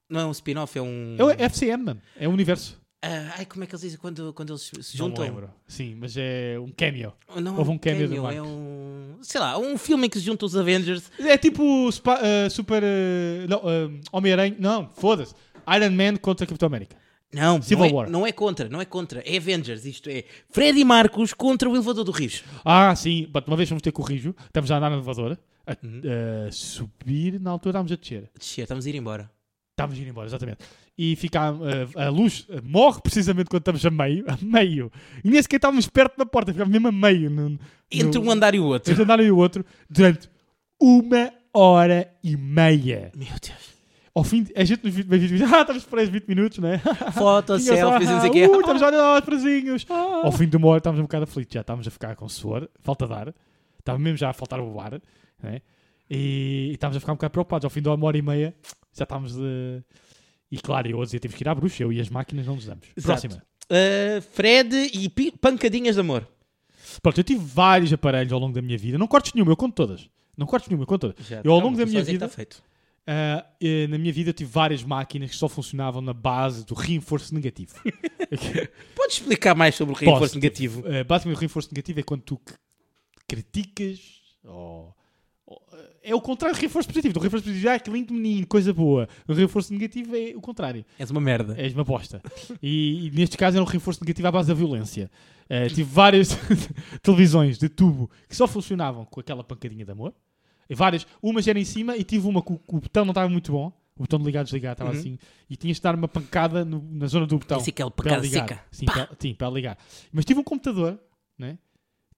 [SPEAKER 3] não é um spin-off, é um.
[SPEAKER 4] É o FCM, mano. É o universo.
[SPEAKER 3] Ah, ai, como é que eles dizem quando, quando eles se
[SPEAKER 4] Não me
[SPEAKER 3] juntam?
[SPEAKER 4] lembro. Sim, mas é um cameo.
[SPEAKER 3] Não,
[SPEAKER 4] Houve
[SPEAKER 3] é
[SPEAKER 4] um cameo do
[SPEAKER 3] é
[SPEAKER 4] Marcos.
[SPEAKER 3] um. Sei lá, um filme em que se juntam os Avengers.
[SPEAKER 4] É tipo Spa- eh, Super. eh, não, eh, Homem-Aranha. Não, foda-se. Iron Man contra Capitão América.
[SPEAKER 3] Não,
[SPEAKER 4] Civil
[SPEAKER 3] não,
[SPEAKER 4] War.
[SPEAKER 3] É, não é contra, não é contra. É Avengers, isto é. Fred e Marcos contra o Elevador do Rios.
[SPEAKER 4] Ah, sim. But uma vez fomos ter com o Rijo. Estamos a andar na elevadora. A
[SPEAKER 3] Uhum.
[SPEAKER 4] eh, subir, na altura estávamos a descer.
[SPEAKER 3] Descer, estamos a ir embora.
[SPEAKER 4] Estávamos a ir embora, exatamente. E fica, eh, a luz eh, morre precisamente quando estamos a meio. A meio. E nem sequer estávamos perto da porta, ficávamos mesmo a meio. No,
[SPEAKER 3] Entre
[SPEAKER 4] no,
[SPEAKER 3] um andar e o outro.
[SPEAKER 4] Entre um andar e o outro, durante uma hora e meia.
[SPEAKER 3] Meu Deus.
[SPEAKER 4] Ao fim, de, a gente nos viu, viu, viu, *laughs* ah, estamos presos 20 minutos, né?
[SPEAKER 3] *laughs* Fotos,
[SPEAKER 4] Tinha só,
[SPEAKER 3] selfies, não sei
[SPEAKER 4] ah,
[SPEAKER 3] o quê. *laughs* Ah.
[SPEAKER 4] uh, estamos olha lá, presinhos. Ao fim de uma hora estávamos um bocado aflitos, já estávamos a ficar com suor, falta de ar, estava mesmo já a faltar o ar, né? e, e estávamos a ficar um bocado preocupados. Ao fim de uma hora e meia já estávamos eh, E claro, eu a dizer, temos que ir à bruxa, eu e as máquinas não nos damos.
[SPEAKER 3] Exato.
[SPEAKER 4] Próxima.
[SPEAKER 3] Ah, Fred e pi- pancadinhas de amor.
[SPEAKER 4] Pronto, eu tive vários aparelhos ao longo da minha vida, não cortes nenhuma, eu conto todas. Não cortes nenhuma, eu conto todas.
[SPEAKER 3] Já,
[SPEAKER 4] eu ao
[SPEAKER 3] calma,
[SPEAKER 4] longo da
[SPEAKER 3] tu
[SPEAKER 4] minha
[SPEAKER 3] sabes é que
[SPEAKER 4] vida,
[SPEAKER 3] Tá feito.
[SPEAKER 4] Ah, eh, na minha vida eu tive várias máquinas que só funcionavam na base do reforço
[SPEAKER 3] *laughs*
[SPEAKER 4] negativo.
[SPEAKER 3] Podes explicar mais sobre o reforço
[SPEAKER 4] Posso,
[SPEAKER 3] negativo?
[SPEAKER 4] Eh, basicamente, o reforço negativo é quando tu c- criticas ou. ou, eh, É o contrário do reforço positivo. Do reforço positivo, ah, que lindo menino, coisa boa. O reforço negativo é o contrário.
[SPEAKER 3] És uma merda.
[SPEAKER 4] És uma bosta. E, e neste caso era um reforço negativo à base da violência. Eh, tive várias *laughs* televisões de tubo que só funcionavam com aquela pancadinha de amor. E várias. Umas era em cima e tive uma que o, que o botão não estava muito bom. O botão de ligar e desligar estava
[SPEAKER 3] Uhum.
[SPEAKER 4] assim. E tinhas de dar uma pancada no- na zona do botão.
[SPEAKER 3] Esse que é o
[SPEAKER 4] Para ela
[SPEAKER 3] pecado
[SPEAKER 4] ligar.
[SPEAKER 3] seca.
[SPEAKER 4] Sim, para, sim, para ela ligar. Mas tive um computador, né?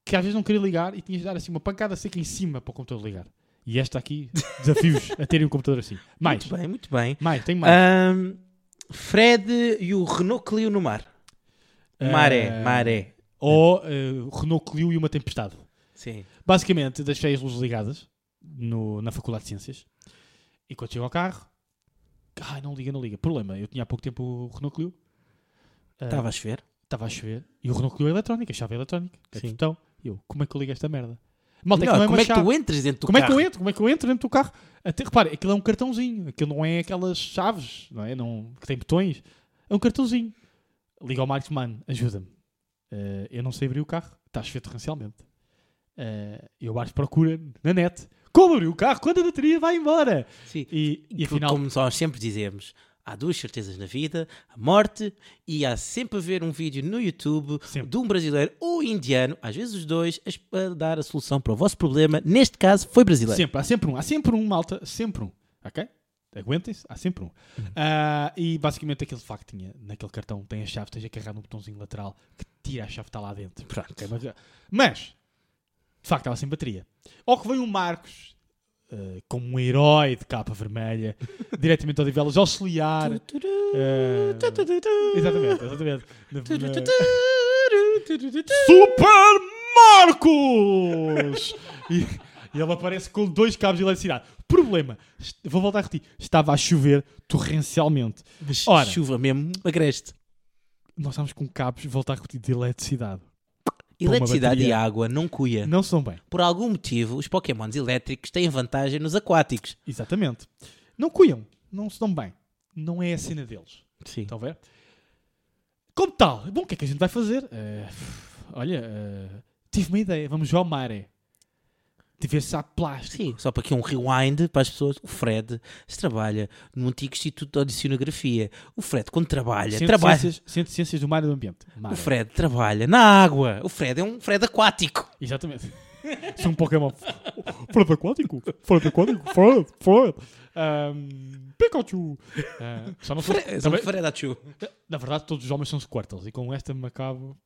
[SPEAKER 4] Que às vezes não queria ligar e tinhas de dar assim uma pancada seca em cima para o computador ligar. E esta aqui, desafios a terem um computador
[SPEAKER 3] *laughs*
[SPEAKER 4] assim. Mais,
[SPEAKER 3] Muito bem, muito bem.
[SPEAKER 4] mais, tenho mais.
[SPEAKER 3] Ahm, Fred e o Renault Clio no mar.
[SPEAKER 4] Ah,
[SPEAKER 3] Maré, maré.
[SPEAKER 4] Ou eh, Renault Clio e uma tempestade.
[SPEAKER 3] Sim.
[SPEAKER 4] Basicamente, deixei as luzes ligadas no- na Faculdade de Ciências. E quando chego ao carro, ai, não liga, não liga. Problema, eu tinha há pouco tempo o Renault Clio. Ah,
[SPEAKER 3] Estava a chover.
[SPEAKER 4] Estava a chover e o Renault Clio é eletrónico, a chave é eletrónica. É
[SPEAKER 3] Sim.
[SPEAKER 4] botão. E eu, como é que eu ligo esta merda? Malta,
[SPEAKER 3] Não,
[SPEAKER 4] aquilo não é
[SPEAKER 3] como
[SPEAKER 4] uma
[SPEAKER 3] é que
[SPEAKER 4] chave.
[SPEAKER 3] tu entras dentro do
[SPEAKER 4] como é
[SPEAKER 3] carro?
[SPEAKER 4] que eu entro? Como é que eu entro dentro do carro? Até, repare, aquilo é um cartãozinho. Aquilo não é aquelas chaves, não é? Não, que tem botões. É um cartãozinho. Liga ao Marcos, mano, ajuda-me. Eh, eu não sei abrir o carro. Está a chover torrencialmente. eh, e o Bart procura na net como abrir o carro quando a bateria vai embora.
[SPEAKER 3] Sim.
[SPEAKER 4] E, e
[SPEAKER 3] Porque,
[SPEAKER 4] afinal,
[SPEAKER 3] como nós sempre dizemos, há duas certezas na vida: a morte e há sempre a ver um vídeo no YouTube
[SPEAKER 4] Sempre.
[SPEAKER 3] de um brasileiro ou indiano, às vezes os dois, a es- a dar a solução para o vosso problema. Neste caso, foi brasileiro.
[SPEAKER 4] sempre, há sempre um, há sempre um, malta, sempre um, ok? Aguentem-se, há sempre um.
[SPEAKER 3] Uhum.
[SPEAKER 4] Ah, e basicamente aquele facto tinha, naquele cartão tem a chave, esteja carregado no botãozinho lateral que tira a chave, está lá dentro.
[SPEAKER 3] Pronto.
[SPEAKER 4] Ok, mas, mas, de facto, estava sem bateria. Ou que veio o Marcos, eh, como um herói de capa vermelha, diretamente ao Divelas, auxiliar. eh, exatamente, exatamente. Na- na- Super Marcos! e, e ele aparece com dois cabos de eletricidade. Problema, est- vou voltar a repetir, estava a chover torrencialmente.
[SPEAKER 3] Mas
[SPEAKER 4] Ora.
[SPEAKER 3] chuva mesmo, agreste.
[SPEAKER 4] Nós estávamos com cabos, voltar a repetir, de eletricidade. uma
[SPEAKER 3] Eletricidade e
[SPEAKER 4] bateria.
[SPEAKER 3] água não cuia.
[SPEAKER 4] Não são bem.
[SPEAKER 3] Por algum motivo, os Pokémons elétricos têm vantagem nos aquáticos.
[SPEAKER 4] Exatamente. Não cuiam, não se dão bem. Não é a cena deles.
[SPEAKER 3] Sim.
[SPEAKER 4] Estão a ver? Como tal, bom, o que é que a gente vai fazer? Eh, olha, eh, tive uma ideia, vamos jogar ao Mare. Tive esse saco de plástico.
[SPEAKER 3] Sim, só para aqui um rewind para as pessoas. O Fred se trabalha num antigo instituto de audicionografia. O Fred, quando trabalha,
[SPEAKER 4] Centro de
[SPEAKER 3] trabalha.
[SPEAKER 4] Ciências, Centro de Ciências do Mar e do Ambiente. Mare.
[SPEAKER 3] O Fred trabalha na água. O Fred é um Fred aquático.
[SPEAKER 4] Exatamente. *laughs* Sou um Pokémon. Fora aquático. Fora aquático. Fora. Fora. Ahm, Pikachu. Ah, só não sou-
[SPEAKER 3] Fre- é um
[SPEAKER 4] também-
[SPEAKER 3] Fred Achu.
[SPEAKER 4] Na verdade, todos os homens são Squirtles. E com esta me acabo.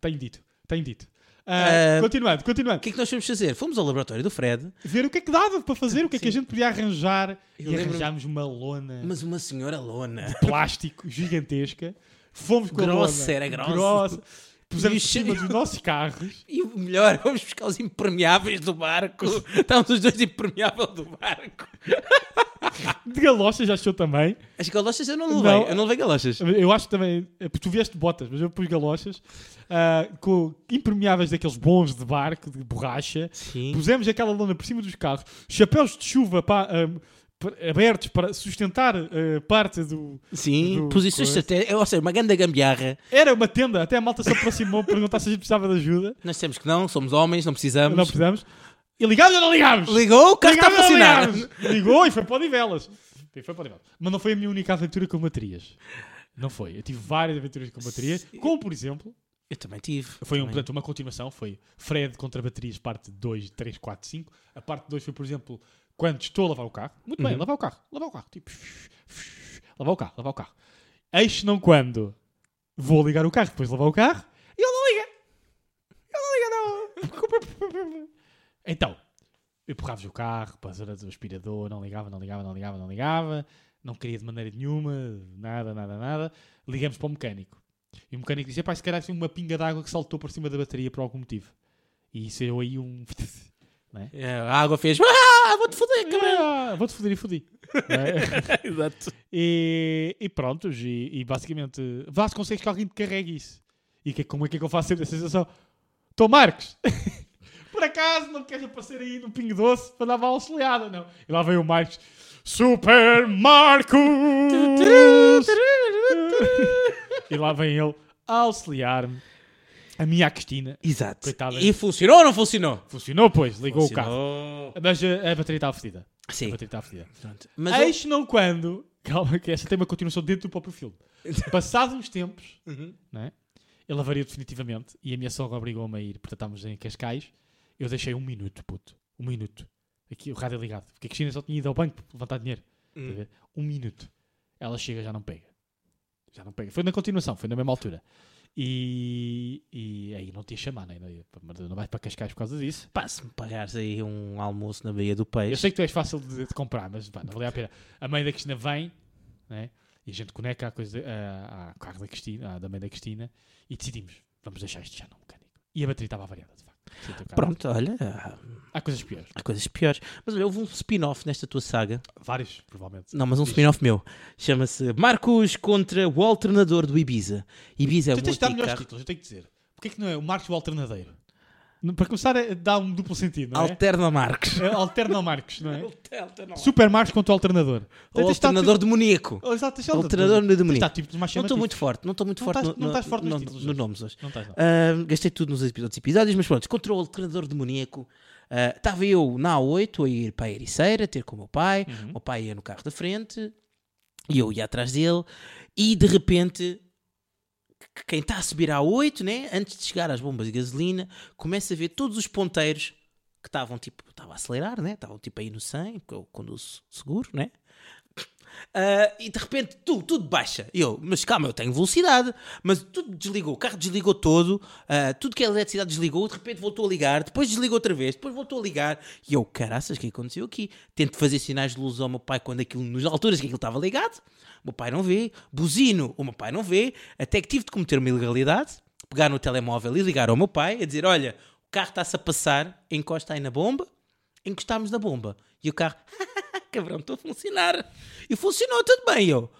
[SPEAKER 4] Tenho dito. Tenho dito. Ah,
[SPEAKER 3] Ah,
[SPEAKER 4] continuando, continuando.
[SPEAKER 3] O que é que nós fomos fazer? Fomos ao laboratório do Fred,
[SPEAKER 4] ver o que é que dava para fazer, o que é que a
[SPEAKER 3] Sim.
[SPEAKER 4] gente podia arranjar.
[SPEAKER 3] Eu
[SPEAKER 4] e
[SPEAKER 3] lembro-me-
[SPEAKER 4] arranjámos uma lona
[SPEAKER 3] mas uma senhora lona.
[SPEAKER 4] de plástico gigantesca. Fomos com
[SPEAKER 3] Grossa,
[SPEAKER 4] a lona.
[SPEAKER 3] era grossa.
[SPEAKER 4] Pusemos
[SPEAKER 3] E
[SPEAKER 4] em
[SPEAKER 3] o
[SPEAKER 4] cima
[SPEAKER 3] cheiro-
[SPEAKER 4] dos nossos carros.
[SPEAKER 3] E o melhor, *laughs* vamos buscar os impermeáveis do barco. Estávamos os dois impermeáveis do barco.
[SPEAKER 4] De galochas, achou também.
[SPEAKER 3] As galochas eu não
[SPEAKER 4] Não.
[SPEAKER 3] levei. Eu não levei galochas.
[SPEAKER 4] Eu acho também. eh, Tu vieste botas, mas eu pus galochas. ah, com impermeáveis daqueles bons de barco, de borracha.
[SPEAKER 3] Sim.
[SPEAKER 4] Pusemos aquela lona por cima dos carros, chapéus de chuva pá, ahm, pa- abertos para sustentar eh, parte do.
[SPEAKER 3] Sim.
[SPEAKER 4] Do
[SPEAKER 3] Posições
[SPEAKER 4] coisa.
[SPEAKER 3] estratégicas. Ou seja, uma grande gambiarra.
[SPEAKER 4] Era uma tenda, até a malta se aproximou para perguntar se a gente precisava de ajuda.
[SPEAKER 3] Nós temos que não, somos homens, não precisamos.
[SPEAKER 4] Não precisamos. E ligámos ou não ligámos?
[SPEAKER 3] Ligou, o carro está
[SPEAKER 4] Ligámos ou não
[SPEAKER 3] vacinado.
[SPEAKER 4] ligámos? Ligou e foi para o Odivelas. E foi para o Odivelas. Mas não foi a minha única aventura com baterias. Não foi. Eu tive várias aventuras com baterias. Como, por exemplo,
[SPEAKER 3] Eu também tive.
[SPEAKER 4] foi um,
[SPEAKER 3] Também.
[SPEAKER 4] portanto, uma continuação. Foi Fred contra baterias, parte 2, 3, 4, 5. A parte 2 foi, por exemplo, quando estou a lavar o carro. Muito bem, lavar o carro. Lavar o carro. Tipo, lavar o carro, lavar o carro. Eis não quando vou ligar o carro, depois lavar o carro. E ele não liga. Ele não liga, não. Então, empurravas o carro, passavas o aspirador, não ligava, não ligava, não ligava, não ligava, não queria de maneira nenhuma, nada, nada, nada. Ligamos para o mecânico. E o mecânico disse: "Epá, se calhar foi uma pinga d'água que saltou por cima da bateria por algum motivo. E isso eu aí um.
[SPEAKER 3] É, A água fez. Ah, vou-te
[SPEAKER 4] *laughs*
[SPEAKER 3] foder, caralho.
[SPEAKER 4] Ah, Vou-te foder e fodi. Não é? *laughs*
[SPEAKER 3] Exato.
[SPEAKER 4] e, e pronto, e, e basicamente, vá se consegues que alguém te carregue isso. E que, como é que é que eu faço sempre a sensação? Estou Marcos! *laughs* Por acaso não queres aparecer aí no Pingo Doce para dar uma auxiliada, não? E lá veio o Marcos. Super Marcos! e lá vem ele a auxiliar-me. A minha Cristina.
[SPEAKER 3] Exato.
[SPEAKER 4] Coitada.
[SPEAKER 3] E funcionou ou não funcionou?
[SPEAKER 4] Funcionou, pois, ligou
[SPEAKER 3] Funcionou.
[SPEAKER 4] o carro. Mas a, a bateria estava fedida. A
[SPEAKER 3] Sim.
[SPEAKER 4] bateria estava fedida.
[SPEAKER 3] Mas eu-
[SPEAKER 4] Eis não quando. Calma, que essa tem uma continuação dentro do próprio filme.
[SPEAKER 3] *laughs*
[SPEAKER 4] Passados uns tempos,
[SPEAKER 3] Uhum.
[SPEAKER 4] né, ele avariou definitivamente e a minha sogra obrigou-me a ir. Portanto, estávamos em Cascais. Eu deixei um minuto, puto. Um minuto. Aqui o rádio ligado. Porque a Cristina só tinha ido ao banco levantar dinheiro.
[SPEAKER 3] Hum.
[SPEAKER 4] Tá a ver? Um minuto. Ela chega, já não pega. Já não pega. Foi na continuação, foi na mesma altura. E, e aí não tinha chamar, né? não vais para Cascais por causa disso.
[SPEAKER 3] Pá, se me pagares aí um almoço na Baía do Peixe.
[SPEAKER 4] Eu sei que tu és fácil de, de comprar, mas pá, não valia a pena. A mãe da Cristina vem né? e a gente conecta à coisa, à, à carro da Cristina, à da mãe da Cristina e decidimos, vamos deixar isto já no mecânico. E a bateria estava avariada, de facto. Sim, teu carro.
[SPEAKER 3] Pronto, olha, há-
[SPEAKER 4] Há coisas piores.
[SPEAKER 3] há coisas piores. Mas olha, houve um spin-off nesta tua saga.
[SPEAKER 4] Vários, provavelmente.
[SPEAKER 3] Não, mas um spin-off meu. Chama-se Marcos contra o alternador do Ibiza. Ibiza é
[SPEAKER 4] tu
[SPEAKER 3] um
[SPEAKER 4] tens de dar melhores
[SPEAKER 3] anticarro.
[SPEAKER 4] títulos, eu tenho que dizer. Porquê que não é o Marcos o Alternadeiro? Para começar, é- dá um duplo sentido, não é? *laughs*
[SPEAKER 3] Alterna Marques.
[SPEAKER 4] É Alterna Marcos, não é?
[SPEAKER 3] Alterna Marques.
[SPEAKER 4] Super Marcos contra o alternador.
[SPEAKER 3] Ou
[SPEAKER 4] Tens de estar
[SPEAKER 3] alternador
[SPEAKER 4] tipo-
[SPEAKER 3] demoníaco.
[SPEAKER 4] Oh, Exato, tens de-
[SPEAKER 3] Alternador
[SPEAKER 4] tens de
[SPEAKER 3] demoníaco.
[SPEAKER 4] estar tipo mais
[SPEAKER 3] Não estou
[SPEAKER 4] chamativo.
[SPEAKER 3] muito forte, não estou muito
[SPEAKER 4] Não
[SPEAKER 3] forte
[SPEAKER 4] estás-
[SPEAKER 3] no-
[SPEAKER 4] não estás
[SPEAKER 3] no-
[SPEAKER 4] forte nos
[SPEAKER 3] no-
[SPEAKER 4] títulos
[SPEAKER 3] no
[SPEAKER 4] hoje.
[SPEAKER 3] nomes hoje.
[SPEAKER 4] Não estás, não.
[SPEAKER 3] Ahm, gastei tudo nos epi- outros episódios, mas pronto, controle alternador demoníaco. Ah, Estava eu na A8 a ir para a Ericeira, ter com o meu pai. O meu pai ia no carro da frente e eu ia atrás dele. E de repente, c- quem está a subir a A8, né, antes de chegar às bombas de gasolina, começa a ver todos os ponteiros que estavam tipo, estava a acelerar, né? Estavam tipo aí no 100, porque eu conduzo seguro, né? Ah, e de repente tudo, tudo baixa. E Eu, mas calma, eu tenho velocidade, mas tudo desligou, o carro desligou todo, ah, tudo que é eletricidade desligou, de repente voltou a ligar, depois desligou outra vez, depois voltou a ligar. E eu, caraças, o que aconteceu aqui? Tento fazer sinais de luz ao meu pai quando aquilo, nas alturas que aquilo estava ligado, o meu pai não vê, buzino, o meu pai não vê, até que tive de cometer uma ilegalidade, pegar no telemóvel e ligar ao meu pai, a dizer: olha, o carro está-se a passar, encosta aí na bomba, encostámos na bomba. E o carro, cabrão, estou a funcionar. E funcionou tudo bem, eu.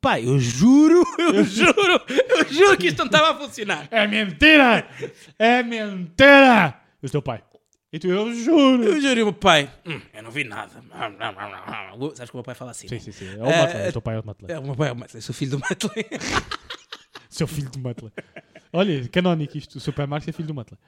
[SPEAKER 3] Pai, eu juro, *laughs* eu juro, eu juro que isto não estava a funcionar.
[SPEAKER 4] É mentira! É mentira! O teu pai. E tu, eu juro.
[SPEAKER 3] Eu juro, e o meu pai, "Hum, eu não vi nada. Sabes que o meu pai fala assim?
[SPEAKER 4] Sim,
[SPEAKER 3] né?
[SPEAKER 4] sim, sim. É o
[SPEAKER 3] É,
[SPEAKER 4] Matley.
[SPEAKER 3] é-
[SPEAKER 4] O teu pai é o Matley.
[SPEAKER 3] É, o meu pai é o Matley, sou filho do *laughs* Matley.
[SPEAKER 4] Seu filho do Matley. Olha, canónico isto. O Super Marcos é filho do Matley.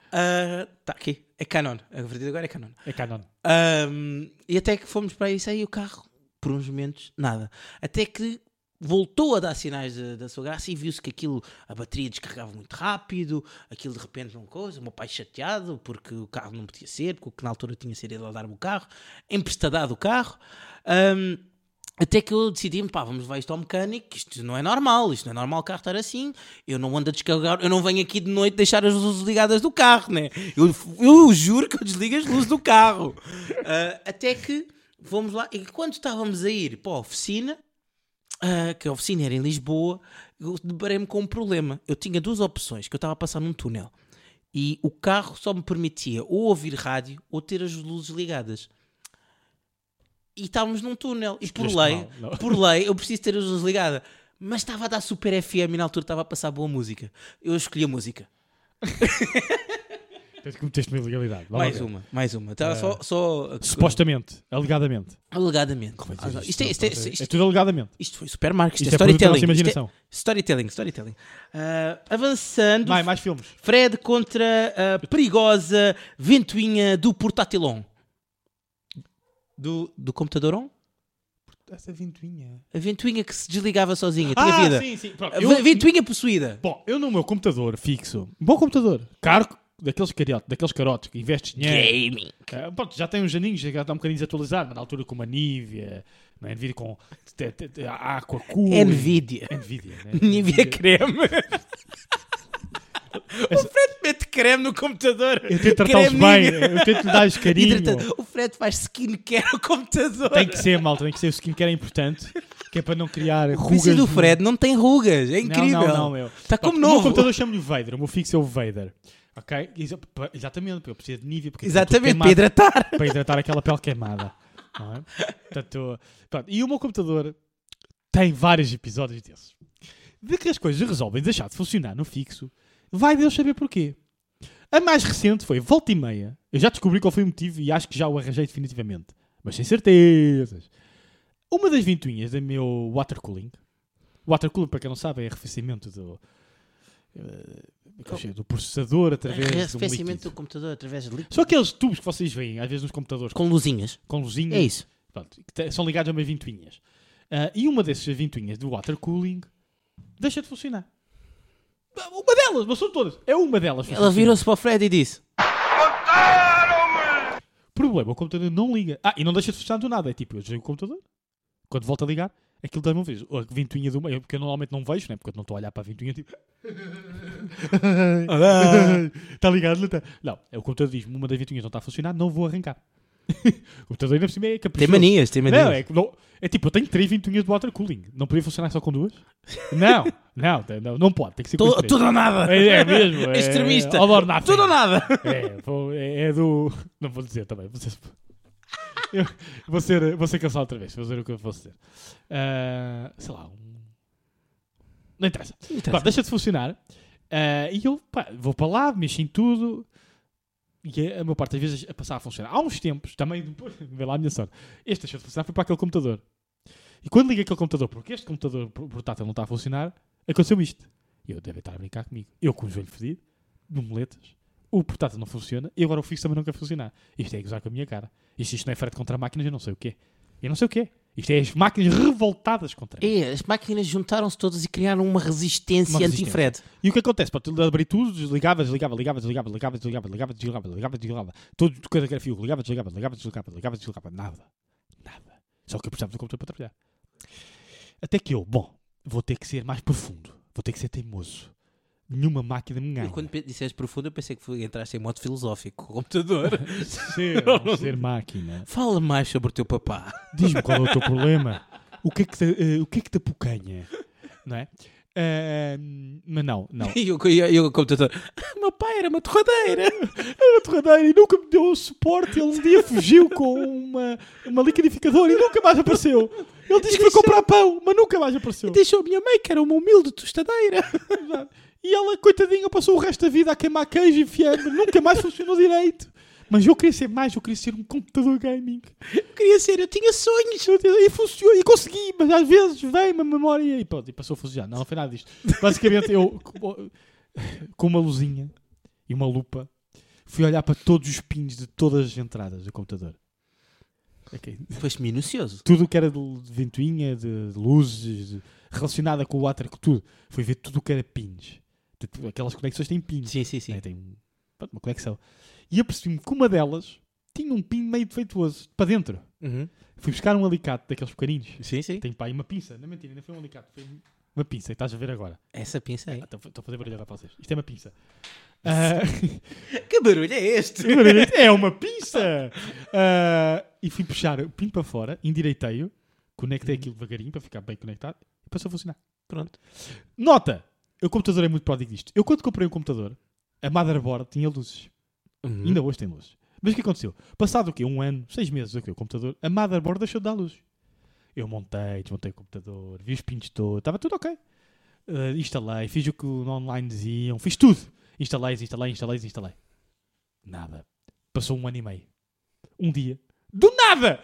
[SPEAKER 3] Está aqui, é canon. A verdade agora é canon.
[SPEAKER 4] É canon.
[SPEAKER 3] Ahm, e até que fomos para isso aí o carro, por uns momentos, nada. Até que voltou a dar sinais de- da sua graça e viu-se que aquilo, a bateria descarregava muito rápido, aquilo de repente não coisa, o meu pai chateado porque o carro não podia ser, porque na altura tinha sido ele a dar-me o carro, emprestadado o carro. Ahm, até que eu decidi, pá, vamos levar isto ao mecânico, que isto não é normal, isto não é normal o carro estar assim, eu não ando a descarregar, eu não venho aqui de noite deixar as luzes ligadas do carro, né? Eu, eu juro que eu desligo as luzes do carro. Ah, até que vamos lá, e quando estávamos a ir para a oficina, ah, que a oficina era em Lisboa, eu deparei-me com um problema. Eu tinha duas opções, que eu estava a passar num túnel, e o carro só me permitia ou ouvir rádio ou ter as luzes ligadas. E estávamos num túnel, e por
[SPEAKER 4] Escolheste
[SPEAKER 3] lei,
[SPEAKER 4] mal, não?
[SPEAKER 3] por lei, eu preciso ter as luzes ligadas. Mas estava a dar super FM e na altura estava a passar boa música. Eu escolhi a música.
[SPEAKER 4] Tens que meteste uma ilegalidade. Vá lá
[SPEAKER 3] mais
[SPEAKER 4] ver. É.
[SPEAKER 3] uma, mais uma. Estava só, só.
[SPEAKER 4] Supostamente. Alegadamente.
[SPEAKER 3] Alegadamente.
[SPEAKER 4] Como é que
[SPEAKER 3] Ah,
[SPEAKER 4] dizes
[SPEAKER 3] não,
[SPEAKER 4] isto?
[SPEAKER 3] Isto é-
[SPEAKER 4] Não,
[SPEAKER 3] isto é-
[SPEAKER 4] não sei.
[SPEAKER 3] isto-
[SPEAKER 4] É tudo alegadamente.
[SPEAKER 3] isto foi supermarket. Isto,
[SPEAKER 4] Isto é
[SPEAKER 3] é
[SPEAKER 4] produto da
[SPEAKER 3] storytelling.
[SPEAKER 4] nossa
[SPEAKER 3] isto é-
[SPEAKER 4] imaginação.
[SPEAKER 3] storytelling, storytelling. Ah, avançando.
[SPEAKER 4] Vai, mais filmes.
[SPEAKER 3] Fred contra a perigosa ventoinha do portátilon. Do, do computador on?
[SPEAKER 4] Essa ventoinha.
[SPEAKER 3] A ventoinha que se desligava sozinha. Tinha
[SPEAKER 4] Ah,
[SPEAKER 3] vida.
[SPEAKER 4] sim, sim. Pronto,
[SPEAKER 3] É A
[SPEAKER 4] eu-
[SPEAKER 3] ve- ventoinha possuída.
[SPEAKER 4] Bom, eu no meu computador fixo, bom computador, caro, daqueles, cariot, daqueles carotes que investes dinheiro.
[SPEAKER 3] Gaming.
[SPEAKER 4] Ah, pronto, já tem uns aninhos, já está um bocadinho desatualizado, mas na altura com uma Nivea, não é? Nvidia com te- te- te- Aqua Cool.
[SPEAKER 3] Nvidia.
[SPEAKER 4] Nvidia, né?
[SPEAKER 3] Nivea creme.
[SPEAKER 4] *laughs*
[SPEAKER 3] O Fred mete creme no computador.
[SPEAKER 4] Eu tento tratá-los bem,
[SPEAKER 3] Creminho.
[SPEAKER 4] eu tento lhe
[SPEAKER 3] *laughs*
[SPEAKER 4] dar carinho.
[SPEAKER 3] Hidratante. O Fred faz skincare ao computador.
[SPEAKER 4] Tem que ser, malta, tem que ser. O skincare é importante, que é para não criar
[SPEAKER 3] O
[SPEAKER 4] rugas.
[SPEAKER 3] PC do
[SPEAKER 4] no-
[SPEAKER 3] Fred não tem rugas. É incrível.
[SPEAKER 4] Não, não, não, meu.
[SPEAKER 3] Está como
[SPEAKER 4] Pronto, O meu
[SPEAKER 3] novo.
[SPEAKER 4] computador chama-lhe o Vader, o meu fixo é o Vader. Ok? Exa- pa- Exatamente, porque eu preciso de Nivea. Porque está tudo
[SPEAKER 3] Exatamente, para
[SPEAKER 4] queimado.
[SPEAKER 3] hidratar.
[SPEAKER 4] para hidratar aquela pele queimada. não é? Portanto, pronto. E o meu computador tem vários episódios desses. De que as coisas resolvem deixar de funcionar no fixo, vai Deus saber porquê. A mais recente foi volta e meia. Eu já descobri qual foi o motivo e acho que já o arranjei definitivamente. Mas sem certezas. Uma das ventoinhas do meu watercooling. Watercooling, para quem não sabe, é arrefecimento do, eh, do processador através de um
[SPEAKER 3] Arrefecimento
[SPEAKER 4] líquido.
[SPEAKER 3] do computador através de líquido.
[SPEAKER 4] São aqueles tubos que vocês veem, às vezes, nos computadores
[SPEAKER 3] Com luzinhas.
[SPEAKER 4] com luzinhas.
[SPEAKER 3] É isso.
[SPEAKER 4] Pronto, que te- são ligados a umas vintoinhas. Ah, e uma dessas vintoinhas do water cooling deixa de funcionar. Uma delas, não são todas. É uma delas. que
[SPEAKER 3] Ela
[SPEAKER 4] funciona.
[SPEAKER 3] virou-se para o Fred e disse:
[SPEAKER 4] Problema, é o computador não liga. Ah, e não deixa de funcionar do nada. É tipo, eu desligo o computador, quando volto a ligar, aquilo dá uma vez. A ventoinha do meio, porque eu normalmente não vejo, né? Porque eu não estou a olhar para a ventoinha,
[SPEAKER 3] *laughs*
[SPEAKER 4] tipo... Está ligado? Não, tá. não, é o computador diz-me, uma das ventoinhas não está a funcionar, não vou arrancar. *laughs* o computador ainda por cima é
[SPEAKER 3] Tem
[SPEAKER 4] caprichoso.
[SPEAKER 3] manias, tem manias.
[SPEAKER 4] Não, é, que não- é tipo, eu tenho três ventoinhas de water cooling. Não podia funcionar só com duas? Não, *laughs* não, te- não, não pode. Tem que ser com
[SPEAKER 3] Tu-
[SPEAKER 4] as três.
[SPEAKER 3] Tudo ou nada.
[SPEAKER 4] tipo É, é
[SPEAKER 3] *laughs*
[SPEAKER 4] mesmo. É,
[SPEAKER 3] Extremista.
[SPEAKER 4] all or nothing.
[SPEAKER 3] Tudo
[SPEAKER 4] *laughs*
[SPEAKER 3] ou nada.
[SPEAKER 4] É, vou- é, é do. Não vou dizer *laughs* também. Vou ser, eu, vou ser, vou ser cancelado outra vez. Vou dizer o que eu vou dizer. Ah, sei lá. Um... Não interessa. Eh, Pá, deixa de funcionar. Ah, e eu pá, vou para lá, mexo em tudo. e é, a maior parte das vezes a passar a funcionar. Há uns tempos, também depois, *laughs* vê lá a minha sorte, este deixou de funcionar, foi para aquele computador. E quando liguei aquele computador, porque este computador por- portátil não está a funcionar, aconteceu isto. E eu deve estar a brincar comigo. Eu com o joelho fedido, de moletas, o portátil não funciona e agora o fixo também não quer funcionar. Isto é gozar com a minha cara. Isto, isto não é frete contra máquinas, eu não sei o quê. Eu não sei o quê. Isto é as máquinas revoltadas contra mim.
[SPEAKER 3] É, as máquinas juntaram-se todas e criaram uma resistência,
[SPEAKER 4] Uma
[SPEAKER 3] anti-Fred.
[SPEAKER 4] E o que acontece? Pá, tu abri tudo, desligava, desligava, ligava, desligava, ligava, desligava, ligava, desligava, ligava, desligava. Todo o cartografia, ligava, desligava, ligava, desligava, ligava, desligava. Nada. Nada. Só que eu precisava do computador para trabalhar. Até que eu, bom, vou ter que ser mais profundo. Vou ter que ser teimoso. Nenhuma máquina me ganha.
[SPEAKER 3] Eu, quando pe- disseste profundo, eu pensei que foi- entraste em modo filosófico com o *laughs* computador.
[SPEAKER 4] *laughs* Ser, não ser máquina.
[SPEAKER 3] Fala mais sobre o teu papá. *laughs*
[SPEAKER 4] Diz-me qual é o teu problema. O que é que te, eh, o que é que te apocanha? Não é? Eh, mas não, não.
[SPEAKER 3] E o, e o- e o computador. "Ah, meu pai era uma torradeira.
[SPEAKER 4] Era torradeiro e nunca me deu suporte. Ele um dia fugiu com uma, uma liquidificadora e nunca mais apareceu. Ele disse que foi comprar pão, mas nunca mais apareceu.
[SPEAKER 3] Deixou a minha mãe, que era uma humilde *laughs* tostadeira.
[SPEAKER 4] E ela, coitadinha, passou o resto da vida a queimar queijo e fiambre. Nunca mais funcionou direito. Mas eu queria ser mais, eu queria ser um computador gaming.
[SPEAKER 3] Eu queria ser, eu tinha sonhos.
[SPEAKER 4] E funcionou, e consegui, mas às vezes vem-me a memória e pronto, e passou a funcionar. Não, não foi nada disto. Basicamente, eu com- com uma luzinha e uma lupa fui olhar para todos os pins de todas as entradas do computador. Ok.
[SPEAKER 3] Foste minucioso.
[SPEAKER 4] Tudo o que era de de ventoinha, de de luzes, de- relacionada com o water, tudo. Fui ver tudo o que era pins. Tipo, Aquelas conexões têm pins.
[SPEAKER 3] Sim, sim, sim.
[SPEAKER 4] né? Tem um- pronto, uma conexão. E apercebi-me que uma delas tinha um pin meio defeituoso para dentro.
[SPEAKER 3] Uhum.
[SPEAKER 4] Fui buscar um alicate daqueles pequeninos.
[SPEAKER 3] Sim, sim.
[SPEAKER 4] Tem pá, aí uma pinça. Não é mentira, ainda foi um alicate. Foi uma pinça, estás a ver agora.
[SPEAKER 3] Essa pinça aí.
[SPEAKER 4] Ah, Estou estou a fazer barulho agora para vocês. Isto é uma
[SPEAKER 3] *laughs*
[SPEAKER 4] pinça. Ah,
[SPEAKER 3] Que barulho é este?
[SPEAKER 4] é uma pinça! Ah, e fui puxar o pin para fora, endireitei-o, conectei aquilo devagarinho para ficar bem conectado e passou a funcionar.
[SPEAKER 3] Uhum. Pronto.
[SPEAKER 4] Nota! O computador é muito pródigo disto. Eu quando comprei o computador, a motherboard tinha luzes.
[SPEAKER 3] Uhum.
[SPEAKER 4] Ainda hoje tem luzes. Mas o que aconteceu? Passado o quê? Um ano, seis meses, o quê? O computador, a motherboard deixou de dar luzes. Eu montei, desmontei o computador, vi os pins todos, estava tudo ok. Eh, instalei, fiz o que o online diziam, fiz tudo. Instalei, instalei, instalei, instalei. Nada. Passou um ano e meio. Um dia. Do nada!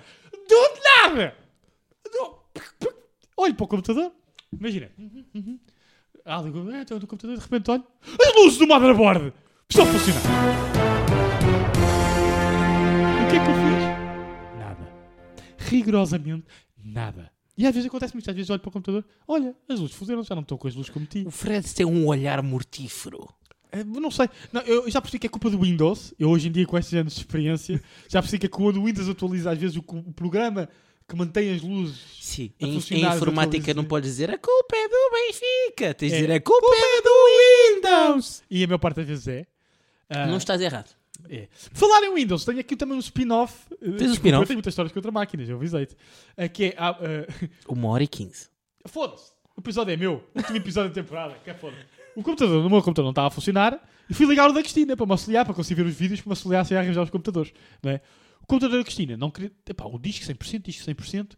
[SPEAKER 4] Do nada! Do- Olho para o computador, imagina. Uhum, uhum. Ah, digo, "Ah, estou no computador, de repente olho. As luzes do motherboard! Estão a funcionar! O que é que eu fiz? Nada. Rigorosamente nada. E às vezes acontece-me isto, às vezes olho para o computador, olha, as luzes fuderam, já não estou com as luzes que eu meti.
[SPEAKER 3] O Fred tem um olhar mortífero.
[SPEAKER 4] Eh, Não sei, Não, eu já percebi que é culpa do Windows, eu hoje em dia com estes anos de experiência, já percebi que é quando o Windows atualiza às vezes o, co- o programa que mantém as luzes.
[SPEAKER 3] Sim.
[SPEAKER 4] A
[SPEAKER 3] Em, em
[SPEAKER 4] funcionar as
[SPEAKER 3] informática
[SPEAKER 4] atualizações.
[SPEAKER 3] não podes dizer a culpa é do Benfica. Tens de
[SPEAKER 4] É.
[SPEAKER 3] dizer a culpa é do Windows.
[SPEAKER 4] E a maior parte das vezes é. Ah,
[SPEAKER 3] Não estás errado.
[SPEAKER 4] É. Falar em Windows, tenho aqui também um spin-off. Eh, desculpa,
[SPEAKER 3] spin-off?
[SPEAKER 4] Eu tenho muitas histórias contra máquinas, eu avisei-te. Eh, que é. ah, eh,
[SPEAKER 3] Uma hora e quinze.
[SPEAKER 4] Foda-se. O episódio é meu. O último episódio da temporada. Que é foda. O computador, no meu computador não estava a funcionar. E fui ligar o da Cristina para me auxiliar, para conseguir ver os vídeos, para me auxiliar sem arranjar os computadores. Não é? O computador da Cristina não queria... Epá, o disco 100%, disco 100%.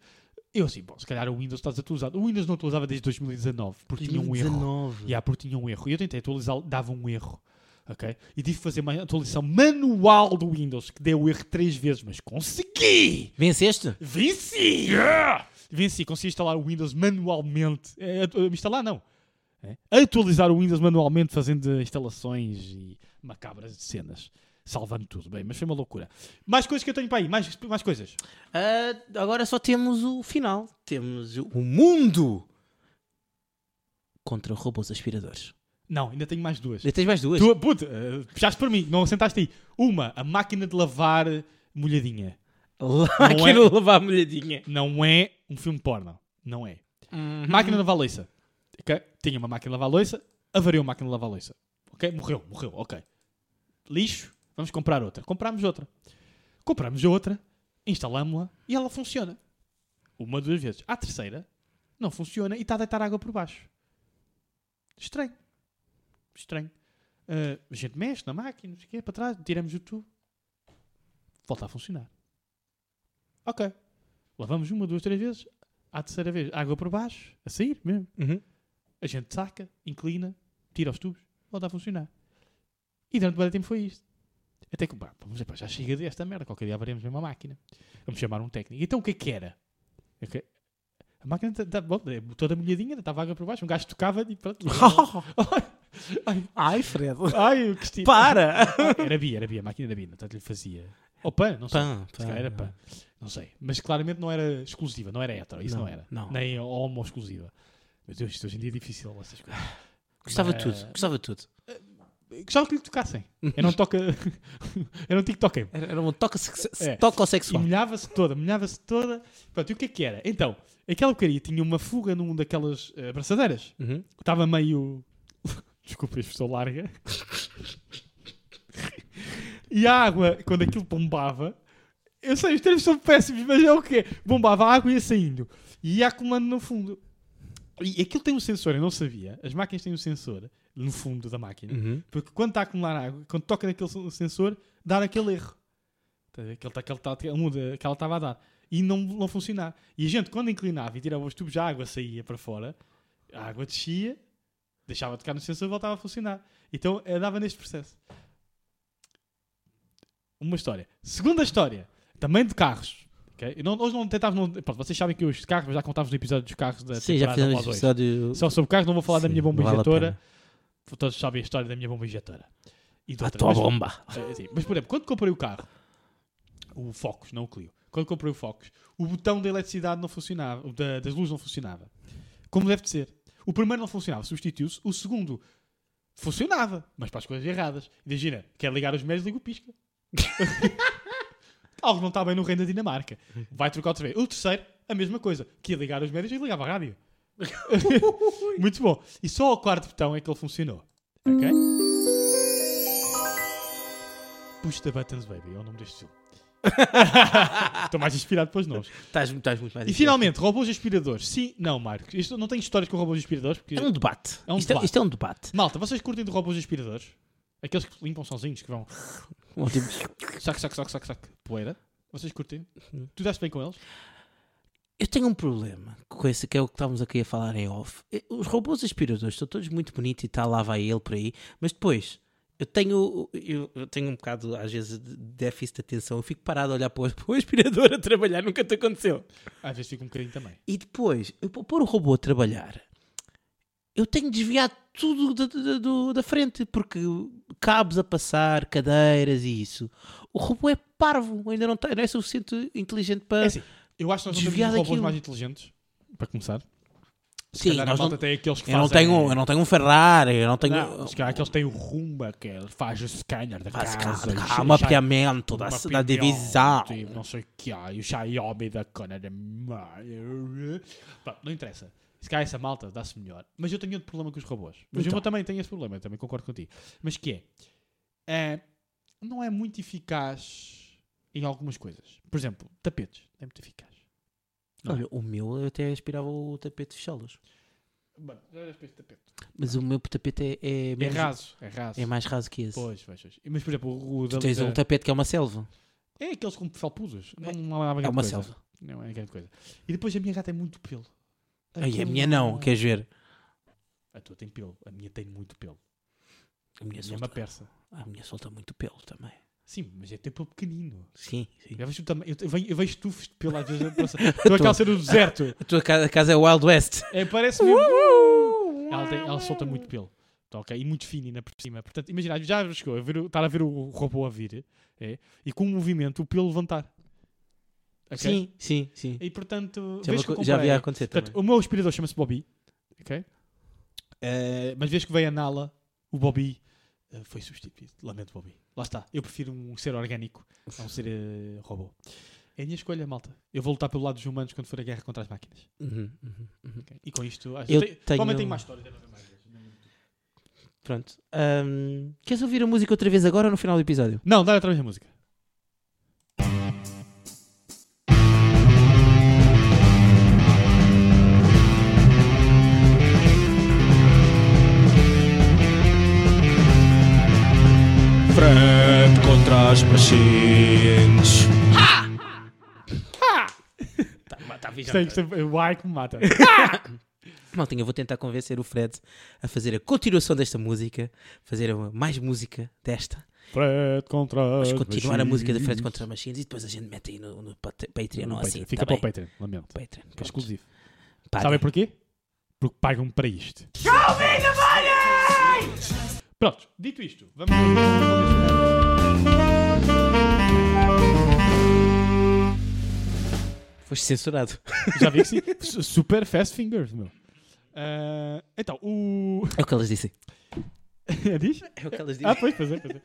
[SPEAKER 4] Eu assim, bom, se calhar o Windows está desatualizado. O Windows não atualizava desde 2019, porque tinha um erro. E yeah, porque tinha um erro. E eu tentei atualizar, dava um erro. Ok? E tive que fazer uma atualização manual do Windows, que deu o erro três vezes, mas consegui!
[SPEAKER 3] Venceste?
[SPEAKER 4] Venci! Venci, consegui instalar o Windows manualmente. É, atu- instalar não. É, Atualizar o Windows manualmente, fazendo eh, instalações e macabras de cenas. Salvando tudo. Bem, mas foi uma loucura. Mais coisas que eu tenho para aí, mais, mais coisas.
[SPEAKER 3] Ah, agora só temos o final. Temos o mundo contra robôs aspiradores.
[SPEAKER 4] Não, ainda tenho mais duas.
[SPEAKER 3] E tens mais duas.
[SPEAKER 4] Tu, puta, eh, puxaste para mim, não sentaste aí. Uma, a máquina de lavar molhadinha.
[SPEAKER 3] Lá
[SPEAKER 4] Não é?
[SPEAKER 3] quero levar a molhadinha.
[SPEAKER 4] Não é um filme porno. Não é. *laughs*
[SPEAKER 3] Uhum.
[SPEAKER 4] Máquina de lavar louça. Ok? Tinha uma máquina de lavar louça, avariou a máquina de lavar louça. Ok? Morreu, morreu, ok. Lixo, vamos comprar outra. Comprámos outra. Comprámos outra, instalámo-la e ela funciona. Uma, duas vezes. A terceira, não funciona e está a deitar água por baixo. Estranho. Estranho. Ah, a gente mexe na máquina, não sei o quê, para trás, tiramos o tubo. Volta a funcionar. Ok. Lavamos uma, duas, três vezes. À terceira vez, água por baixo, a sair mesmo.
[SPEAKER 3] Uhum.
[SPEAKER 4] A gente saca, inclina, tira os tubos, volta a funcionar. E durante muito tempo foi isto. Até que, pá, vamos dizer, pá, já chega desta merda, qualquer dia veremos mesmo a máquina. Vamos chamar um técnico. Então o que é que era? É que A máquina tá- tá- bom, é toda molhadinha, está vaga por baixo, um gajo tocava e
[SPEAKER 3] *laughs*
[SPEAKER 4] pronto. ai,
[SPEAKER 3] Ai, Fred.
[SPEAKER 4] ai, o Cristina.
[SPEAKER 3] Para!
[SPEAKER 4] Ah, Era Bia, era Bia, a máquina da Bia, então lhe fazia. Ou pã, não sei.
[SPEAKER 3] Pã,
[SPEAKER 4] Se calhar é era pã. Não sei. Mas claramente não era exclusiva, não era hétero, isso não,
[SPEAKER 3] Não,
[SPEAKER 4] era.
[SPEAKER 3] não.
[SPEAKER 4] Nem homo exclusiva. Meu Deus, isto hoje em dia é difícil essas coisas.
[SPEAKER 3] Gostava de
[SPEAKER 4] Mas-
[SPEAKER 3] tudo, gostava de tudo.
[SPEAKER 4] Gostava que lhe tocassem. Era um toca. *laughs* era um TikTok.
[SPEAKER 3] Era, era um toca,
[SPEAKER 4] É. E
[SPEAKER 3] sexual.
[SPEAKER 4] molhava-se toda, molhava-se toda. Pronto, e o que é que era? Então, aquela bocaria tinha uma fuga num daquelas eh, abraçadeiras.
[SPEAKER 3] Uhum.
[SPEAKER 4] Estava meio. *laughs* Desculpa, a expressão larga. e a água, quando aquilo bombava. Eu sei, os termos são péssimos, mas é o quê? Bombava a água e ia saindo. E ia acumulando no fundo. E aquilo tem um sensor, eu não sabia. As máquinas têm um sensor no fundo da máquina.
[SPEAKER 3] Uhum.
[SPEAKER 4] Porque quando está a acumular água, quando toca naquele sen- sensor, dá aquele erro. Tá a ver? Aquele, aquele, tal- aquele muda que ela estava a dar. E não, não funcionar. E a gente, quando inclinava e tirava os tubos, a água saía para fora, a água descia, deixava de tocar no sensor e voltava a funcionar. Então eh, dava neste processo. Uma história. Segunda história, também de carros. ok? Eu não- hoje não tentava. Não, pronto, vocês sabem que eu os de carros, mas já contávamos no episódio dos carros da
[SPEAKER 3] Sim, já
[SPEAKER 4] temporada
[SPEAKER 3] fizemos
[SPEAKER 4] 1 ou 2.
[SPEAKER 3] episódio.
[SPEAKER 4] Só sobre carros, não vou falar da
[SPEAKER 3] Sim,
[SPEAKER 4] minha bomba
[SPEAKER 3] não vale a
[SPEAKER 4] injetora.
[SPEAKER 3] pena.
[SPEAKER 4] Todos sabem a história da minha bomba injetora. E de
[SPEAKER 3] A
[SPEAKER 4] outra,
[SPEAKER 3] tua
[SPEAKER 4] mas-
[SPEAKER 3] Ah, bomba.
[SPEAKER 4] é, sim. Mas, por exemplo, quando comprei o carro, o Focus, não o Clio, quando comprei o Focus, o botão da eletricidade não funcionava, o da- das luzes não funcionava. Como deve de ser. O primeiro não funcionava, substituiu-se. O segundo funcionava, mas para as coisas erradas. Imagina, quer ligar os médios, liga o pisca. *laughs* Algo não está bem no reino da Dinamarca. Vai trocar outra vez. O terceiro, a mesma coisa. Que ia ligar os médios e ligava a rádio. *laughs* Muito bom. E só o quarto botão é que ele funcionou. Ok? Push the Buttons Baby é o nome
[SPEAKER 3] *laughs*
[SPEAKER 4] deste filme. Estou mais inspirado pelos nomes.
[SPEAKER 3] Estás, estás muito mais.
[SPEAKER 4] E finalmente, robôs aspiradores. Sim, não, Marcos. Isto não tem histórias com robôs aspiradores. Porque...
[SPEAKER 3] É um debate.
[SPEAKER 4] É um
[SPEAKER 3] isto, é,
[SPEAKER 4] debate.
[SPEAKER 3] isto é um debate.
[SPEAKER 4] Malta, vocês curtem de robôs aspiradores? Aqueles que limpam sozinhos, que
[SPEAKER 3] *laughs*
[SPEAKER 4] vão
[SPEAKER 3] Um tipo-
[SPEAKER 4] saco, saco, saco, saco, saco, poeira. Vocês curtem?
[SPEAKER 3] Sim.
[SPEAKER 4] Tu dás bem com eles?
[SPEAKER 3] Eu tenho um problema com esse que é o que estávamos aqui a falar em off. Eh, Os robôs aspiradores estão todos muito bonitos e tal, lá vai ele por aí, mas depois eu tenho, eu, eu tenho um bocado, às vezes, de déficit de atenção. Eu fico parado a olhar para o, *laughs* para o aspirador a trabalhar, nunca te aconteceu.
[SPEAKER 4] Às vezes fico um bocadinho também.
[SPEAKER 3] E depois, eu para pôr o robô a trabalhar, eu tenho de desviar tudo da, da- do- da frente, porque cabos a passar, cadeiras e isso. O robô é parvo, ainda não, tem, não é suficiente inteligente para.
[SPEAKER 4] É assim, eu acho que nós não temos
[SPEAKER 3] Desviar
[SPEAKER 4] robôs
[SPEAKER 3] daquilo.
[SPEAKER 4] mais inteligentes, para começar. Se
[SPEAKER 3] Sim,
[SPEAKER 4] calhar a
[SPEAKER 3] nós
[SPEAKER 4] malta
[SPEAKER 3] não-
[SPEAKER 4] tem aqueles que
[SPEAKER 3] Eu não,
[SPEAKER 4] fazem...
[SPEAKER 3] tenho, eu não tenho um Ferrari, eu não tenho. um.
[SPEAKER 4] Não, se calhar aqueles têm o rumba, que é- faz o scanner da
[SPEAKER 3] Faz
[SPEAKER 4] casa.
[SPEAKER 3] cada-
[SPEAKER 4] e
[SPEAKER 3] há
[SPEAKER 4] o
[SPEAKER 3] um
[SPEAKER 4] chá-
[SPEAKER 3] mapeamento da,
[SPEAKER 4] Uma
[SPEAKER 3] da
[SPEAKER 4] opinião,
[SPEAKER 3] divisão.
[SPEAKER 4] tipo, não sei o que há. E o Xiaomi da cona da mãe. Pá, Não interessa. Se calhar essa malta dá-se melhor. Mas eu tenho outro problema com os robôs. Mas
[SPEAKER 3] Então.
[SPEAKER 4] eu também tenho esse problema, eu também concordo contigo. Mas que é, é, Não é muito eficaz em algumas coisas. Por exemplo, tapetes. Não é muito eficaz. Não.
[SPEAKER 3] Olha, o meu eu até aspirava o tapete de fechalos.
[SPEAKER 4] Mano, já olhas para este tapete.
[SPEAKER 3] Mas o meu tapete é, é,
[SPEAKER 4] É
[SPEAKER 3] menos-
[SPEAKER 4] raso. É raso.
[SPEAKER 3] é mais raso que esse.
[SPEAKER 4] Pois, pois, pois. Mas, por exemplo, o o
[SPEAKER 3] Tu
[SPEAKER 4] da-
[SPEAKER 3] tens
[SPEAKER 4] da-
[SPEAKER 3] um tapete que é uma selva.
[SPEAKER 4] É aqueles com felpudas. Não, não há grande
[SPEAKER 3] é uma
[SPEAKER 4] coisa.
[SPEAKER 3] selva.
[SPEAKER 4] Não é grande coisa. E depois a minha gata é muito pelo.
[SPEAKER 3] Ai, a
[SPEAKER 4] Aquilo
[SPEAKER 3] minha não,
[SPEAKER 4] é-
[SPEAKER 3] queres ver?
[SPEAKER 4] A tua tem pelo. A minha tem muito pelo. A
[SPEAKER 3] A minha,
[SPEAKER 4] minha é uma
[SPEAKER 3] solta,
[SPEAKER 4] persa.
[SPEAKER 3] a minha solta muito pelo também.
[SPEAKER 4] Sim, mas é tem pelo pequenino.
[SPEAKER 3] Sim, sim.
[SPEAKER 4] Já vejo o tamanho- Eu, vejo- eu vejo tufos de pelo às vezes. a
[SPEAKER 3] *laughs*
[SPEAKER 4] passar. Estou é aquela cena do deserto.
[SPEAKER 3] A tua casa, a casa é o Wild West.
[SPEAKER 4] É, parece mesmo. Ela, tem- ela solta muito pelo. Tá, ok? E muito fino ainda por cima. Portanto, imagina, já chegou a ver, o- estar a ver o robô a vir é, e com um movimento o pelo levantar. Ok?
[SPEAKER 3] Sim, sim, sim.
[SPEAKER 4] E portanto,
[SPEAKER 3] Já,
[SPEAKER 4] vês que eu
[SPEAKER 3] me- já
[SPEAKER 4] comprei.
[SPEAKER 3] vi a acontecer
[SPEAKER 4] Portanto,
[SPEAKER 3] também.
[SPEAKER 4] o meu aspirador chama-se Bobby, ok? Eh, mas vês que veio a Nala, o Bobby eh, foi substituído. Lamento, Bobby. Lá está. Eu prefiro um ser orgânico a um ser eh, robô. É a minha escolha, malta. Eu vou lutar pelo lado dos humanos quando for a guerra contra as máquinas.
[SPEAKER 3] Uhum, uhum, uhum.
[SPEAKER 4] ok? E com isto, acho
[SPEAKER 3] Eu
[SPEAKER 4] tem-
[SPEAKER 3] tenho- um-
[SPEAKER 4] provavelmente tenho mais histórias. deve haver mais vezes.
[SPEAKER 3] Pronto. Ahm, queres ouvir a música outra vez agora ou no final do episódio?
[SPEAKER 4] Não, dá outra vez a música.
[SPEAKER 2] Fred contra as machines.
[SPEAKER 4] Isto é- isto é- o ar que me
[SPEAKER 3] *laughs*
[SPEAKER 4] mata.
[SPEAKER 3] Maltinha, eu vou tentar convencer o Fred a fazer a continuação desta música, fazer a- mais música desta
[SPEAKER 4] Fred contra
[SPEAKER 3] Vamos
[SPEAKER 4] as
[SPEAKER 3] continuar a música da Fred
[SPEAKER 4] machines.
[SPEAKER 3] contra Machines e depois a gente mete aí no, no pat- Patreon.
[SPEAKER 4] No
[SPEAKER 3] ou assim,
[SPEAKER 4] Patreon. Fica
[SPEAKER 3] tá
[SPEAKER 4] para o
[SPEAKER 3] bem?
[SPEAKER 4] Patreon, lamento.
[SPEAKER 3] Patreon.
[SPEAKER 4] É exclusivo.
[SPEAKER 3] Paguem.
[SPEAKER 4] Sabem porquê? Porque pagam para isto. Show me the money! Pronto, dito isto, vamos.
[SPEAKER 3] Foste censurado.
[SPEAKER 4] Já vi que sim. Su- Super fast fingers, meu. Ah, então, o. *laughs*
[SPEAKER 3] É o que elas dizem.
[SPEAKER 4] Diz?
[SPEAKER 3] É o que elas dizem.
[SPEAKER 4] Ah, pois, pois é, pois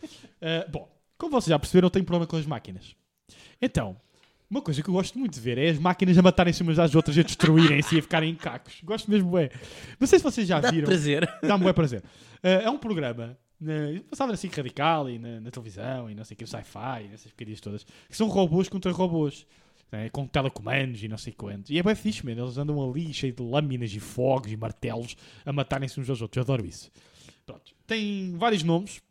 [SPEAKER 4] é. Ah, bom, como vocês já perceberam, eu tenho problema com as máquinas. Então, uma coisa que eu gosto muito de ver é as máquinas a matarem-se umas às outras, a destruírem-se e a ficarem em cacos. Gosto mesmo, é. Não sei se vocês já
[SPEAKER 3] Dá-te
[SPEAKER 4] viram. *laughs*
[SPEAKER 3] prazer.
[SPEAKER 4] Dá-me bom prazer. Eh, é um programa. né, passava assim radical e na, na televisão e não sei o que, sci-fi e nessas porcarias todas, que são robôs contra robôs, né, com telecomandos e não sei quantos. E é bem fixe, mesmo. Eles andam ali cheio de lâminas e fogos e martelos a matarem-se uns aos outros. Eu adoro isso. Pronto. Tem vários nomes,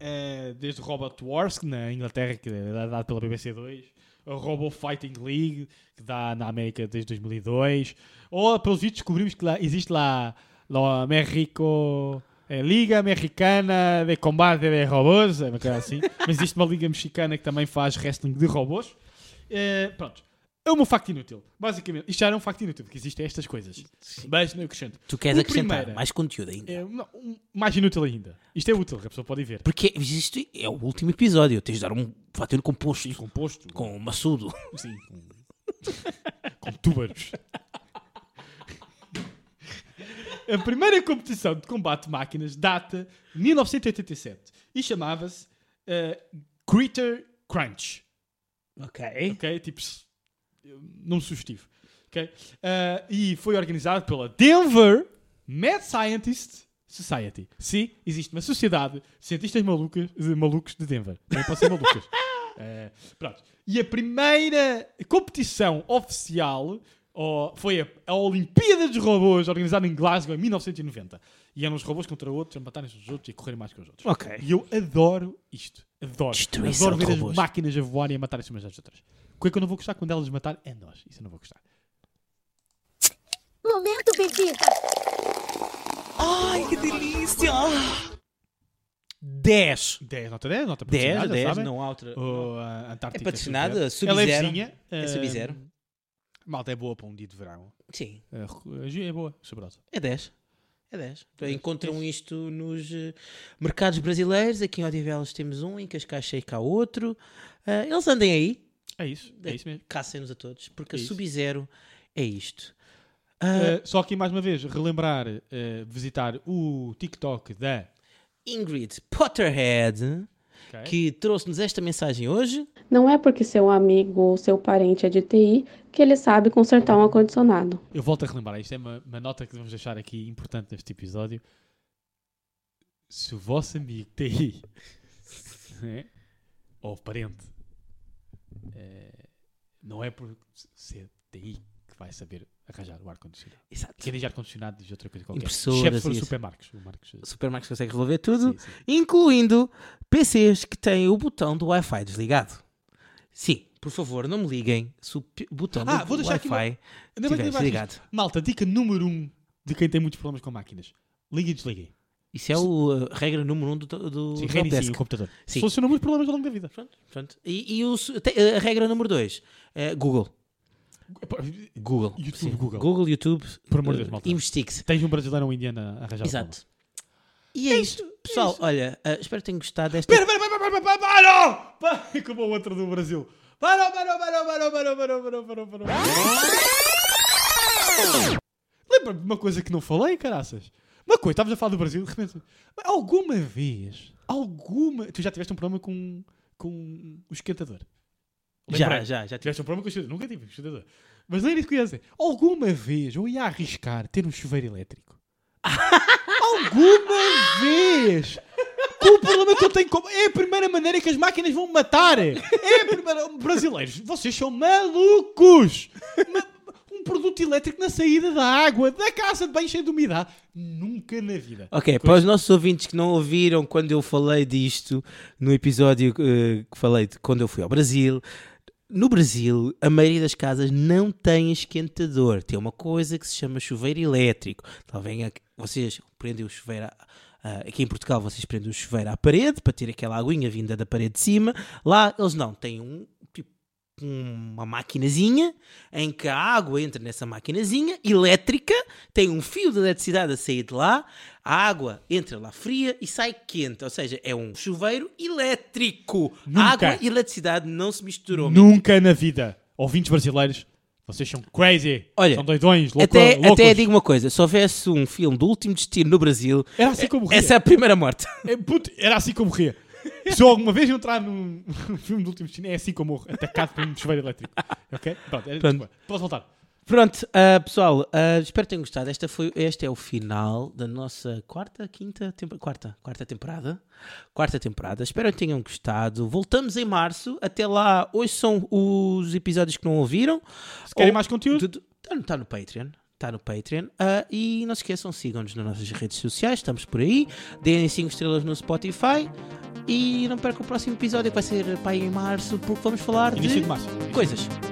[SPEAKER 4] eh, desde Robot Wars, que na Inglaterra, que é dado pela BBC2, a Robo Fighting League, que dá na América desde 2002, ou pelos vistos descobrimos que lá, existe lá lá a México, eh, Liga Mexicana de Combate de Robôs, é uma coisa assim, mas existe uma liga mexicana que também faz wrestling de robôs. Eh, pronto. É um facto inútil, basicamente. Isto já era um facto inútil, porque existem estas coisas. Mas não acrescento.
[SPEAKER 3] Tu queres
[SPEAKER 4] O
[SPEAKER 3] acrescentar
[SPEAKER 4] primeiro-
[SPEAKER 3] mais conteúdo ainda.
[SPEAKER 4] É, não, um- mais inútil ainda. Isto é útil, que a pessoa pode ir ver.
[SPEAKER 3] Porque isto é o último episódio. Tens de dar um fator composto
[SPEAKER 4] E composto.
[SPEAKER 3] com o maçudo.
[SPEAKER 4] Sim, com, com túbaros. *laughs* A primeira competição de combate de máquinas data de 1987 e chamava-se eh, Gritter Crunch.
[SPEAKER 3] Ok.
[SPEAKER 4] Ok? Tipo, s- nome sugestivo. Ok? Eh, e foi organizado pela Denver Mad Scientist Society. Sim, existe uma sociedade de cientistas malucas, de malucos de Denver. Também pode ser malucas. Eh, pronto. E a primeira competição oficial ó, foi a, a Olimpíada dos Robôs, organizada em Glasgow em 1990. E eram os robôs contra outros, a matarem-se os outros e a correrem mais que os outros.
[SPEAKER 3] Ok.
[SPEAKER 4] E eu adoro isto. Adoro.
[SPEAKER 3] Destruição
[SPEAKER 4] adoro
[SPEAKER 3] de
[SPEAKER 4] ver as
[SPEAKER 3] robôs.
[SPEAKER 4] máquinas a voarem e a matarem-se umas às outras. O que é que eu não vou gostar quando elas matarem? É nós. Isso eu não vou gostar.
[SPEAKER 7] Momento bebida.
[SPEAKER 3] Ai, que delícia! 10.
[SPEAKER 4] 10, nota 10, nota
[SPEAKER 3] 10,
[SPEAKER 4] patrocinada,
[SPEAKER 3] 10,
[SPEAKER 4] sabem? Oh.
[SPEAKER 3] não há outra.
[SPEAKER 4] Ou a Antártica.
[SPEAKER 3] É patrocinada,
[SPEAKER 4] Ela é
[SPEAKER 3] Sub-Zero.
[SPEAKER 4] vizinha,
[SPEAKER 3] É
[SPEAKER 4] eh,
[SPEAKER 3] Sub-Zero.
[SPEAKER 4] Malta é boa para um dia de verão.
[SPEAKER 3] Sim,
[SPEAKER 4] Eh, ru- É boa, saborosa.
[SPEAKER 3] é 10. É 10. Encontram isto nos eh, mercados brasileiros. Aqui em Odivelas temos um, em Cascais sei que há outro. Ah, eles andem aí,
[SPEAKER 4] É isso, é isso mesmo.
[SPEAKER 3] caçem-nos a todos, porque
[SPEAKER 4] É
[SPEAKER 3] a
[SPEAKER 4] isso.
[SPEAKER 3] Sub-Zero é isto. Ah.
[SPEAKER 4] Eh, só aqui mais uma vez, relembrar, eh, visitar o TikTok da.
[SPEAKER 3] Ingrid Potterhead,
[SPEAKER 4] Ok.
[SPEAKER 3] que trouxe-nos esta mensagem hoje.
[SPEAKER 6] Não é porque seu amigo ou seu parente é de TI que ele sabe consertar um ar-condicionado.
[SPEAKER 4] Eu volto a relembrar, isto é uma, uma nota que vamos deixar aqui importante neste episódio. Se o vosso amigo TI *laughs* né, ou parente eh, não é por ser TI que vai saber arranjar o ar-condicionado. é
[SPEAKER 3] Exato.
[SPEAKER 4] Quem diz ar-condicionado diz outra coisa qualquer.
[SPEAKER 3] Impressoras
[SPEAKER 4] Excepto se for
[SPEAKER 3] e
[SPEAKER 4] o
[SPEAKER 3] isso.
[SPEAKER 4] Super Marcos. O Marcos eh,
[SPEAKER 3] Supermax consegue resolver tudo,
[SPEAKER 4] assim, sim, sim.
[SPEAKER 3] incluindo PCs que têm o botão do Wi-Fi desligado. Sim, por favor, não me liguem se o pi- botão
[SPEAKER 4] Ah,
[SPEAKER 3] do
[SPEAKER 4] vou deixar aqui
[SPEAKER 3] Wi-Fi
[SPEAKER 4] Ainda bem que
[SPEAKER 3] estiver
[SPEAKER 4] lembraste isto.
[SPEAKER 3] desligado.
[SPEAKER 4] Malta, dica número um de quem tem muitos problemas com máquinas. Ligue e desliguem.
[SPEAKER 3] Isso é o, a regra número um do, do
[SPEAKER 4] Sim,
[SPEAKER 3] do
[SPEAKER 4] reiniciem
[SPEAKER 3] helpdesk.
[SPEAKER 4] o computador.
[SPEAKER 3] Sim.
[SPEAKER 4] Solucionam muitos problemas ao longo da vida.
[SPEAKER 3] Pronto, pronto. E, e o su- te- a regra número dois é Google. Google.
[SPEAKER 4] YouTube,
[SPEAKER 3] Sim.
[SPEAKER 4] Google.
[SPEAKER 3] Google, YouTube.
[SPEAKER 4] Por amor de Deus,
[SPEAKER 3] eh,
[SPEAKER 4] malta.
[SPEAKER 3] Investigue-se.
[SPEAKER 4] Tens um brasileiro ou um indiano a arranjar o problema.
[SPEAKER 3] Exato. E é, isto. Pessoal, olha, eh, espero que tenham gostado desta.
[SPEAKER 4] Pera, pera, pera, pera, pera, pera, para! Para! Como o outro do Brasil. Para, para, para, para, para, para, para, para, para. Lembra-me de uma coisa que não falei, caraças? Uma coisa, estavas a falar do Brasil, de repente... Mas Alguma vez, alguma... Tu já tiveste um problema com, com o esquentador?
[SPEAKER 3] Já,
[SPEAKER 4] Lembrei.
[SPEAKER 3] já, já. tive.
[SPEAKER 4] Tiveste um problema com o esquentador? Nunca tive um esquentador. Mas nem isso que eu ia dizer. Alguma vez eu ia arriscar ter um chuveiro elétrico?
[SPEAKER 3] *laughs*
[SPEAKER 4] alguma vez. Com o problema que eu tenho com... É a primeira maneira que as máquinas vão me matar. É a primeira... Brasileiros, vocês são malucos. Ma- Um produto elétrico na saída da água, da casa de banho cheia de umidade. Nunca na vida.
[SPEAKER 3] Ok, para os nossos ouvintes que não ouviram quando eu falei disto no episódio eh, que falei de quando eu fui ao Brasil, no Brasil a maioria das casas não tem esquentador, tem uma coisa que se chama chuveiro elétrico. Talvez a- vocês prendem o chuveiro à, Ah, aqui em Portugal vocês prendem o chuveiro à parede para ter aquela aguinha vinda da parede de cima. Lá eles não, têm um tipo uma maquinazinha em que a água entra nessa maquinazinha elétrica, tem um fio de eletricidade a sair de lá, a água entra lá fria e sai quente, ou seja, é um chuveiro elétrico.
[SPEAKER 4] Nunca.
[SPEAKER 3] Água e eletricidade não se misturam.
[SPEAKER 4] Nunca na vida. Ouvintes brasileiros, vocês são crazy.
[SPEAKER 3] Olha,
[SPEAKER 4] são doidões, louco,
[SPEAKER 3] até,
[SPEAKER 4] loucos.
[SPEAKER 3] até digo uma coisa, se houvesse um filme do Último Destino no Brasil,
[SPEAKER 4] Era assim que eu morria.
[SPEAKER 3] essa é a primeira morte.
[SPEAKER 4] É, puto, era assim que eu morria. Se eu alguma vez entrar num num filme do último destino, é assim que eu morro. Atacado por um chuveiro elétrico. Ok? Pronto, era
[SPEAKER 3] Pronto.
[SPEAKER 4] desculpa. Posso voltar?
[SPEAKER 3] Pronto, ah, pessoal, ah, espero que tenham gostado. Esta foi, este é o final da nossa quarta, quinta, tempo- quarta, quarta temporada. Quarta temporada. Espero que tenham gostado. Voltamos em março. Até lá, hoje são os episódios que não ouviram.
[SPEAKER 4] Se querem
[SPEAKER 3] Ou-
[SPEAKER 4] mais conteúdo,
[SPEAKER 3] Está no, tá no Patreon. Está no Patreon. Ah, e não se esqueçam, sigam-nos nas nossas redes sociais. Estamos por aí. Deem 5 estrelas no Spotify. E não percam o próximo episódio que vai ser para aí em março, porque vamos falar
[SPEAKER 4] início de
[SPEAKER 3] de
[SPEAKER 4] março.
[SPEAKER 3] coisas.